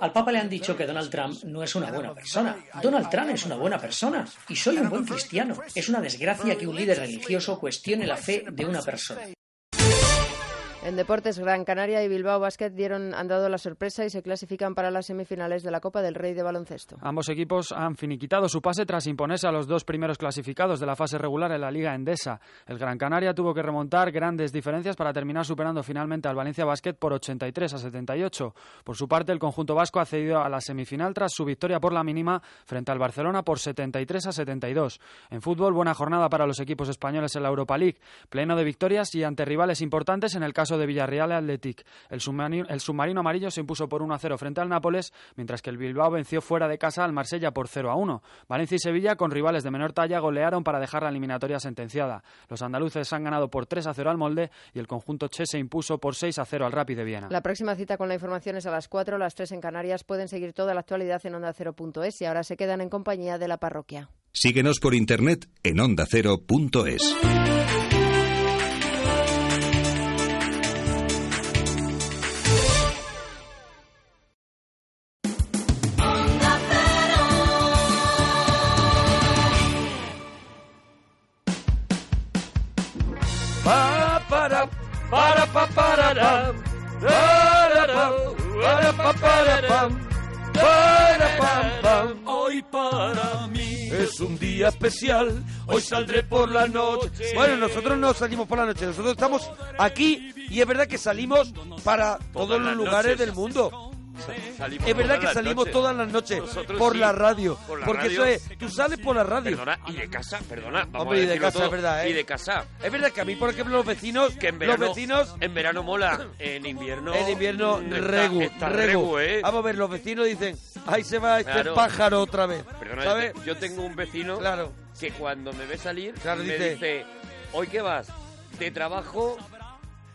Speaker 18: Al Papa le han dicho que Donald Trump no es una buena persona. Donald Trump es una buena persona y soy un buen cristiano. Es una desgracia que un líder religioso cuestione la fe de una persona.
Speaker 11: En deportes, Gran Canaria y Bilbao Basket dieron, han dado la sorpresa y se clasifican para las semifinales de la Copa del Rey de Baloncesto.
Speaker 14: Ambos equipos han finiquitado su pase tras imponerse a los dos primeros clasificados de la fase regular en la Liga Endesa. El Gran Canaria tuvo que remontar grandes diferencias para terminar superando finalmente al Valencia Basket por 83 a 78. Por su parte, el conjunto vasco ha cedido a la semifinal tras su victoria por la mínima frente al Barcelona por 73 a 72. En fútbol, buena jornada para los equipos españoles en la Europa League, pleno de victorias y ante rivales importantes en el caso de Villarreal Athletic. El submarino, el submarino, amarillo se impuso por 1-0 frente al Nápoles, mientras que el Bilbao venció fuera de casa al Marsella por 0-1. Valencia y Sevilla, con rivales de menor talla, golearon para dejar la eliminatoria sentenciada. Los andaluces han ganado por 3-0 al Molde y el conjunto Che se impuso por 6-0 al Rapid de Viena.
Speaker 11: La próxima cita con la información es a las 4, las 3 en Canarias. Pueden seguir toda la actualidad en onda0.es y ahora se quedan en compañía de la parroquia.
Speaker 10: Síguenos por internet en ondacero.es.
Speaker 1: Hoy para mí es un día especial. Hoy saldré por la noche. Bueno, nosotros no salimos por la noche. Nosotros estamos aquí y es verdad que salimos para todos los lugares del mundo.
Speaker 2: Salimos
Speaker 1: Es verdad
Speaker 2: todas
Speaker 1: que
Speaker 2: las
Speaker 1: salimos
Speaker 2: noches.
Speaker 1: todas las noches
Speaker 2: Nosotros
Speaker 1: por
Speaker 2: sí.
Speaker 1: la radio.
Speaker 2: Por la
Speaker 1: Porque
Speaker 2: radio.
Speaker 1: eso es, tú sales por la radio.
Speaker 2: Perdona, y de casa, perdona. Vamos
Speaker 1: Hombre,
Speaker 2: a
Speaker 1: y de
Speaker 2: decirlo
Speaker 1: casa,
Speaker 2: todo.
Speaker 1: es verdad, ¿eh?
Speaker 2: Y de casa.
Speaker 1: Es verdad que a mí, por ejemplo, los vecinos,
Speaker 2: Que en verano,
Speaker 1: los vecinos,
Speaker 2: en verano mola, en invierno... mm,
Speaker 1: en invierno,
Speaker 2: está-
Speaker 1: regu,
Speaker 2: está
Speaker 1: regu.
Speaker 2: regu, ¿eh?
Speaker 1: Vamos a ver, los vecinos dicen, ahí se va este
Speaker 2: Claro.
Speaker 1: pájaro otra vez.
Speaker 2: Perdona,
Speaker 1: ¿Sabes?
Speaker 2: yo te- yo tengo un vecino que cuando me ve salir
Speaker 1: Claro,
Speaker 2: me
Speaker 1: dice-
Speaker 2: dice, ¿hoy qué vas? ¿De trabajo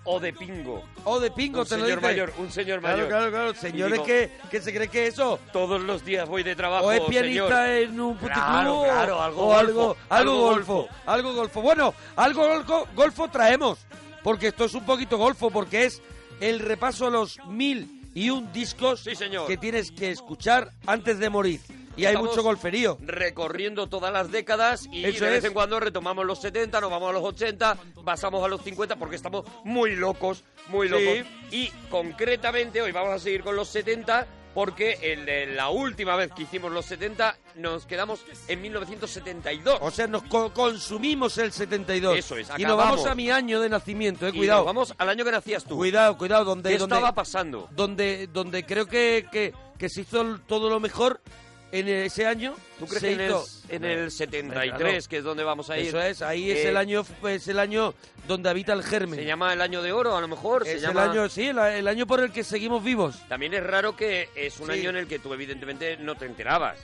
Speaker 2: o de pingo?
Speaker 1: O de pingo,
Speaker 2: un
Speaker 1: te lo
Speaker 2: señor
Speaker 1: dice.
Speaker 2: mayor, un señor
Speaker 1: Claro,
Speaker 2: mayor.
Speaker 1: claro, claro, señores que- se cree que eso...
Speaker 2: Todos los días voy de trabajo,
Speaker 1: o es pianista
Speaker 2: señor.
Speaker 1: en un puticlub
Speaker 2: Claro, claro, algo
Speaker 1: o algo,
Speaker 2: golfo,
Speaker 1: algo
Speaker 2: algo
Speaker 1: golfo,
Speaker 2: golfo.
Speaker 1: algo golfo. Bueno, algo golfo, golfo traemos, porque esto es un poquito golfo, porque es el repaso a los mil y un discos que tienes que escuchar antes de morir. Y hay
Speaker 2: Estamos
Speaker 1: mucho golferío.
Speaker 2: recorriendo todas las décadas y
Speaker 1: Eso
Speaker 2: de vez
Speaker 1: es.
Speaker 2: en cuando retomamos los 70, nos vamos a los 80, pasamos a los 50 porque estamos muy locos, muy
Speaker 1: Sí.
Speaker 2: locos. Y concretamente hoy vamos a seguir con los 70 porque el de la última vez que hicimos los 70 nos quedamos en 1972.
Speaker 1: O sea, nos co- consumimos el 72.
Speaker 2: Eso es,
Speaker 1: Y nos vamos
Speaker 2: acabamos.
Speaker 1: a mi año de nacimiento, eh,
Speaker 2: Y
Speaker 1: cuidado.
Speaker 2: nos vamos al año que nacías tú.
Speaker 1: Cuidado, cuidado, donde...
Speaker 2: ¿Qué
Speaker 1: donde-
Speaker 2: estaba pasando?
Speaker 1: Donde, donde creo que, que, que se hizo el- todo lo mejor en ese año
Speaker 2: ¿Tú crees
Speaker 1: se
Speaker 2: que en el,
Speaker 1: hizo-
Speaker 2: en el 73, que es donde vamos a ir?
Speaker 1: Eso es, ahí es
Speaker 2: eh,
Speaker 1: el año es el año donde habita el germen.
Speaker 2: Se llama el año de oro, a lo mejor. se
Speaker 1: es
Speaker 2: llama...
Speaker 1: el año, sí, el, el año por el que seguimos vivos.
Speaker 2: También es raro que es un
Speaker 1: Sí.
Speaker 2: año en el que tú evidentemente no te enterabas.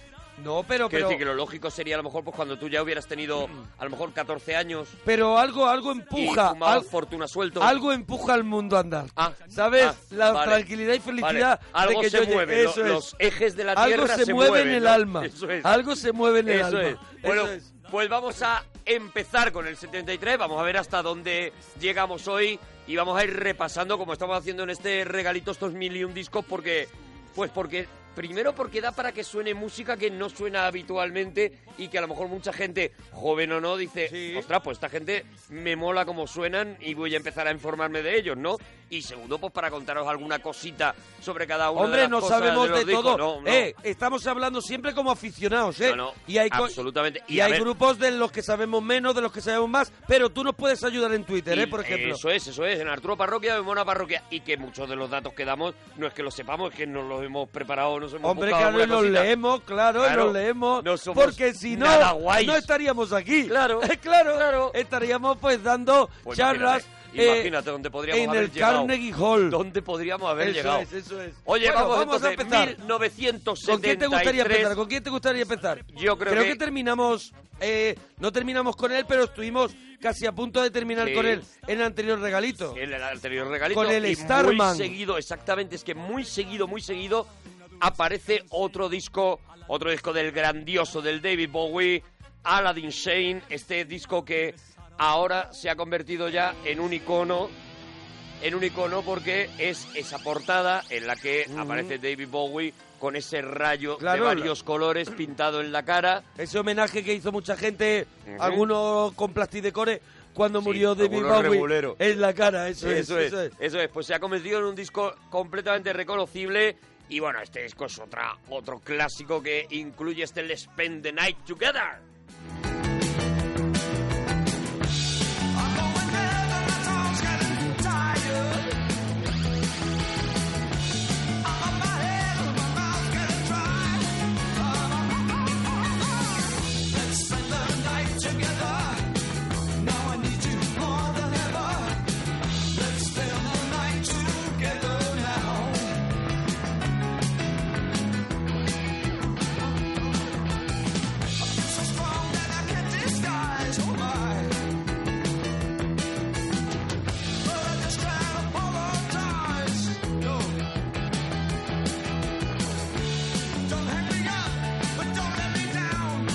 Speaker 1: No, pero
Speaker 2: Quiero
Speaker 1: pero,
Speaker 2: decir que lo lógico sería a lo mejor pues cuando tú ya hubieras tenido a lo mejor 14 años
Speaker 1: pero algo algo
Speaker 2: y
Speaker 1: empuja, al-
Speaker 2: fumabas fortuna suelto.
Speaker 1: algo empuja al mundo a andar.
Speaker 2: Ah,
Speaker 1: ¿Sabes?
Speaker 2: ah,
Speaker 1: la
Speaker 2: vale,
Speaker 1: tranquilidad y
Speaker 2: vale.
Speaker 1: felicidad
Speaker 2: Algo
Speaker 1: de que
Speaker 2: se
Speaker 1: yo llegue-
Speaker 2: mueve, lo-
Speaker 1: eso es.
Speaker 2: los ejes de la
Speaker 1: Algo
Speaker 2: tierra
Speaker 1: se,
Speaker 2: se
Speaker 1: mueve
Speaker 2: mueven,
Speaker 1: en el
Speaker 2: ¿no?
Speaker 1: alma.
Speaker 2: Eso es.
Speaker 1: Algo se mueve en el
Speaker 2: Eso
Speaker 1: alma.
Speaker 2: es. Bueno,
Speaker 1: Eso es.
Speaker 2: pues vamos a empezar con el 73, vamos a ver hasta dónde llegamos hoy y vamos a ir repasando como estamos haciendo en este regalito estos mil y un discos porque pues porque primero porque da para que suene música que no suena habitualmente y que a lo mejor mucha gente joven o no dice, "Ostras, pues esta gente me mola como suenan y voy a empezar a informarme de ellos", ¿no? Y segundo pues para contaros alguna cosita sobre cada uno
Speaker 1: Hombre,
Speaker 2: de las
Speaker 1: no
Speaker 2: cosas
Speaker 1: sabemos de,
Speaker 2: los discos.
Speaker 1: todo.
Speaker 2: No, no.
Speaker 1: Eh, estamos hablando siempre como aficionados, ¿eh?
Speaker 2: No, no,
Speaker 1: y hay co-
Speaker 2: absolutamente.
Speaker 1: Y,
Speaker 2: Y a
Speaker 1: hay
Speaker 2: ver-
Speaker 1: grupos de los que sabemos menos, de los que sabemos más, pero tú nos puedes ayudar en Twitter, ¿eh? Por ejemplo.
Speaker 2: Eso es, eso es, en Arturo Parroquia, en Mona Parroquia. Y que muchos de los datos que damos no es que los sepamos, es que nos los hemos preparado, nos hemos
Speaker 1: Hombre,
Speaker 2: buscado
Speaker 1: claro, y
Speaker 2: alguna
Speaker 1: los
Speaker 2: cosita.
Speaker 1: leemos, claro, y
Speaker 2: Claro,
Speaker 1: los leemos.
Speaker 2: no somos
Speaker 1: porque si no,
Speaker 2: nada guays.
Speaker 1: no estaríamos aquí.
Speaker 2: Claro,
Speaker 1: (laughs) claro, Estaríamos pues dando
Speaker 2: Pues
Speaker 1: charlas.
Speaker 2: imagínate,
Speaker 1: eh,
Speaker 2: imagínate dónde podríamos
Speaker 1: en
Speaker 2: haber
Speaker 1: el
Speaker 2: llegado.
Speaker 1: Carnegie Hall.
Speaker 2: ¿Dónde podríamos haber
Speaker 1: Eso
Speaker 2: llegado?
Speaker 1: es, eso es.
Speaker 2: Oye,
Speaker 1: Bueno,
Speaker 2: vamos,
Speaker 1: vamos a
Speaker 2: entonces,
Speaker 1: empezar.
Speaker 2: 1973.
Speaker 1: ¿Con quién te gustaría empezar? ¿Con quién te gustaría empezar?
Speaker 2: Yo creo que-
Speaker 1: terminamos, eh, no terminamos con él, pero estuvimos casi a punto de terminar
Speaker 2: Sí.
Speaker 1: con él en el anterior regalito.
Speaker 2: El anterior regalito.
Speaker 1: Con el
Speaker 2: y
Speaker 1: Starman.
Speaker 2: Muy seguido, exactamente. Es que muy seguido, muy seguido aparece otro disco, otro disco del grandioso, del David Bowie, Aladdin Shane. Este disco que ahora se ha convertido ya en un icono. En un icono porque es esa portada en la que
Speaker 1: Ujú.
Speaker 2: aparece David Bowie con ese rayo
Speaker 1: Claro,
Speaker 2: de varios colores pintado en la cara.
Speaker 1: Ese homenaje que hizo mucha gente,
Speaker 2: Ujú.
Speaker 1: algunos con plastidecore, cuando
Speaker 2: Sí,
Speaker 1: murió David
Speaker 2: algunos
Speaker 1: Bowie.
Speaker 2: reguleros.
Speaker 1: En la cara, eso,
Speaker 2: Eso
Speaker 1: es,
Speaker 2: es, eso es. Pues se ha convertido en un disco completamente reconocible. Y bueno, este disco es otra, otro clásico que incluye este Let's Spend the Night Together.
Speaker 6: Don't hang me up, but don't let me down.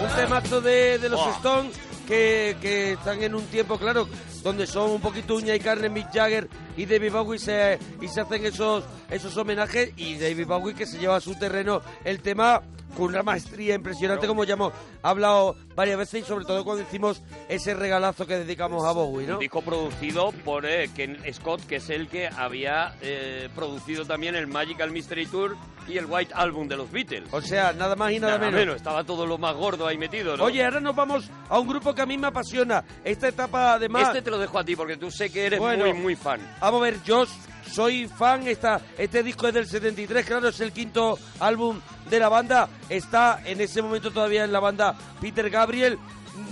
Speaker 1: Un temazo Este de, de los
Speaker 2: Buah.
Speaker 1: Stones que, que están en un tiempo, claro, donde son un poquito uña y carne Mick Jagger y David Bowie se, y se hacen esos, esos homenajes y David Bowie que se lleva a su terreno el tema con una maestría impresionante como ya hemos hablado varias veces y sobre todo cuando hicimos ese regalazo que dedicamos a Bowie, ¿no?
Speaker 2: Un disco producido por eh, Ken Scott, que es el que había eh, producido también el Magical Mystery Tour y el White Album de los Beatles.
Speaker 1: O sea, nada más y nada, menos.
Speaker 2: Estaba todo lo más gordo ahí metido, ¿no?
Speaker 1: Oye, ahora nos vamos a un grupo que a mí me apasiona. Esta etapa, además...
Speaker 2: este te lo dejo a ti porque tú sé que eres
Speaker 1: Bueno.
Speaker 2: muy, muy fan.
Speaker 1: Vamos a ver, yo soy fan, esta, este disco es del 73, claro, es el quinto álbum de la banda, está en ese momento todavía en la banda Peter Gabriel,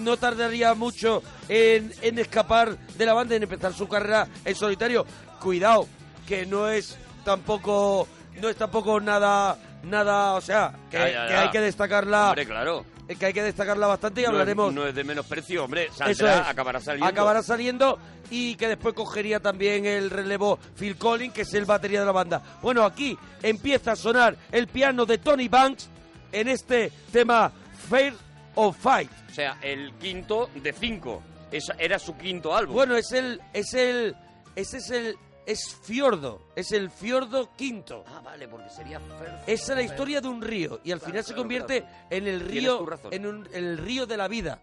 Speaker 1: no tardaría mucho en, en escapar de la banda y en empezar su carrera en solitario. Cuidado, que no es tampoco no es tampoco nada nada, o sea, que,
Speaker 2: Ya, ya,
Speaker 1: que
Speaker 2: ya.
Speaker 1: hay que destacarla.
Speaker 2: Hombre, claro.
Speaker 1: eh, Que hay que destacarla bastante y
Speaker 2: No es-
Speaker 1: hablaremos
Speaker 2: No es de menosprecio, hombre.
Speaker 1: eso
Speaker 2: Saldrá,
Speaker 1: es.
Speaker 2: acabará saliendo.
Speaker 1: Acabará saliendo y que después cogería también el relevo Phil Collins, que es el batería de la banda. Bueno, aquí empieza a sonar el piano de Tony Banks en este tema Fair of Fight.
Speaker 2: O sea, el quinto de cinco. Esa era su quinto álbum.
Speaker 1: Bueno, es el es el ese es el es Fiordo, es el Fiordo quinto.
Speaker 2: Ah, vale, porque sería.
Speaker 1: Esa es la historia de un río y al final se convierte en el
Speaker 2: Tienes
Speaker 1: río
Speaker 2: tu razón. Mm.
Speaker 1: en un- el río de la vida.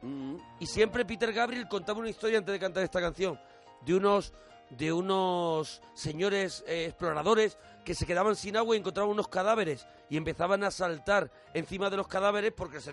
Speaker 1: Y siempre Peter Gabriel contaba una historia antes de cantar esta canción de unos de unos señores eh, exploradores que se quedaban sin agua y encontraban unos cadáveres y empezaban a saltar encima de los cadáveres porque el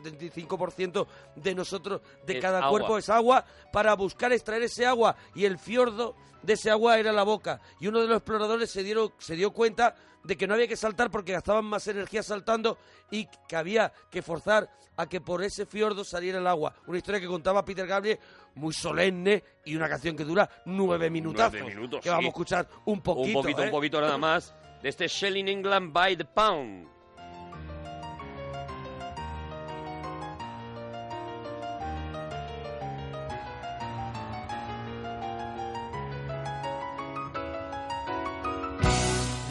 Speaker 1: 75% de nosotros de
Speaker 2: Es
Speaker 1: cada
Speaker 2: agua.
Speaker 1: cuerpo es agua para buscar extraer ese agua y el fiordo de ese agua era la boca y uno de los exploradores se dieron se dio cuenta de que no había que saltar porque gastaban más energía saltando y que había que forzar a que por ese fiordo saliera el agua una historia que contaba Peter Gabriel muy solemne y una canción que dura nueve minutazos
Speaker 2: Nueve minutos,
Speaker 1: que vamos
Speaker 2: sí.
Speaker 1: a escuchar un poquito
Speaker 2: un poquito,
Speaker 1: ¿eh?
Speaker 2: un poquito nada más. De este Shell in England by the Pound.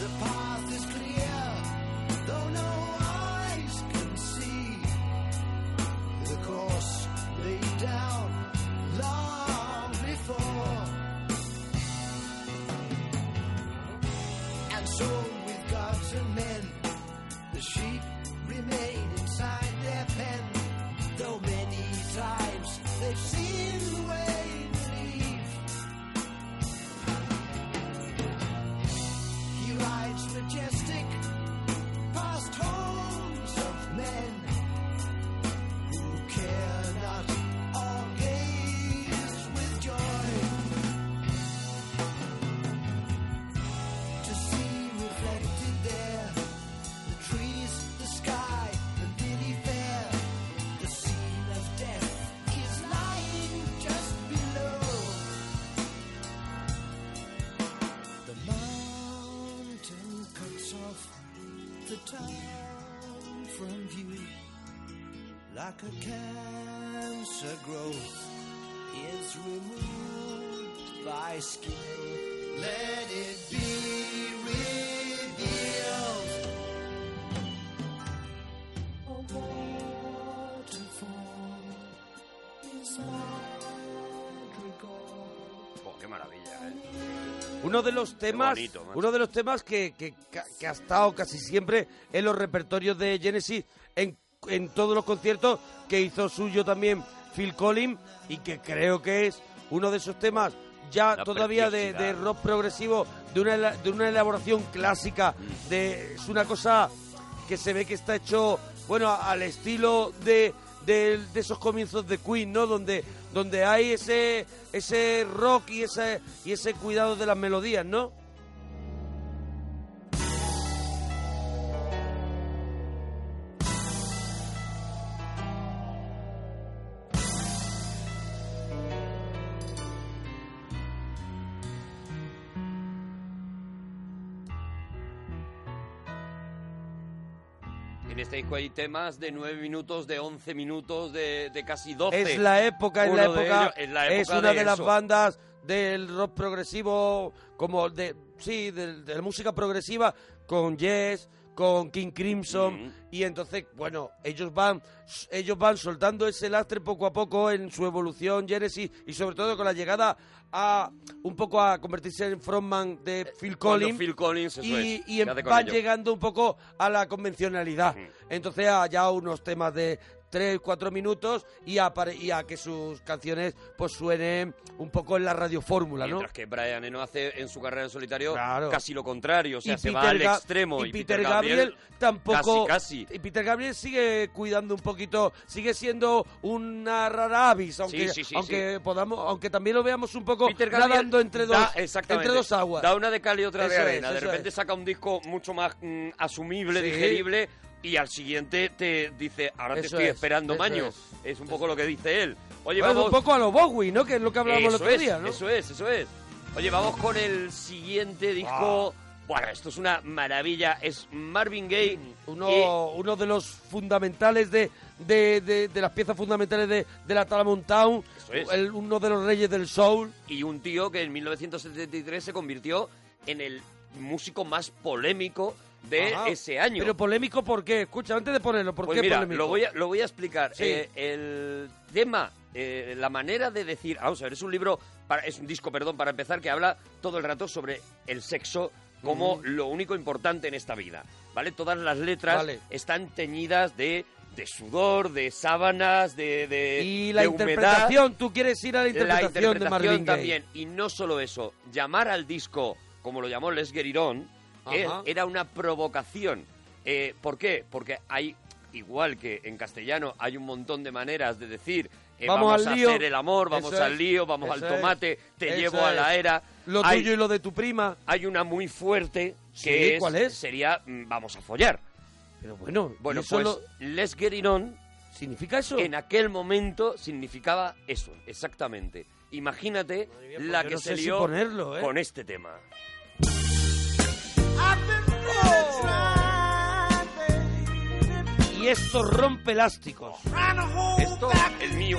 Speaker 6: The path is clear, though no eyes can see. The course laid down long before. And so, with gods and men, the sheep remain inside their pen. Though many times they've seen the way to leave. He rides majestic past homes of men who care not or gaze with joy to see reflected there the trees, the sky, the lily fair. The scene of death is lying just below. The mountain cuts off the town from view like a cancer growth is removed by skill. Let it be revealed. A waterfall is madrigal.
Speaker 2: Oh, qué maravilla, ¿eh?
Speaker 1: Uno de los temas,
Speaker 2: bonito, macho.
Speaker 1: uno de los temas que, que- que- que ha estado casi siempre en los repertorios de Genesis, en, en todos los conciertos que hizo suyo también Phil Collins y que creo que es uno de esos temas ya
Speaker 2: Una
Speaker 1: todavía de, de
Speaker 2: preciosidad.
Speaker 1: rock progresivo, de una, ela- de una elaboración clásica, de, es una cosa que se ve que está hecho, bueno, al estilo de, de- de esos comienzos de Queen, ¿no? Donde, donde hay ese, ese rock y ese, y ese cuidado de las melodías, ¿no?
Speaker 2: En este disco hay temas de 9 minutos, de 11 minutos, de, de casi 12.
Speaker 1: Es la época, es la
Speaker 2: Uno de
Speaker 1: época,
Speaker 2: ellos- es la época
Speaker 1: es una de, las
Speaker 2: eso.
Speaker 1: bandas del rock progresivo, como de, sí, del- de, la música progresiva, con Yes, con King Crimson, y entonces, bueno, ellos van, ellos van soltando ese lastre poco a poco en su evolución, Genesis, y sobre todo con la llegada a, un poco a convertirse en frontman de Phil
Speaker 2: cuando
Speaker 1: Collins.
Speaker 2: Phil Collins, eso
Speaker 1: y,
Speaker 2: es,
Speaker 1: y
Speaker 2: ¿qué
Speaker 1: en-
Speaker 2: hace con
Speaker 1: van
Speaker 2: ello?
Speaker 1: llegando un poco a la convencionalidad. Entonces a ya unos temas de 3, 4 minutos y a, pare- y a que sus canciones pues suenen un poco en la radiofórmula, ¿no?
Speaker 2: Mientras que Brian Eno hace en su carrera en solitario
Speaker 1: Claro.
Speaker 2: casi lo contrario, o sea,
Speaker 1: Y
Speaker 2: se va
Speaker 1: Peter
Speaker 2: al
Speaker 1: Ga-
Speaker 2: extremo.
Speaker 1: Y, Peter, Gabriel, tampoco.
Speaker 2: Casi, casi.
Speaker 1: Y Peter Gabriel sigue cuidando un poquito, sigue siendo una rara avis, aunque,
Speaker 2: sí, sí,
Speaker 1: aunque
Speaker 2: sí.
Speaker 1: podamos, aunque también lo veamos un poco
Speaker 2: Peter Gabriel
Speaker 1: nadando entre dos,
Speaker 2: da- exactamente,
Speaker 1: entre dos aguas.
Speaker 2: Da una de cal y otra de
Speaker 1: Eso es,
Speaker 2: arena. de
Speaker 1: eso
Speaker 2: repente
Speaker 1: es.
Speaker 2: saca un disco mucho más mm, asumible,
Speaker 1: Sí.
Speaker 2: digerible. y al siguiente te dice, ahora te
Speaker 1: Eso
Speaker 2: estoy
Speaker 1: es,
Speaker 2: esperando,
Speaker 1: eso
Speaker 2: maño.
Speaker 1: es.
Speaker 2: Es, un poco lo que dice él. Oye,
Speaker 1: Bueno,
Speaker 2: vamos...
Speaker 1: un poco a los Bowie, ¿no? Que es lo que hablábamos el
Speaker 2: eso
Speaker 1: otro
Speaker 2: es,
Speaker 1: día, ¿no?
Speaker 2: Eso es, eso es. Oye, vamos con el siguiente disco. Bueno, esto es una maravilla. Es Marvin Gaye. y-
Speaker 1: Mm, uno, uno de los fundamentales de, de, de- de las piezas fundamentales de, de la Talamount Town,
Speaker 2: Eso es.
Speaker 1: el- uno de los reyes del soul.
Speaker 2: y un tío que en 1973 se convirtió en el músico más polémico de
Speaker 1: Ajá.
Speaker 2: ese año.
Speaker 1: Pero polémico, ¿por qué? Escucha, antes de ponerlo, ¿por
Speaker 2: pues
Speaker 1: qué
Speaker 2: mira,
Speaker 1: polémico?
Speaker 2: Lo, voy a, lo voy a explicar.
Speaker 1: Sí.
Speaker 2: Eh, el tema, eh, la manera de decir... Vamos a ver, es un libro, para, es un disco, perdón, para empezar, que habla todo el rato sobre el sexo como
Speaker 1: Ujú.
Speaker 2: lo único importante en esta vida, ¿vale? Todas las letras
Speaker 1: Vale.
Speaker 2: están teñidas de, de sudor, de sábanas, de, de
Speaker 1: Y la
Speaker 2: de humedad.
Speaker 1: interpretación, tú quieres ir a la interpretación, de Marvin Gaye.
Speaker 2: también. Y no solo eso, llamar al disco, como lo llamó Les Guerirón,
Speaker 1: Ajá.
Speaker 2: eh, era una provocación. Eh, ¿Por qué? Porque hay, igual que en castellano, hay un montón de maneras de decir... eh,
Speaker 1: Vamos
Speaker 2: vamos
Speaker 1: al
Speaker 2: a
Speaker 1: lío.
Speaker 2: hacer el amor, vamos
Speaker 1: Eso
Speaker 2: al
Speaker 1: es,
Speaker 2: lío, vamos al
Speaker 1: eso es,
Speaker 2: tomate, te
Speaker 1: eso
Speaker 2: llevo a la
Speaker 1: es.
Speaker 2: era.
Speaker 1: Lo
Speaker 2: Hay-
Speaker 1: tuyo y lo de tu prima.
Speaker 2: Hay una muy fuerte que
Speaker 1: Sí,
Speaker 2: es,
Speaker 1: ¿cuál es?
Speaker 2: sería mm, vamos a follar.
Speaker 1: Pero bueno,
Speaker 2: Bueno,
Speaker 1: y eso
Speaker 2: pues
Speaker 1: lo-
Speaker 2: Les Guerinon
Speaker 1: ¿Significa eso?
Speaker 2: En aquel momento significaba eso, exactamente. Imagínate
Speaker 1: pues
Speaker 2: la
Speaker 1: yo
Speaker 2: que
Speaker 1: no
Speaker 2: se
Speaker 1: sé si
Speaker 2: lió
Speaker 1: ponerlo, ¿eh?
Speaker 2: con este tema.
Speaker 1: Y esto rompe elásticos.
Speaker 2: Esto, el mío.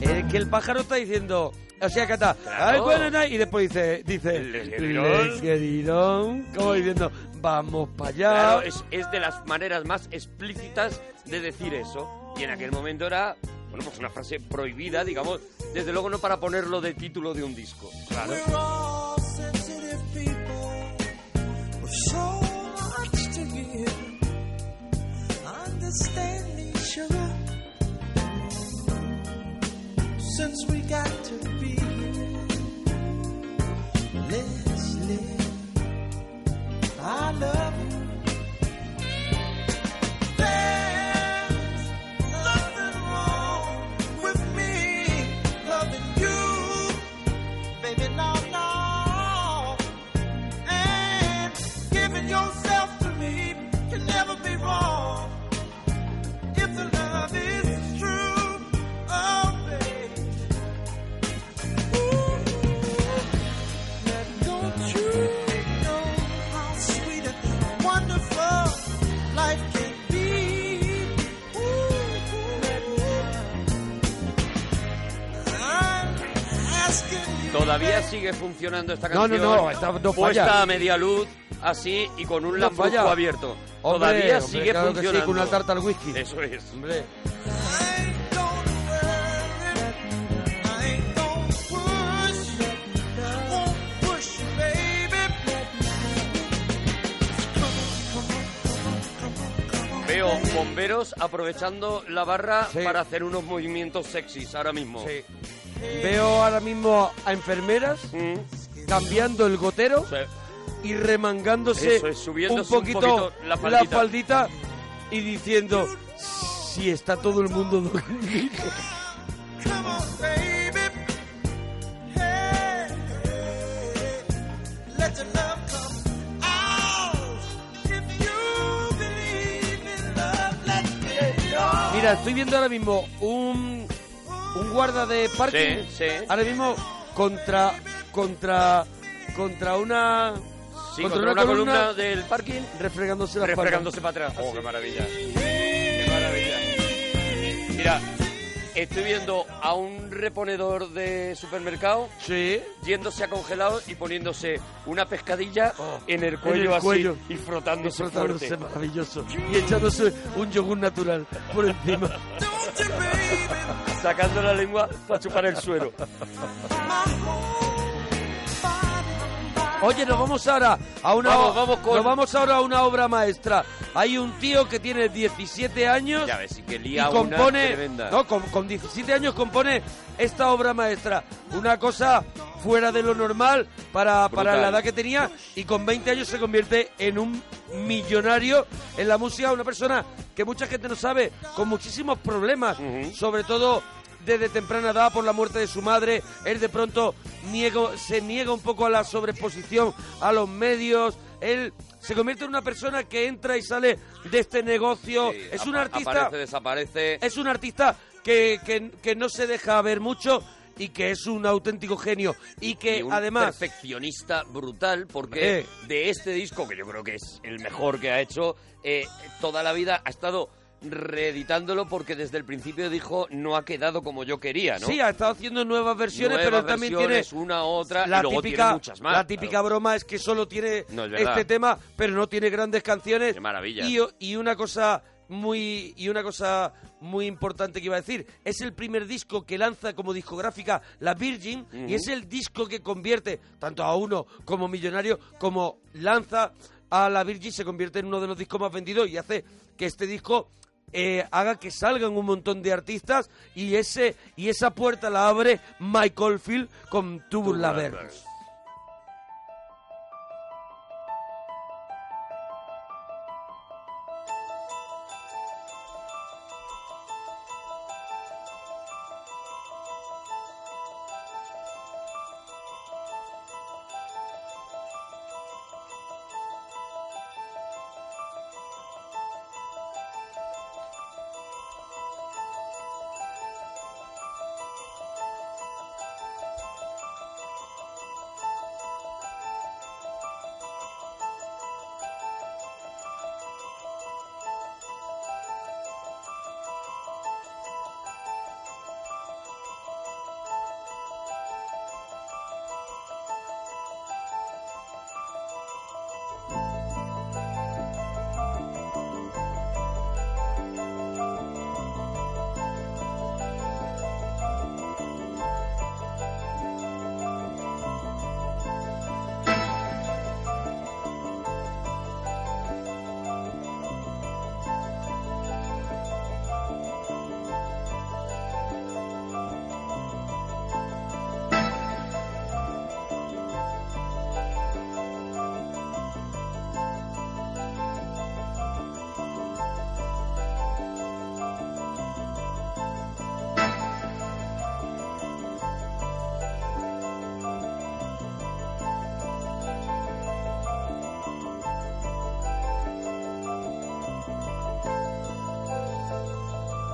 Speaker 1: Es que el pájaro está diciendo, o sea, que está, "Ay, bueno, na-", y después dice, dice,
Speaker 2: Lesguerirón.
Speaker 1: Lesguerirón", como diciendo, vamos para allá.
Speaker 2: Claro, es, es de las maneras más explícitas de decir eso. Y en aquel momento era, bueno, pues una frase prohibida, digamos, desde luego no para ponerlo de título de un disco. Claro.
Speaker 6: Understand me, sugar. Since we got to be here, let's live our love. There's nothing wrong with me loving you, baby. No, no, and giving yourself to me can never be wrong. If the love is true, oh baby. Ooh, now don't you know how sweet and wonderful life can be? Ooh, ooh. I'm asking you.
Speaker 2: Todavía sigue funcionando esta
Speaker 1: No, no,
Speaker 2: canción.
Speaker 1: no, esta no
Speaker 2: puesta
Speaker 1: falla.
Speaker 2: a media luz, así y con un
Speaker 1: No
Speaker 2: lambrusco
Speaker 1: falla.
Speaker 2: abierto.
Speaker 1: Hombre,
Speaker 2: Todavía
Speaker 1: hombre,
Speaker 2: sigue
Speaker 1: claro que sí,
Speaker 2: funcionando.
Speaker 1: con una tarta al whisky.
Speaker 2: Eso es.
Speaker 1: Hombre.
Speaker 2: Veo bomberos aprovechando la barra para hacer unos movimientos sexys ahora mismo.
Speaker 1: Veo ahora mismo a enfermeras
Speaker 2: Mm.
Speaker 1: cambiando el gotero y remangándose
Speaker 2: Eso es,
Speaker 1: un
Speaker 2: subiéndose un
Speaker 1: poquito,
Speaker 2: poquito la faldita.
Speaker 1: faldita y diciendo si está todo el mundo (laughs) dormido".
Speaker 6: Let your love come out. If you believe in love, let it out.
Speaker 1: Mira, estoy viendo ahora mismo un, un guarda de parking.
Speaker 2: Sí, sí.
Speaker 1: Ahora mismo contra contra contra una
Speaker 2: Sí, contra una columna del parking
Speaker 1: refregándose la
Speaker 2: Refregándose para
Speaker 1: Ah,
Speaker 2: atrás. Oh, qué maravilla. Qué maravilla. Mira, estoy viendo a un reponedor de supermercado yéndose a congelado y poniéndose una pescadilla
Speaker 1: Oh,
Speaker 2: en el cuello, así y frotándose, fuerte.
Speaker 1: maravilloso y echándose un yogur natural por encima
Speaker 2: sacando
Speaker 1: (laughs)
Speaker 2: la lengua para chupar el suelo
Speaker 6: My whole body,
Speaker 1: Oye, nos vamos ahora a una
Speaker 2: Vamos, vamos con-
Speaker 1: nos vamos ahora a una obra maestra. Hay un tío que tiene 17 años
Speaker 2: Ya ves, sí que
Speaker 1: y
Speaker 2: lía una
Speaker 1: compone
Speaker 2: tremenda.
Speaker 1: no, con, con 17 años compone esta obra maestra. Una cosa fuera de lo normal para, para
Speaker 2: Brutal.
Speaker 1: la edad que tenía y con 20 años se convierte en un millonario en la música, una persona que mucha gente no sabe, con muchísimos problemas, sobre todo desde temprana edad por la muerte de su madre, él de pronto niego- se niega un poco a la sobreexposición a los medios, él se convierte en una persona que entra y sale de este negocio, es un
Speaker 2: Apa-
Speaker 1: artista
Speaker 2: Aparece, desaparece.
Speaker 1: es un artista que, que- que no se deja ver mucho y que es un auténtico genio. Y que
Speaker 2: y un
Speaker 1: además.
Speaker 2: perfeccionista brutal porque
Speaker 1: Eh.
Speaker 2: de este disco que yo creo que es el mejor que ha hecho eh, toda la vida ha estado reeditándolo porque desde el principio dijo no ha quedado como yo quería no
Speaker 1: Sí, ha estado haciendo nuevas versiones,
Speaker 2: Nuevas
Speaker 1: pero él también
Speaker 2: versiones,
Speaker 1: tiene.
Speaker 2: una, otra, y
Speaker 1: la
Speaker 2: luego tiene
Speaker 1: típica,
Speaker 2: muchas más,
Speaker 1: La típica
Speaker 2: claro.
Speaker 1: broma es que solo tiene
Speaker 2: No, es verdad.
Speaker 1: este tema, pero no tiene grandes canciones.
Speaker 2: Qué maravilla.
Speaker 1: Y, y una cosa muy y una cosa muy importante que iba a decir es el primer disco que lanza como discográfica la Virgin y
Speaker 2: Ujú.
Speaker 1: es el disco que convierte tanto a uno como millonario como lanza a la Virgin se convierte en uno de los discos más vendidos y hace que este disco eh, haga que salgan un montón de artistas y ese y esa puerta la abre Michael Field con Tubur Laverne.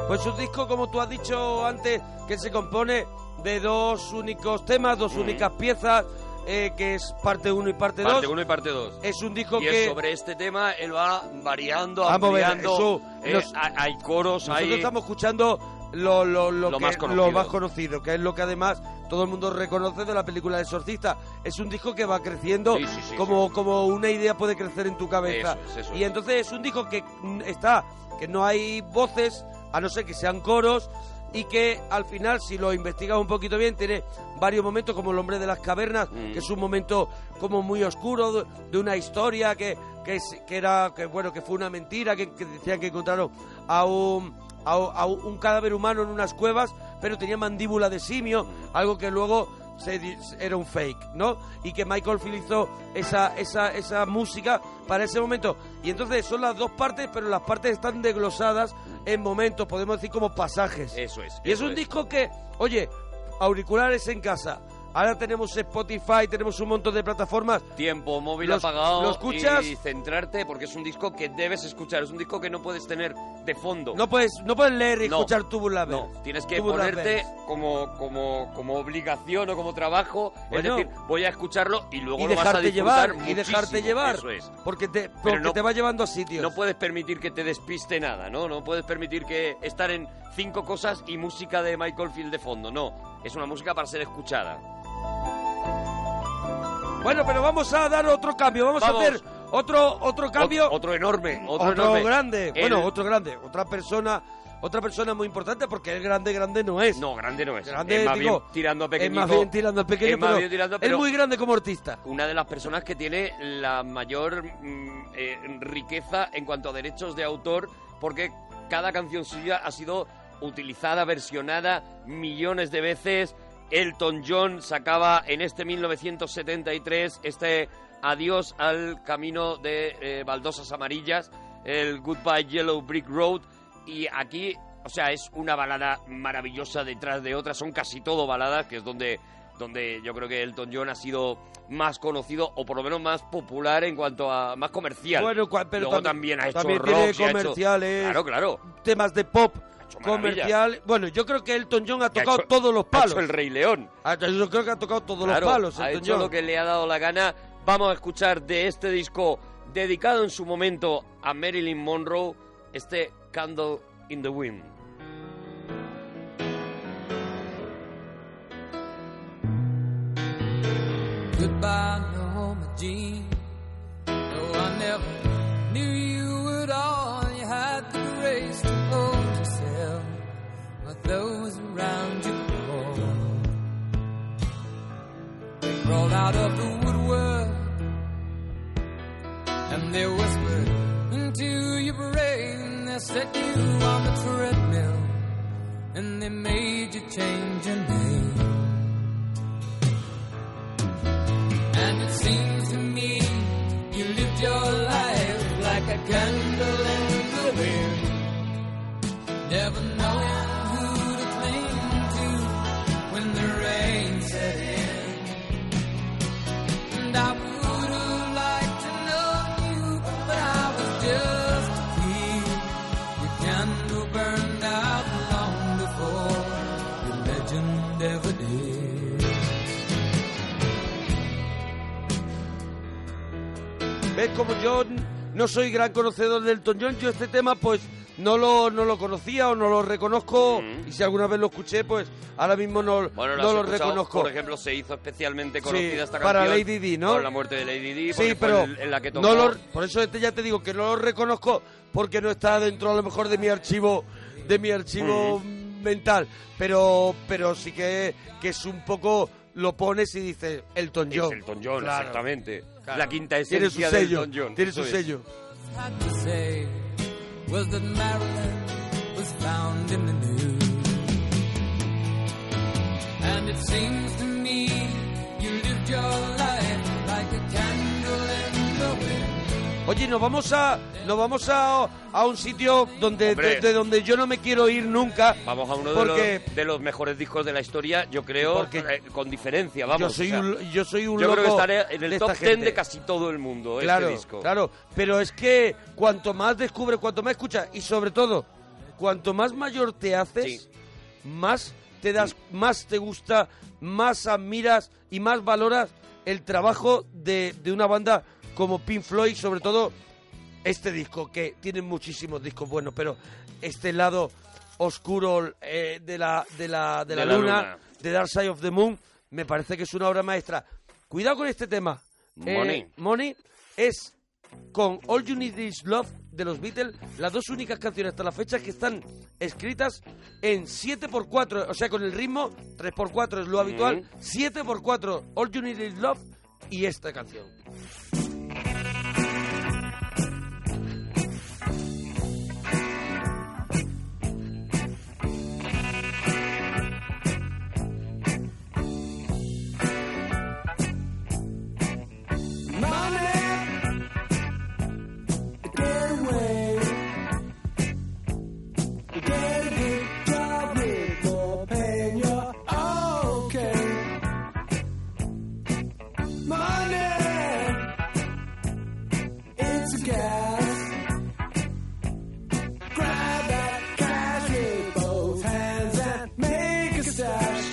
Speaker 1: Pues un disco, como tú has dicho antes, que se compone de dos únicos temas, dos únicas piezas, eh, que es parte 1 y parte 2.
Speaker 2: parte 1 y parte 2
Speaker 1: Es un disco
Speaker 2: y
Speaker 1: que...
Speaker 2: es sobre este tema él va variando
Speaker 1: Vamos a ver,
Speaker 2: ampliando
Speaker 1: eso,
Speaker 2: eh,
Speaker 1: nos-
Speaker 2: hay hay coros
Speaker 1: Nosotros
Speaker 2: hay
Speaker 1: estamos escuchando lo, lo- lo
Speaker 2: Lo
Speaker 1: que,
Speaker 2: más conocido.
Speaker 1: lo más conocido, que es lo que además todo el mundo reconoce de la película de Exorcista. Es un disco que va creciendo
Speaker 2: Sí, sí, sí,
Speaker 1: como, como una idea puede crecer en tu cabeza.
Speaker 2: Eso es, eso
Speaker 1: y
Speaker 2: es.
Speaker 1: entonces es un disco que mm, está, que no hay voces, a no ser que sean coros, y que al final, si lo investigas un poquito bien, tiene varios momentos, como El hombre de las cavernas,
Speaker 2: Mm.
Speaker 1: que es un momento como muy oscuro de, de una historia que, que, es- que era, que bueno, que fue una mentira, que, que decían que encontraron a un, a, un- a un cadáver humano en unas cuevas, pero tenía mandíbula de simio,
Speaker 2: Mm.
Speaker 1: algo que luego se di- era un fake, ¿no? Y que Michael Field hizo esa, esa, esa música para ese momento. Y entonces son las dos partes, pero las partes están desglosadas en momentos, podemos decir como pasajes.
Speaker 2: Eso es,
Speaker 1: Y es
Speaker 2: Eh, eso
Speaker 1: un
Speaker 2: es.
Speaker 1: disco que, oye, auriculares en casa. Ahora tenemos Spotify, tenemos un montón de plataformas.
Speaker 2: tiempo móvil
Speaker 1: Lo-
Speaker 2: apagado
Speaker 1: lo escuchas-
Speaker 2: y centrarte porque es un disco que debes escuchar es un disco que no puedes tener de fondo
Speaker 1: No puedes, no puedes leer y
Speaker 2: No,
Speaker 1: escuchar Tubur Laverne.
Speaker 2: No, tienes que
Speaker 1: Tubur
Speaker 2: ponerte
Speaker 1: Laverne.
Speaker 2: como, como, como obligación o como trabajo.
Speaker 1: Bueno.
Speaker 2: es decir, voy a escucharlo y luego
Speaker 1: y
Speaker 2: lo vas a
Speaker 1: dejarte
Speaker 2: disfrutar
Speaker 1: llevar y dejarte
Speaker 2: muchísimo,
Speaker 1: llevar
Speaker 2: Eso es.
Speaker 1: porque te
Speaker 2: Pero
Speaker 1: porque
Speaker 2: no-
Speaker 1: te va llevando a sitios
Speaker 2: No puedes permitir que te despiste nada, ¿no? No puedes permitir que estar en cinco cosas y música de Michael Field de fondo, no. Es una música para ser escuchada.
Speaker 1: Bueno, pero vamos a dar otro cambio. Vamos,
Speaker 2: Vamos.
Speaker 1: a hacer otro otro cambio.
Speaker 2: Ot- otro enorme, otro,
Speaker 1: Otro
Speaker 2: enorme.
Speaker 1: grande.
Speaker 2: El-
Speaker 1: Bueno, otro grande. Otra persona, otra persona muy importante porque él grande, grande no es.
Speaker 2: No, grande no es.
Speaker 1: Grande,
Speaker 2: es más bien
Speaker 1: digo,
Speaker 2: tirando a
Speaker 1: es
Speaker 2: pequeñito.
Speaker 1: más bien tirando a pequeño,
Speaker 2: Es más
Speaker 1: pero
Speaker 2: bien tirando a-
Speaker 1: es
Speaker 2: pero
Speaker 1: muy grande como artista.
Speaker 2: Una de las personas que tiene la mayor mm, eh, riqueza en cuanto a derechos de autor, porque cada canción suya ha sido utilizada, versionada millones de veces. Elton John sacaba en este 1973 este Adiós al camino de eh, baldosas amarillas, el Goodbye Yellow Brick Road, y aquí, o sea, es una balada maravillosa detrás de otra, son casi todo baladas, que es donde, donde yo creo que Elton John ha sido más conocido o por lo menos más popular en cuanto a más comercial.
Speaker 1: Bueno, cua- pero
Speaker 2: Luego
Speaker 1: también-
Speaker 2: también, ha hecho
Speaker 1: también
Speaker 2: rock,
Speaker 1: tiene
Speaker 2: se ha hecho-
Speaker 1: comerciales.
Speaker 2: claro, claro.
Speaker 1: Temas de pop,
Speaker 2: maravillas.
Speaker 1: comercial. Bueno, yo creo que Elton John ha
Speaker 2: Que ha
Speaker 1: tocado
Speaker 2: hecho-
Speaker 1: todos los
Speaker 2: ha
Speaker 1: palos.
Speaker 2: hecho el Rey León.
Speaker 1: Ah, Yo creo que ha tocado todos
Speaker 2: Claro,
Speaker 1: los palos.
Speaker 2: Ha
Speaker 1: Elton
Speaker 2: hecho
Speaker 1: John.
Speaker 2: lo que le ha dado la gana. Vamos a escuchar de este disco dedicado en su momento a Marilyn Monroe, este Candle in the Wind.
Speaker 6: Goodbye, Norma Jean. No, I never knew you at all. You had the grace to hold yourself, but those around you crawled. They crawled out of the woodwork and they whispered into your brain. They set you on the treadmill and they made you change your name. And it seems to me you lived your life like a candle in the wind, never knowing who to cling to when the rain set in. And I would have liked to know you, but I was just a kid. Your candle burned out long before your legend ever did.
Speaker 1: ¿Ves como yo n- no soy gran conocedor del Elton John? Yo este tema, pues, no lo, no lo conocía o no lo reconozco. Y si alguna vez lo escuché, pues, ahora mismo no,
Speaker 2: Mm. Bueno, la
Speaker 1: no
Speaker 2: has
Speaker 1: lo
Speaker 2: escuchado,
Speaker 1: reconozco.
Speaker 2: Por ejemplo, se hizo especialmente
Speaker 1: Sí,
Speaker 2: conocida esta canción.
Speaker 1: para Lady Di, ¿no?
Speaker 2: Por la muerte de Lady Di, porque
Speaker 1: Sí, pero
Speaker 2: fue el- en la que tocó.
Speaker 1: no lo, por eso este ya te digo que no lo reconozco porque no está dentro a lo mejor de mi archivo de mi archivo
Speaker 2: Mm.
Speaker 1: mental, pero pero sí que, que es un poco lo pones y dices Elton
Speaker 2: Es
Speaker 1: John.
Speaker 2: Elton John,
Speaker 1: Claro.
Speaker 2: exactamente.
Speaker 1: Claro.
Speaker 2: La quinta
Speaker 1: Tiene su
Speaker 2: esencia
Speaker 1: sello,
Speaker 2: de Elton John.
Speaker 1: tiene su
Speaker 2: Eso es.
Speaker 1: sello.
Speaker 6: had to say was that Marilyn was found in the news. And it seems to me you lived your life like a candle in the wind.
Speaker 1: Oye, nos vamos a nos vamos a, a un sitio donde
Speaker 2: Hombre.
Speaker 1: de, de donde yo no me quiero ir nunca.
Speaker 2: Vamos a uno
Speaker 1: porque
Speaker 2: de, los, de los mejores discos de la historia, yo creo, eh, con diferencia,
Speaker 1: yo
Speaker 2: vamos.
Speaker 1: soy
Speaker 2: o sea,
Speaker 1: un, yo soy un
Speaker 2: yo creo que
Speaker 1: loco
Speaker 2: estaré en
Speaker 1: de
Speaker 2: el
Speaker 1: esta
Speaker 2: top 10
Speaker 1: gente.
Speaker 2: de casi todo el mundo,
Speaker 1: Claro,
Speaker 2: este disco.
Speaker 1: claro. Pero es que cuanto más descubres, cuanto más escuchas y sobre todo, cuanto más mayor te haces, más te das, más te gusta, más admiras y más valoras el trabajo de, de una banda como Pink Floyd, sobre todo este disco, que tiene muchísimos discos buenos, pero este lado oscuro eh, de la, de la, de la, luna, de Dark Side of the Moon, me parece que es una obra maestra. Cuidado con este tema. Eh,
Speaker 2: Money.
Speaker 1: Money es con All You Need Is Love de los Beatles, las dos únicas canciones hasta la fecha que están escritas en 7x4, o sea, con el ritmo 3x4 es lo habitual, 7x4, All You Need Is Love y esta canción.
Speaker 19: Money, get away. You get a good job with more pay, and you're okay. Money, it's a gas. Grab that cash with both hands and make a stash.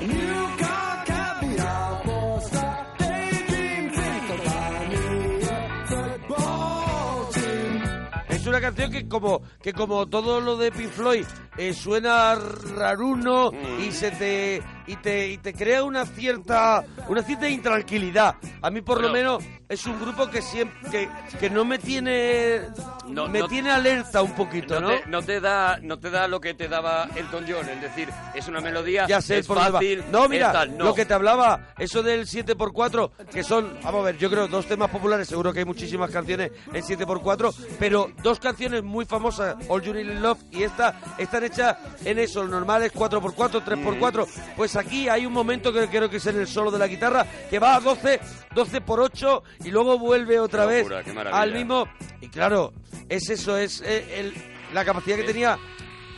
Speaker 19: New car caviar for star daydream. Think of buying me a football team.
Speaker 1: Es una canción que como que como todo lo de Pink Floyd eh, suena raruno y se te y te, y te crea una cierta una cierta intranquilidad. A mí por lo
Speaker 2: Bueno.
Speaker 1: menos es un grupo que siempre que, que no me tiene
Speaker 2: No,
Speaker 1: me
Speaker 2: no-
Speaker 1: tiene alerta un poquito, ¿no?
Speaker 2: te, no te da no te da lo que te daba Elton John, es decir, es una melodía,
Speaker 1: Ya sé
Speaker 2: es
Speaker 1: por dónde va.
Speaker 2: fácil,
Speaker 1: No,
Speaker 2: es
Speaker 1: mira,
Speaker 2: tal, no.
Speaker 1: lo que te hablaba, eso del 7x4, que son, vamos a ver, yo creo dos temas populares, seguro que hay muchísimas canciones en 7x4, pero dos canciones muy famosas, All You Need Is Love y esta, están hechas en eso, lo normal es 4x4, 3x4. Pues aquí hay un momento que creo que es en el solo de la guitarra, que va a 12, 12x8 y luego vuelve otra
Speaker 2: Qué
Speaker 1: vez
Speaker 2: locura, qué maravilla.
Speaker 1: al mismo. Y claro, es eso, es eh, el- la capacidad que tenía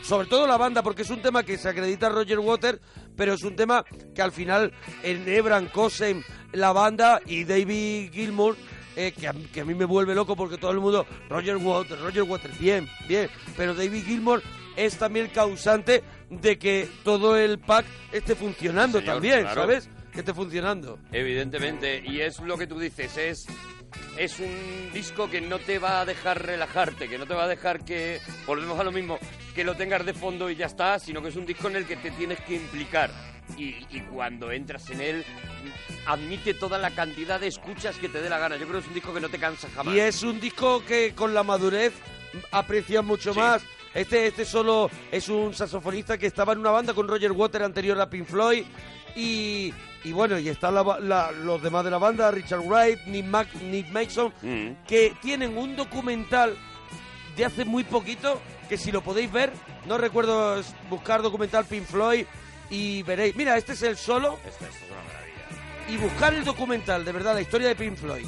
Speaker 1: sobre todo la banda, porque es un tema que se acredita a Roger Waters, pero es un tema que al final enhebran Cosem, la banda y David Gilmour, eh, que, a, que a mí me vuelve loco porque todo el mundo, Roger Waters, Roger Waters, bien, bien, pero David Gilmour es también el causante de que todo el pack esté funcionando
Speaker 2: Señor,
Speaker 1: también,
Speaker 2: claro.
Speaker 1: ¿sabes? Que esté funcionando.
Speaker 2: Evidentemente, y es lo que tú dices, es, es un disco que no te va a dejar relajarte, que no te va a dejar que, volvemos a lo mismo, que lo tengas de fondo y ya está, sino que es un disco en el que te tienes que implicar. Y, y cuando entras en él, admite toda la cantidad de escuchas que te dé la gana. Yo creo que es un disco que no te cansa jamás.
Speaker 1: Y es un disco que con la madurez aprecias mucho más. Este, este solo es un saxofonista que estaba en una banda con Roger Water anterior a Pink Floyd. Y, y bueno, y están la ba- la- los demás de la banda, Richard Wright, Nick, Mac- Nick Mason,
Speaker 2: Mm.
Speaker 1: que tienen un documental de hace muy poquito, que si lo podéis ver, no recuerdo es buscar documental Pink Floyd y veréis. Mira, este es el solo
Speaker 2: Esto, esto es una maravilla.
Speaker 1: y buscar el documental, de verdad, la historia de Pink Floyd.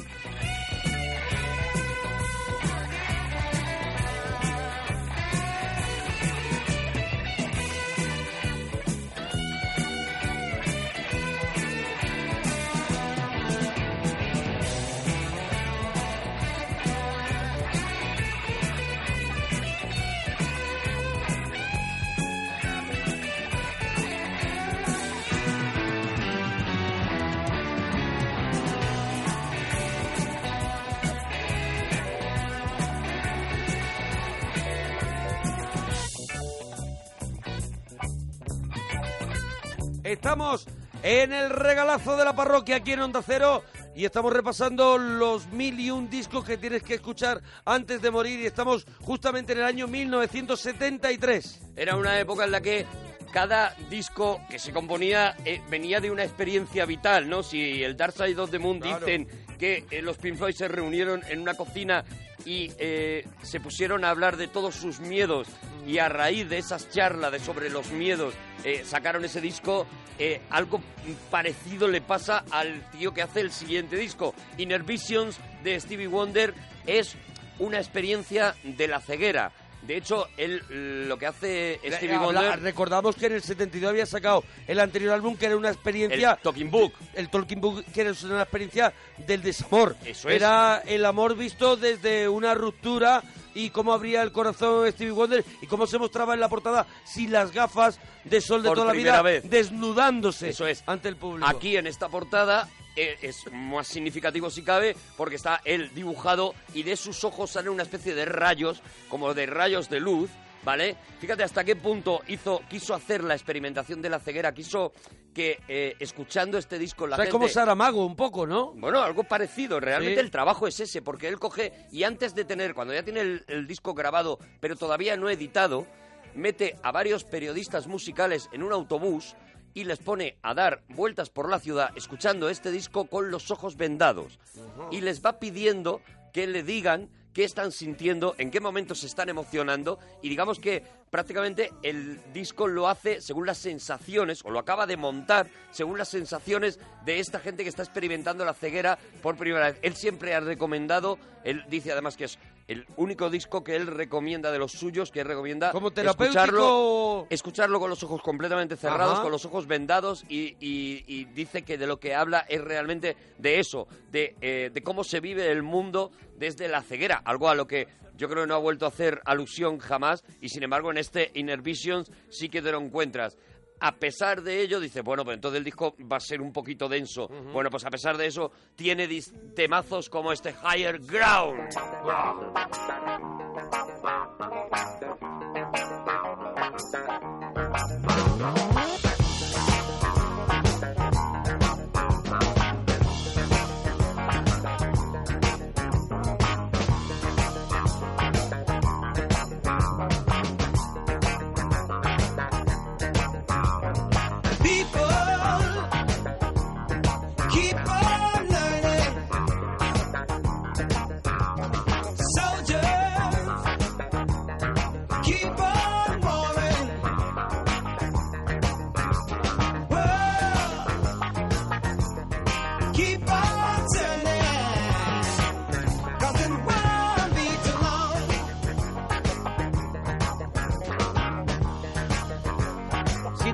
Speaker 1: Estamos en el regalazo de la parroquia aquí en Onda Cero y estamos repasando los mil y un discos que tienes que escuchar antes de morir y estamos justamente en el año 1973.
Speaker 2: Era una época en la que cada disco que se componía eh, venía de una experiencia vital, ¿no? Si el Dark Side of the Moon
Speaker 1: Claro.
Speaker 2: dicen que eh, los Pink Floyd se reunieron en una cocina y eh, se pusieron a hablar de todos sus miedos y a raíz de esas charlas de sobre los miedos eh, sacaron ese disco, eh, algo parecido le pasa al tío que hace el siguiente disco. Inner Visions de Stevie Wonder es una experiencia de la ceguera. De hecho, él lo que hace
Speaker 1: Eh,
Speaker 2: Stevie
Speaker 1: habla-
Speaker 2: Wonder...
Speaker 1: Recordamos que en el 72 había sacado el anterior álbum que era una experiencia...
Speaker 2: El Talking Book.
Speaker 1: El Talking Book que era una experiencia del desamor.
Speaker 2: Eso es.
Speaker 1: Era el amor visto desde una ruptura y cómo abría el corazón Stevie Wonder y cómo se mostraba en la portada sin las gafas de sol de
Speaker 2: Por
Speaker 1: toda la
Speaker 2: primera
Speaker 1: vida
Speaker 2: vez.
Speaker 1: desnudándose
Speaker 2: Eso es.
Speaker 1: ante el público.
Speaker 2: Aquí en esta portada eh, es más significativo si cabe porque está él dibujado y de sus ojos salen una especie de rayos, como de rayos de luz, ¿vale? Fíjate hasta qué punto hizo, quiso hacer la experimentación de la ceguera, quiso que eh, escuchando este disco
Speaker 1: O
Speaker 2: la
Speaker 1: sea, es
Speaker 2: gente...
Speaker 1: como Saramago un poco, ¿no?
Speaker 2: Bueno, algo parecido. Realmente
Speaker 1: Sí.
Speaker 2: el trabajo es ese, porque él coge y antes de tener, cuando ya tiene el, el disco grabado, pero todavía no editado, mete a varios periodistas musicales en un autobús y les pone a dar vueltas por la ciudad escuchando este disco con los ojos vendados. Y les va pidiendo que le digan qué están sintiendo, en qué momento se están emocionando y digamos que prácticamente el disco lo hace según las sensaciones o lo acaba de montar según las sensaciones de esta gente que está experimentando la ceguera por primera vez. Él siempre ha recomendado, él dice además que es el único disco que él recomienda de los suyos, que él recomienda
Speaker 1: Como
Speaker 2: escucharlo,
Speaker 1: terapéutico-
Speaker 2: escucharlo con los ojos completamente cerrados,
Speaker 1: Ajá.
Speaker 2: con los ojos vendados y, y- y dice que de lo que habla es realmente de eso, de, eh, de cómo se vive el mundo desde la ceguera, algo a lo que yo creo que no ha vuelto a hacer alusión jamás y sin embargo en este Inner Visions sí que te lo encuentras. A pesar de ello, dice, bueno, pues entonces el disco va a ser un poquito denso. Bueno, pues a pesar de eso, tiene dis- temazos como este Higher Ground.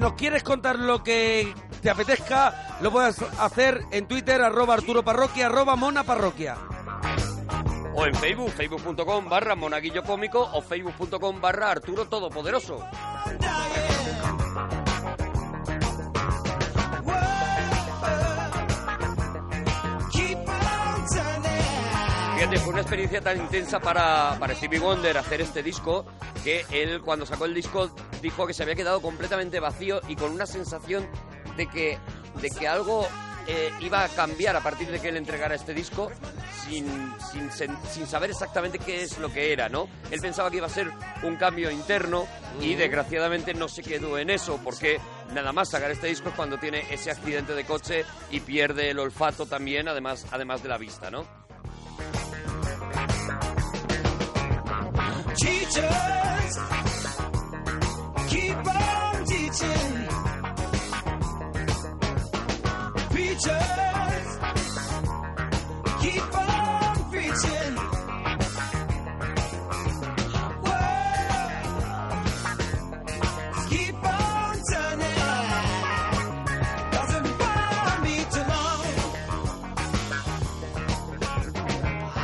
Speaker 1: nos quieres contar lo que te apetezca, lo puedes hacer en Twitter, arroba Arturo Parroquia, arroba Mona Parroquia.
Speaker 2: O en Facebook, facebook.com barra monaguillo cómico o facebook.com barra Arturo Todopoderoso.
Speaker 6: Keep on turning.
Speaker 2: Fíjate, fue una experiencia tan intensa para, para Stevie Wonder hacer este disco que él cuando sacó el disco dijo que se había quedado completamente vacío y con una sensación de que, de que algo eh, iba a cambiar a partir de que él entregara este disco sin, sin, sen- sin saber exactamente qué es lo que era, ¿no? Él pensaba que iba a ser un cambio interno y
Speaker 1: Ujú.
Speaker 2: desgraciadamente no se quedó en eso porque nada más sacar este disco es cuando tiene ese accidente de coche y pierde el olfato también, además, además de la vista, ¿no?
Speaker 6: Teachers, keep on teaching. Preachers, keep on preaching. Words, keep on turning. Doesn't bother me too long.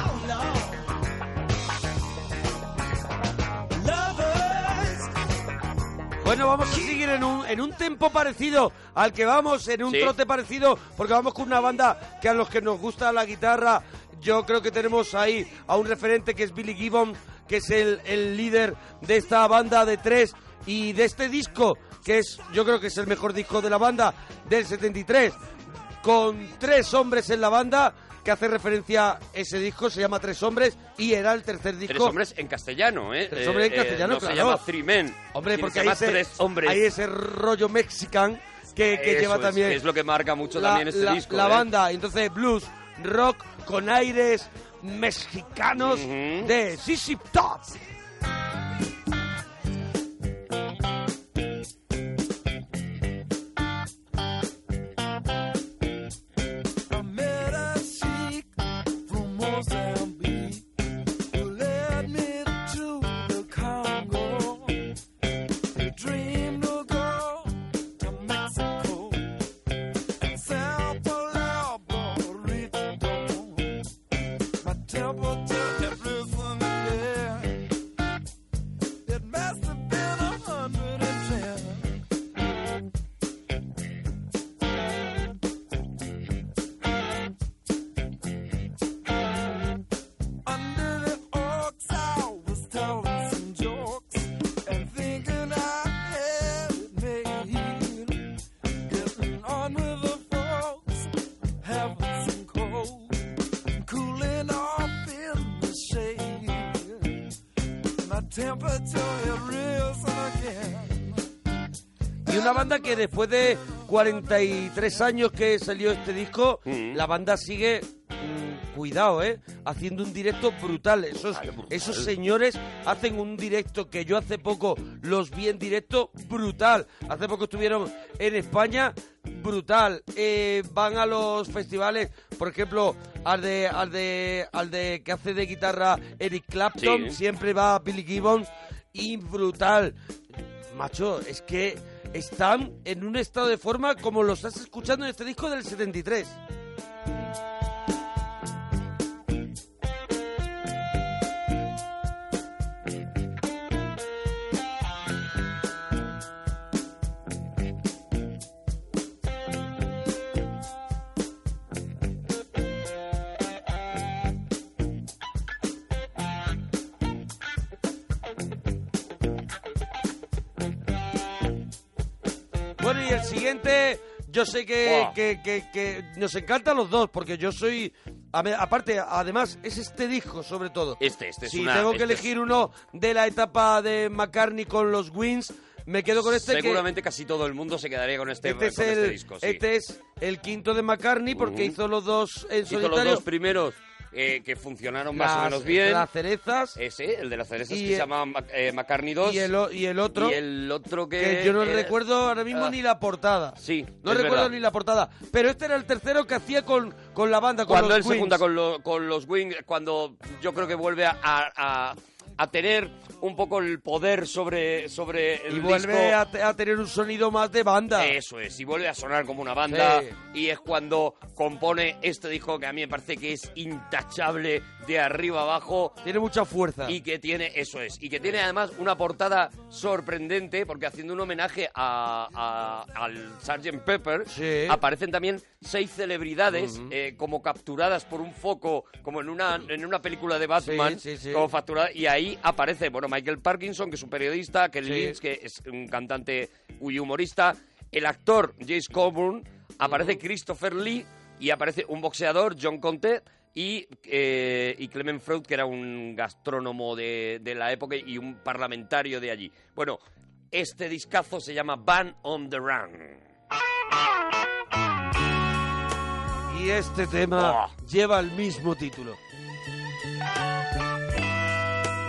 Speaker 6: Oh, Lord.
Speaker 1: Bueno, vamos a seguir en un, en un tempo parecido al que vamos, en un trote parecido, porque vamos con una banda que a los que nos gusta la guitarra, yo creo que tenemos ahí a un referente que es Billy Gibbon, que es el, el líder de esta banda de tres y de este disco, que es yo creo que es el mejor disco de la banda del 73, con tres hombres en la banda que hace referencia a ese disco, se llama Tres Hombres y era el tercer disco.
Speaker 2: Tres hombres en castellano, ¿eh?
Speaker 1: Tres hombres en
Speaker 2: Eh, eh,
Speaker 1: castellano,
Speaker 2: no
Speaker 1: claro.
Speaker 2: se llama Three Men.
Speaker 1: Hombre,
Speaker 2: sino
Speaker 1: porque
Speaker 2: se
Speaker 1: hay
Speaker 2: llama
Speaker 1: ese,
Speaker 2: Tres Hombres.
Speaker 1: hay ese rollo mexican que, que
Speaker 2: Eso
Speaker 1: lleva
Speaker 2: es,
Speaker 1: también
Speaker 2: que es lo que marca mucho
Speaker 1: la,
Speaker 2: también este
Speaker 1: la-
Speaker 2: disco.
Speaker 1: la
Speaker 2: ¿eh?
Speaker 1: banda. Entonces, blues, rock con aires mexicanos de Sissy Top.
Speaker 6: I met a chick from Mozambique who led me to the Congo. Dreamed of go to Mexico and Sao Paulo, Puerto Rico. My temperature kept risen there. It must have been a hundred and ten. Under the oaks, I was telling some jokes and thinking I had it made. Getting on with the folks, having some cold, cooling off in the shade. My temperature had risen again.
Speaker 1: Y una banda que después de 43 años que salió este disco, la banda sigue, mm, cuidado, ¿eh? Haciendo un directo brutal. Esos, esos señores hacen un directo que yo hace poco los vi en directo brutal. Hace poco estuvieron en España brutal. Eh, van a los festivales, por ejemplo, al de, al de, al de que hace de guitarra Eric Clapton,
Speaker 2: Sí.
Speaker 1: siempre va Billy Gibbons y brutal. Macho, es que están en un estado de forma como los estás escuchando en este disco del 73. Bueno, y el siguiente, yo sé que,
Speaker 2: Buah.
Speaker 1: que- que- que nos encantan los dos, porque yo soy... a me- Aparte, además, es este disco sobre todo.
Speaker 2: Este, este es
Speaker 1: si
Speaker 2: una-
Speaker 1: tengo que
Speaker 2: este es-
Speaker 1: elegir uno de la etapa de McCartney con los Wings, me quedo con este que-
Speaker 2: Seguramente casi todo el mundo se quedaría con este,
Speaker 1: Este es,
Speaker 2: con
Speaker 1: el,
Speaker 2: este disco. sí.
Speaker 1: este es el quinto de McCartney porque
Speaker 2: Ujú.
Speaker 1: hizo los dos en
Speaker 2: Hizo
Speaker 1: solitario.
Speaker 2: los dos primeros eh, que funcionaron más o
Speaker 1: Las-
Speaker 2: menos bien. Eh,
Speaker 1: las cerezas.
Speaker 2: Ese, el de las cerezas
Speaker 1: Y
Speaker 2: que
Speaker 1: el-
Speaker 2: se llama Ma- eh, McCartney 2.
Speaker 1: y el o- y el otro-
Speaker 2: Y el otro que.
Speaker 1: que yo no
Speaker 2: eh,
Speaker 1: recuerdo ahora mismo
Speaker 2: ah,
Speaker 1: ni la portada.
Speaker 2: Sí,
Speaker 1: No
Speaker 2: es
Speaker 1: recuerdo
Speaker 2: verdad.
Speaker 1: ni la portada. Pero este era el tercero que hacía con, con la banda, con
Speaker 2: Cuando
Speaker 1: los
Speaker 2: él se
Speaker 1: Queens.
Speaker 2: junta con, lo- con los Wings, cuando yo creo que vuelve a, a- a- a tener un poco el poder sobre, sobre el
Speaker 1: Y vuelve
Speaker 2: disco.
Speaker 1: a, te- a tener un sonido más de banda.
Speaker 2: Eso es, y vuelve a sonar como una banda.
Speaker 1: Sí.
Speaker 2: Y es cuando compone este disco que a mí me parece que es intachable de arriba abajo.
Speaker 1: Tiene mucha fuerza.
Speaker 2: Y que tiene, eso es, y que tiene además una portada sorprendente porque haciendo un homenaje a, a- al Sgt. Pepper aparecen también seis celebridades
Speaker 1: Ujú.
Speaker 2: eh, como capturadas por un foco, como en una, en una película de Batman,
Speaker 1: Sí, sí, sí.
Speaker 2: como facturada, y ahí aparece, bueno, Michael Parkinson, que es un periodista, Ken
Speaker 1: Sí.
Speaker 2: Lynch, que es un cantante y humorista, el actor Jace Coburn, aparece Christopher Lee y aparece un boxeador, John Conte, y, eh, y Clement Freud, que era un gastrónomo de, de la época y un parlamentario de allí. Bueno, este discazo se llama Van on the Run.
Speaker 1: Y este tema lleva el mismo título.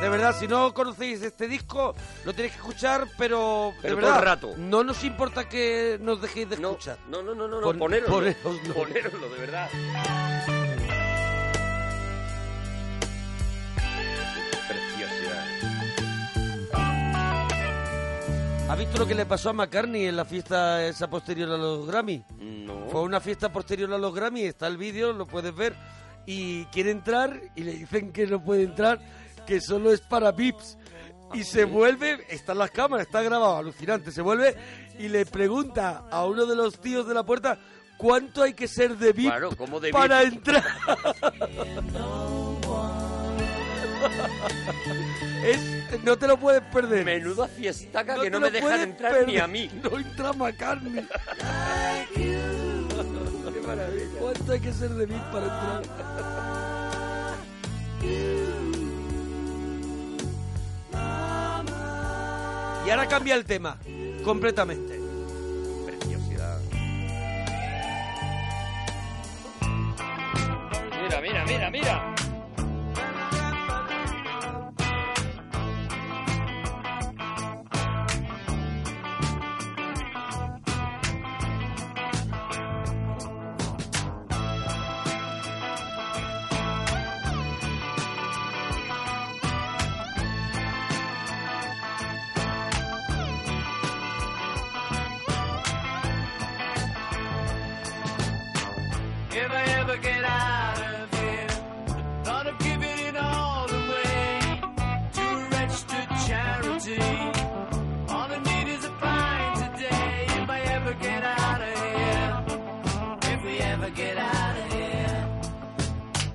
Speaker 1: De verdad, si no conocéis este disco, lo tenéis que escuchar, pero,
Speaker 2: Pero
Speaker 1: de
Speaker 2: todo el
Speaker 1: verdad,
Speaker 2: rato.
Speaker 1: no nos importa que nos dejéis de escuchar.
Speaker 2: No, no, no, no, no,
Speaker 1: Pon-
Speaker 2: poneroslo,
Speaker 1: ponéroslo.
Speaker 2: ponéroslo, de verdad. Preciosidad.
Speaker 1: ¿Has visto lo que le pasó a McCartney en la fiesta esa posterior a los Grammy?
Speaker 2: No.
Speaker 1: Fue una fiesta posterior a los Grammy, está el vídeo, lo puedes ver. Y quiere entrar y le dicen que no puede entrar, que solo es para VIPs. Y se vuelve, están las cámaras, está grabado, alucinante, se vuelve y le pregunta a uno de los tíos de la puerta cuánto hay que ser de VIP
Speaker 2: Claro, ¿cómo de
Speaker 1: para
Speaker 2: VIP?
Speaker 1: entrar. (laughs) es, no te lo puedes perder.
Speaker 2: Menuda fiestaca
Speaker 1: No
Speaker 2: que no
Speaker 1: te
Speaker 2: me
Speaker 1: lo
Speaker 2: dejan
Speaker 1: puedes
Speaker 2: entrar ni
Speaker 1: perder.
Speaker 2: a mí.
Speaker 1: No entra
Speaker 2: (laughs)
Speaker 1: McCartney. Qué maravilla. ¿Cuánto hay que ser de mí para entrar? Y ahora cambia el tema. Completamente.
Speaker 2: Preciosidad. Mira, mira, mira, mira.
Speaker 6: If I ever get out of here, thought of giving it all away to a registered charity. All I need is a pint today. If I ever get out of here, if we ever get out of here.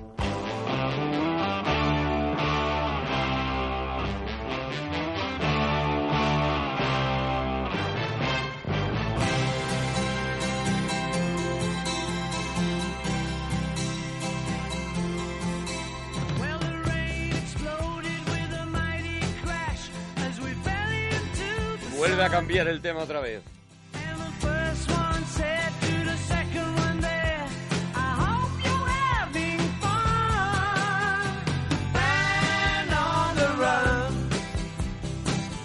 Speaker 6: Well, the rain exploded with a mighty crash as we fell into the
Speaker 2: Vuelve a cambiar el tema otra vez.
Speaker 6: First one said to the second one there, I hope you're having fun. Band on the run.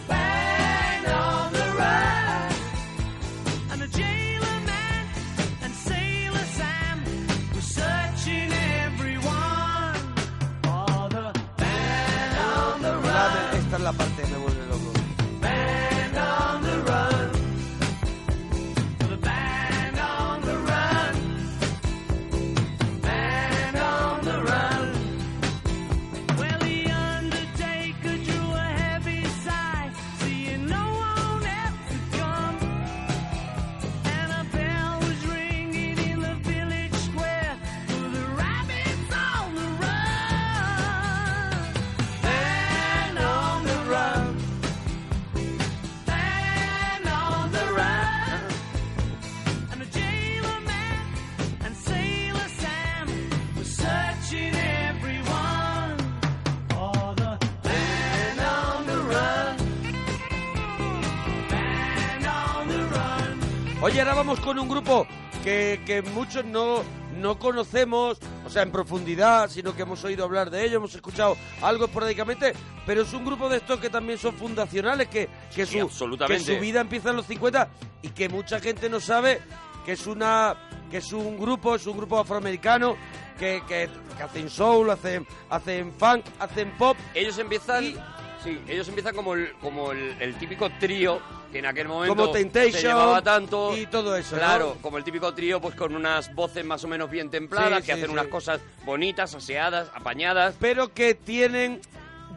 Speaker 6: Band on the run. And the jailer man and sailor Sam were searching everyone for the band on the run.
Speaker 1: Esta es la parte que me vuelve loco.
Speaker 6: Band on the run. The band on the run. Band on the run. Well, the undertaker drew a heavy sigh, seeing no one else had come. And a bell was ringing in the village square for the rabbits on the run. Band on the run. Man on the run. And the jailer man and sailor Sam were searching everyone for the man on the run. Man on the run.
Speaker 1: Oye, ahora vamos con un grupo que, que muchos no, no conocemos, o sea, en profundidad, sino que hemos oído hablar de ellos, hemos escuchado algo esporádicamente, pero es un grupo de estos que también son fundacionales, que, que,
Speaker 2: Sí,
Speaker 1: su,
Speaker 2: absolutamente.
Speaker 1: que su vida empieza en los 50 y que mucha gente no sabe que es una que es un grupo, es un grupo afroamericano que, que- que hacen soul, hacen, hacen funk, hacen pop.
Speaker 2: Ellos empiezan Sí, ellos empiezan como el, como el, el típico trío que en aquel momento
Speaker 1: Como
Speaker 2: se
Speaker 1: Temptation
Speaker 2: llamaba tanto
Speaker 1: y todo eso, ¿no?
Speaker 2: Claro, como el típico trío pues con unas voces más o menos bien templadas
Speaker 1: Sí,
Speaker 2: que
Speaker 1: sí,
Speaker 2: hacen
Speaker 1: sí.
Speaker 2: unas cosas bonitas, aseadas, apañadas.
Speaker 1: Pero que tienen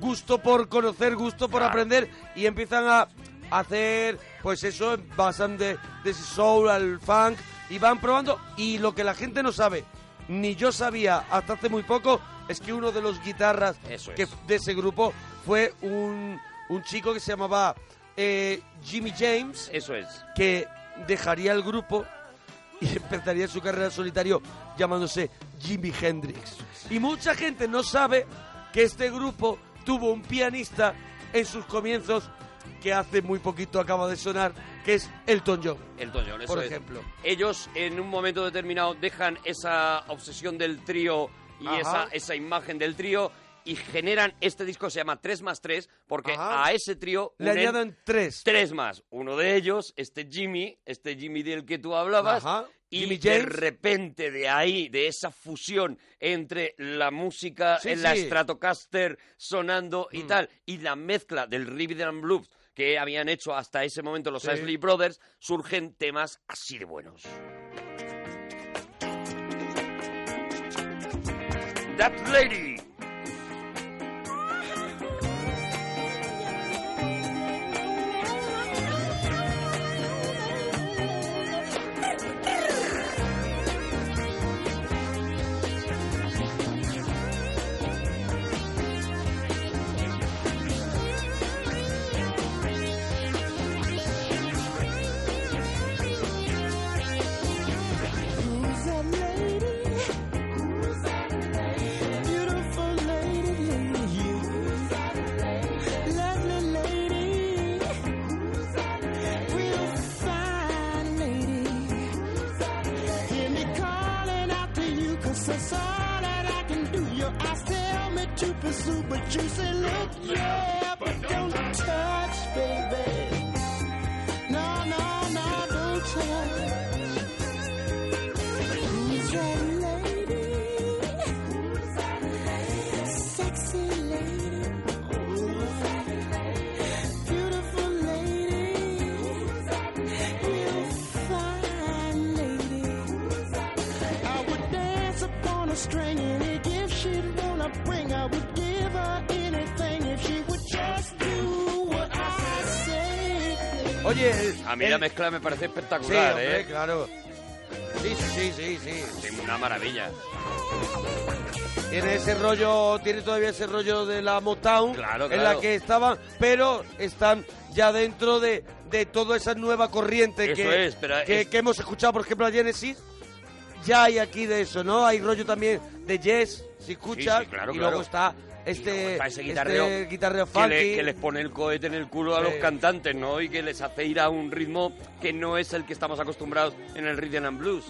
Speaker 1: gusto por conocer, gusto por aprender y empiezan a hacer, pues eso, pasan de, de soul al funk y van probando. Y lo que la gente no sabe, ni yo sabía hasta hace muy poco, es que uno de los guitarras que, de ese grupo fue un, un chico que se llamaba eh, Jimmy James.
Speaker 2: Eso es.
Speaker 1: Que dejaría el grupo y (laughs) empezaría su carrera en solitario llamándose Jimi Hendrix. Y mucha gente no sabe que este grupo tuvo un pianista en sus comienzos que hace muy poquito acaba de sonar, que es Elton John.
Speaker 2: El Toñón, eso
Speaker 1: Por
Speaker 2: es.
Speaker 1: ejemplo.
Speaker 2: Ellos en un momento determinado dejan esa obsesión del trío y
Speaker 1: Ajá.
Speaker 2: esa, esa imagen del trío y generan este disco que se llama 3 más 3 porque
Speaker 1: Ajá.
Speaker 2: a ese trío
Speaker 1: Le
Speaker 2: unen
Speaker 1: añaden tres.
Speaker 2: tres más. Uno de ellos, este Jimmy, este Jimmy del que tú hablabas.
Speaker 1: Ajá.
Speaker 2: Y
Speaker 1: Jimmy
Speaker 2: de
Speaker 1: James.
Speaker 2: repente de ahí, de esa fusión entre la música
Speaker 1: Sí,
Speaker 2: en la
Speaker 1: sí. Mm.
Speaker 2: Stratocaster sonando y tal, y la mezcla del rhythm and blues que habían hecho hasta ese momento los
Speaker 1: Sí.
Speaker 2: Ashley Brothers, surgen temas así de buenos. That Lady.
Speaker 6: Who's that lady? Who's that lady? Beautiful lady, lady. Who's that lady? Lovely lady. Who's that lady? Real fine lady. Who's that lady? Hear me calling out to you, cause that's all that I can do. Your eyes tell me to pursue, but you say, look, yeah, but don't touch, baby. No, no, no, don't touch. Who's that lady? Who's that lady? Sexy lady. Who's that lady? Beautiful lady. Who's that lady? Real fine lady. Who's that lady? I would dance upon a string and it if she'd wanna bring. I would give her anything if she would just do what I say.
Speaker 2: a mí la mezcla me parece
Speaker 1: Sí,
Speaker 2: espectacular,
Speaker 1: hombre,
Speaker 2: ¿eh?
Speaker 1: claro. Sí, sí, sí, sí, sí.
Speaker 2: Es Una maravilla.
Speaker 1: Tiene ese rollo, tiene todavía ese rollo de la Motown en la
Speaker 2: claro.
Speaker 1: que estaban, pero están ya dentro de, de toda esa nueva corriente
Speaker 2: Eso
Speaker 1: que,
Speaker 2: es, pero
Speaker 1: que,
Speaker 2: es-
Speaker 1: que hemos escuchado, por ejemplo, a Genesis. Ya hay aquí de eso, ¿no? Hay rollo también de jazz, si escuchas,
Speaker 2: Sí, sí, claro,
Speaker 1: y
Speaker 2: claro.
Speaker 1: luego está este,
Speaker 2: Para ese
Speaker 1: este
Speaker 2: guitarreo,
Speaker 1: guitarreo
Speaker 2: que, le-
Speaker 1: funky.
Speaker 2: que les pone el cohete en el culo a
Speaker 1: Sí.
Speaker 2: los cantantes, ¿no? Y que les hace ir a un ritmo que no es el que estamos acostumbrados en el rhythm and blues.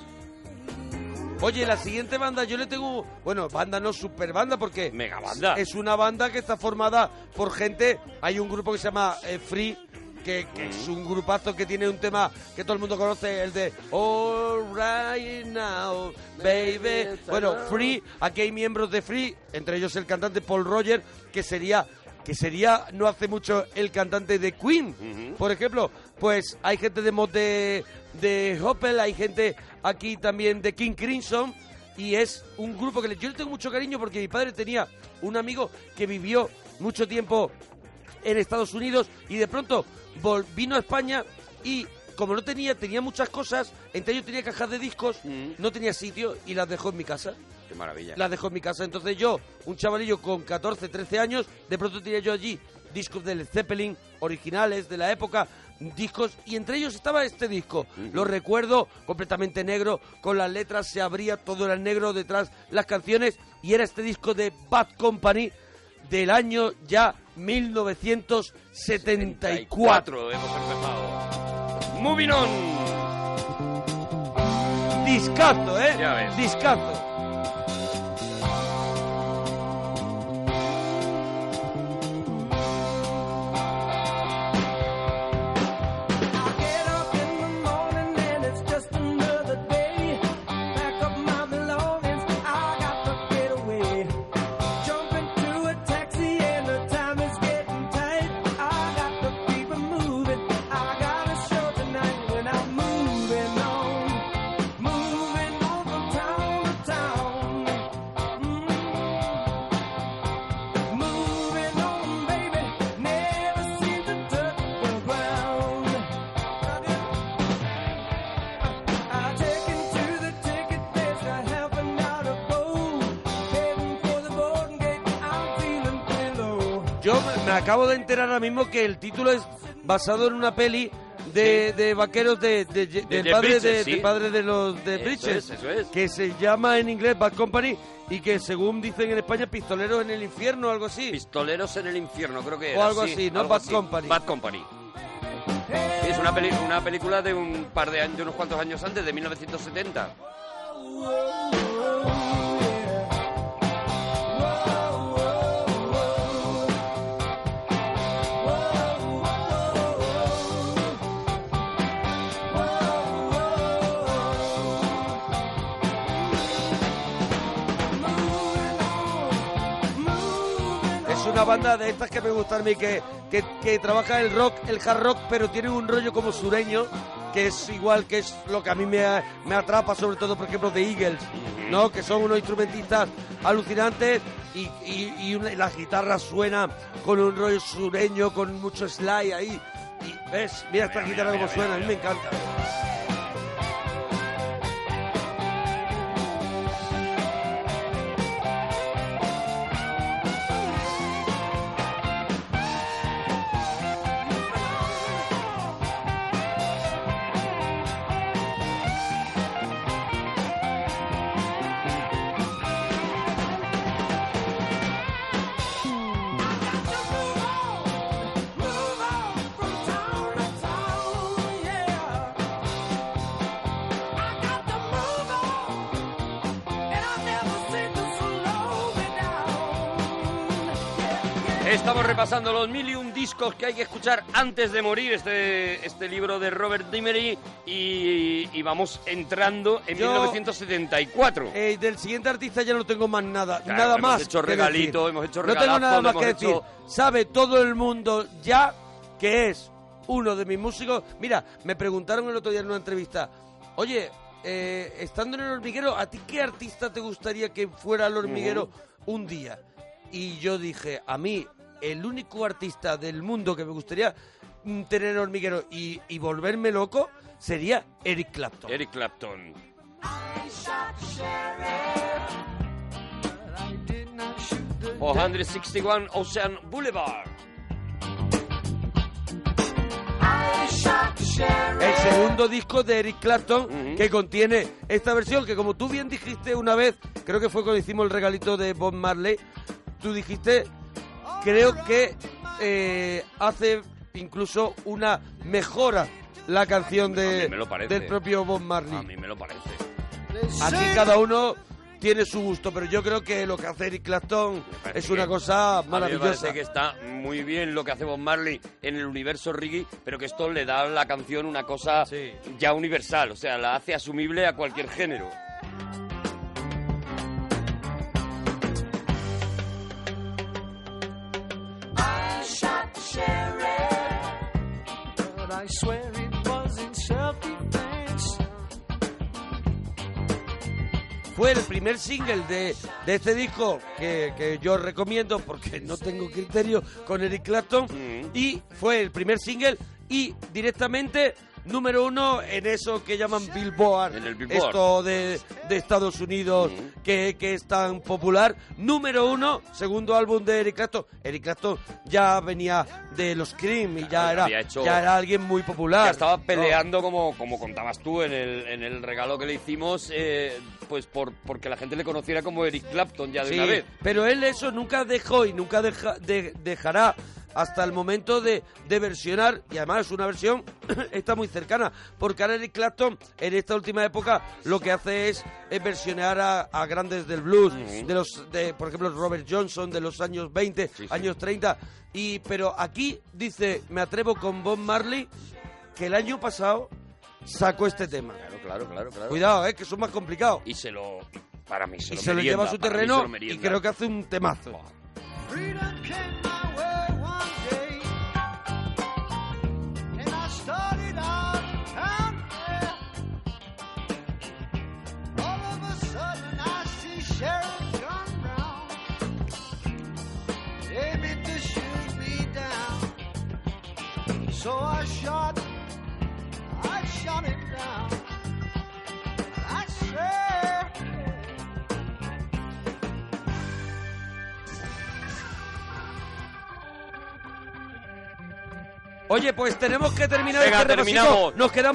Speaker 1: Oye, la siguiente banda yo le tengo, bueno, banda no super banda porque
Speaker 2: banda.
Speaker 1: es una banda que está formada por gente, hay un grupo que se llama eh, Free que, que es un grupazo que tiene un tema que todo el mundo conoce, el de All Right Now, Baby. Bueno, Free, aquí hay miembros de Free, entre ellos el cantante Paul Roger, que sería que sería no hace mucho el cantante de Queen. Por ejemplo, pues hay gente de mod de, de Hopper, hay gente aquí también de King Crimson. Y es un grupo que le- yo le tengo mucho cariño porque mi padre tenía un amigo que vivió mucho tiempo en Estados Unidos y de pronto vol- vino a España y como no tenía, tenía muchas cosas, entre ellos tenía cajas de discos, no tenía sitio y las dejó en mi casa.
Speaker 2: Qué maravilla.
Speaker 1: Las dejó en mi casa. Entonces yo, un chavalillo con 14, 13 años, de pronto tenía yo allí discos del Zeppelin, originales de la época, discos, y entre ellos estaba este disco. Lo recuerdo completamente negro, con las letras se abría, todo era negro detrás, las canciones, y era este disco de Bad Company del año ya 1974.
Speaker 2: Cuatro hemos empezado. Moving on.
Speaker 1: Discazo, ¿eh? Discazo.
Speaker 6: Get up in the morning and it's just another day. Pack up my belongings, I got to get away. Jump into a taxi and the time is getting tight. Mm-hmm.
Speaker 1: Yo me acabo de enterar ahora mismo que el título es basado en una peli de, de vaqueros de, de- de- del
Speaker 2: Jeff
Speaker 1: padre de,
Speaker 2: Bridges, sí.
Speaker 1: del padre de los de
Speaker 2: Eso
Speaker 1: Bridges,
Speaker 2: es, eso es.
Speaker 1: que se llama en inglés Bad Company y que según dicen en España Pistoleros en el infierno o algo así.
Speaker 2: Pistoleros en el infierno, creo que
Speaker 1: O
Speaker 2: era,
Speaker 1: algo
Speaker 2: sí,
Speaker 1: así, ¿no?
Speaker 2: algo
Speaker 1: Bad Company.
Speaker 2: Bad Company. Es una, peli- una película de un par de años, de unos cuantos años antes, de 1970.
Speaker 1: Es una banda de estas que me gusta a mí, que, que, que trabaja el rock, el hard rock, pero tiene un rollo como sureño, que es igual que es lo que a mí me, a- me atrapa, sobre todo, por ejemplo, de Eagles, ¿no? Que son unos instrumentistas alucinantes y, y- y una- y las guitarras suenan con un rollo sureño, con mucho slide ahí. Y ves, mira esta guitarra como suena, a mí me encanta.
Speaker 2: Estamos repasando los mil y un discos que hay que escuchar antes de morir, este, este libro de Robert Dimery, y, y vamos entrando en
Speaker 1: Yo-
Speaker 2: 1974.
Speaker 1: Eh, del siguiente artista ya no tengo más nada,
Speaker 2: Claro,
Speaker 1: nada
Speaker 2: hemos
Speaker 1: más.
Speaker 2: hecho
Speaker 1: que
Speaker 2: regalito,
Speaker 1: decir.
Speaker 2: hemos hecho
Speaker 1: No tengo nada
Speaker 2: regalazo,
Speaker 1: más
Speaker 2: hemos
Speaker 1: que
Speaker 2: hecho-
Speaker 1: decir. Sabe todo el mundo ya que es uno de mis músicos. Mira, me preguntaron el otro día en una entrevista, oye, eh, estando en el hormiguero, ¿a ti qué artista te gustaría que fuera el hormiguero un día? Y yo dije, a mí, el único artista del mundo que me gustaría mm, tener en el hormiguero y, y volverme loco sería Eric Clapton.
Speaker 2: Eric Clapton.
Speaker 6: Oh,
Speaker 2: 461 Ocean Boulevard.
Speaker 1: El segundo disco de Eric Clapton que contiene esta versión que como tú bien dijiste una vez, creo que fue cuando hicimos el regalito de Bob Marley, tú dijiste, creo que eh, hace incluso una mejora la canción de,
Speaker 2: me lo parece.
Speaker 1: del propio Bob Marley.
Speaker 2: A mí me lo parece.
Speaker 1: Aquí cada uno tiene su gusto, pero yo creo que lo que hace Eric Clapton es una cosa
Speaker 2: A mí me
Speaker 1: maravillosa.
Speaker 2: parece que está muy bien lo que hace Bob Marley en el universo reggae, pero que esto le da a la canción una cosa ya universal, o sea, la hace asumible a cualquier género.
Speaker 6: I shot the sheriff, but I swear it was in self-defense.
Speaker 1: Fue el primer single de, de este disco que, que yo recomiendo porque no tengo criterio con Eric Clapton.
Speaker 2: Mm.
Speaker 1: Y fue el primer single y directamente número uno en eso que llaman Billboard.
Speaker 2: En el Billboard.
Speaker 1: Esto de, de Estados Unidos que, que es tan popular. Número uno, segundo álbum de Eric Clapton. Eric Clapton ya venía de los Cream y ya,
Speaker 2: había
Speaker 1: era,
Speaker 2: hecho-
Speaker 1: ya era alguien muy popular.
Speaker 2: Ya Ah, estaba
Speaker 1: ¿no?
Speaker 2: peleando, como, como contabas tú en el, en el regalo que le hicimos, eh, pues por, porque la gente le conociera como Eric Clapton ya de
Speaker 1: Sí,
Speaker 2: una vez.
Speaker 1: Pero él eso nunca dejó y nunca deja- de- dejará hasta el momento de, de versionar, y además una versión (clears throat) está muy cercana, porque ahora Eric Clapton en esta última época lo que hace es, eh, versionar a, a grandes del blues, de los de, por ejemplo Robert Johnson de los años 20, años 30, y pero aquí dice, me atrevo con Bob Marley, que el año pasado sacó este tema.
Speaker 2: Claro, claro, claro, claro.
Speaker 1: Cuidado, eh, que son más complicados.
Speaker 2: Y se lo. Para mí se
Speaker 1: Y
Speaker 2: lo
Speaker 1: se lo lleva
Speaker 2: merienda,
Speaker 1: a su
Speaker 2: para mí
Speaker 1: terreno
Speaker 2: se lo
Speaker 1: y
Speaker 2: merienda.
Speaker 1: creo que hace un temazo.
Speaker 6: Freedom came my way one day, and I started out down there. All of a sudden, I see Sharon John Brown, aiming to shoot me down. So I shot, I shot him down. I swear.
Speaker 14: Oye, pues tenemos que terminar
Speaker 1: Venga,
Speaker 14: este repasito.
Speaker 1: terminamos.
Speaker 14: Nos quedamos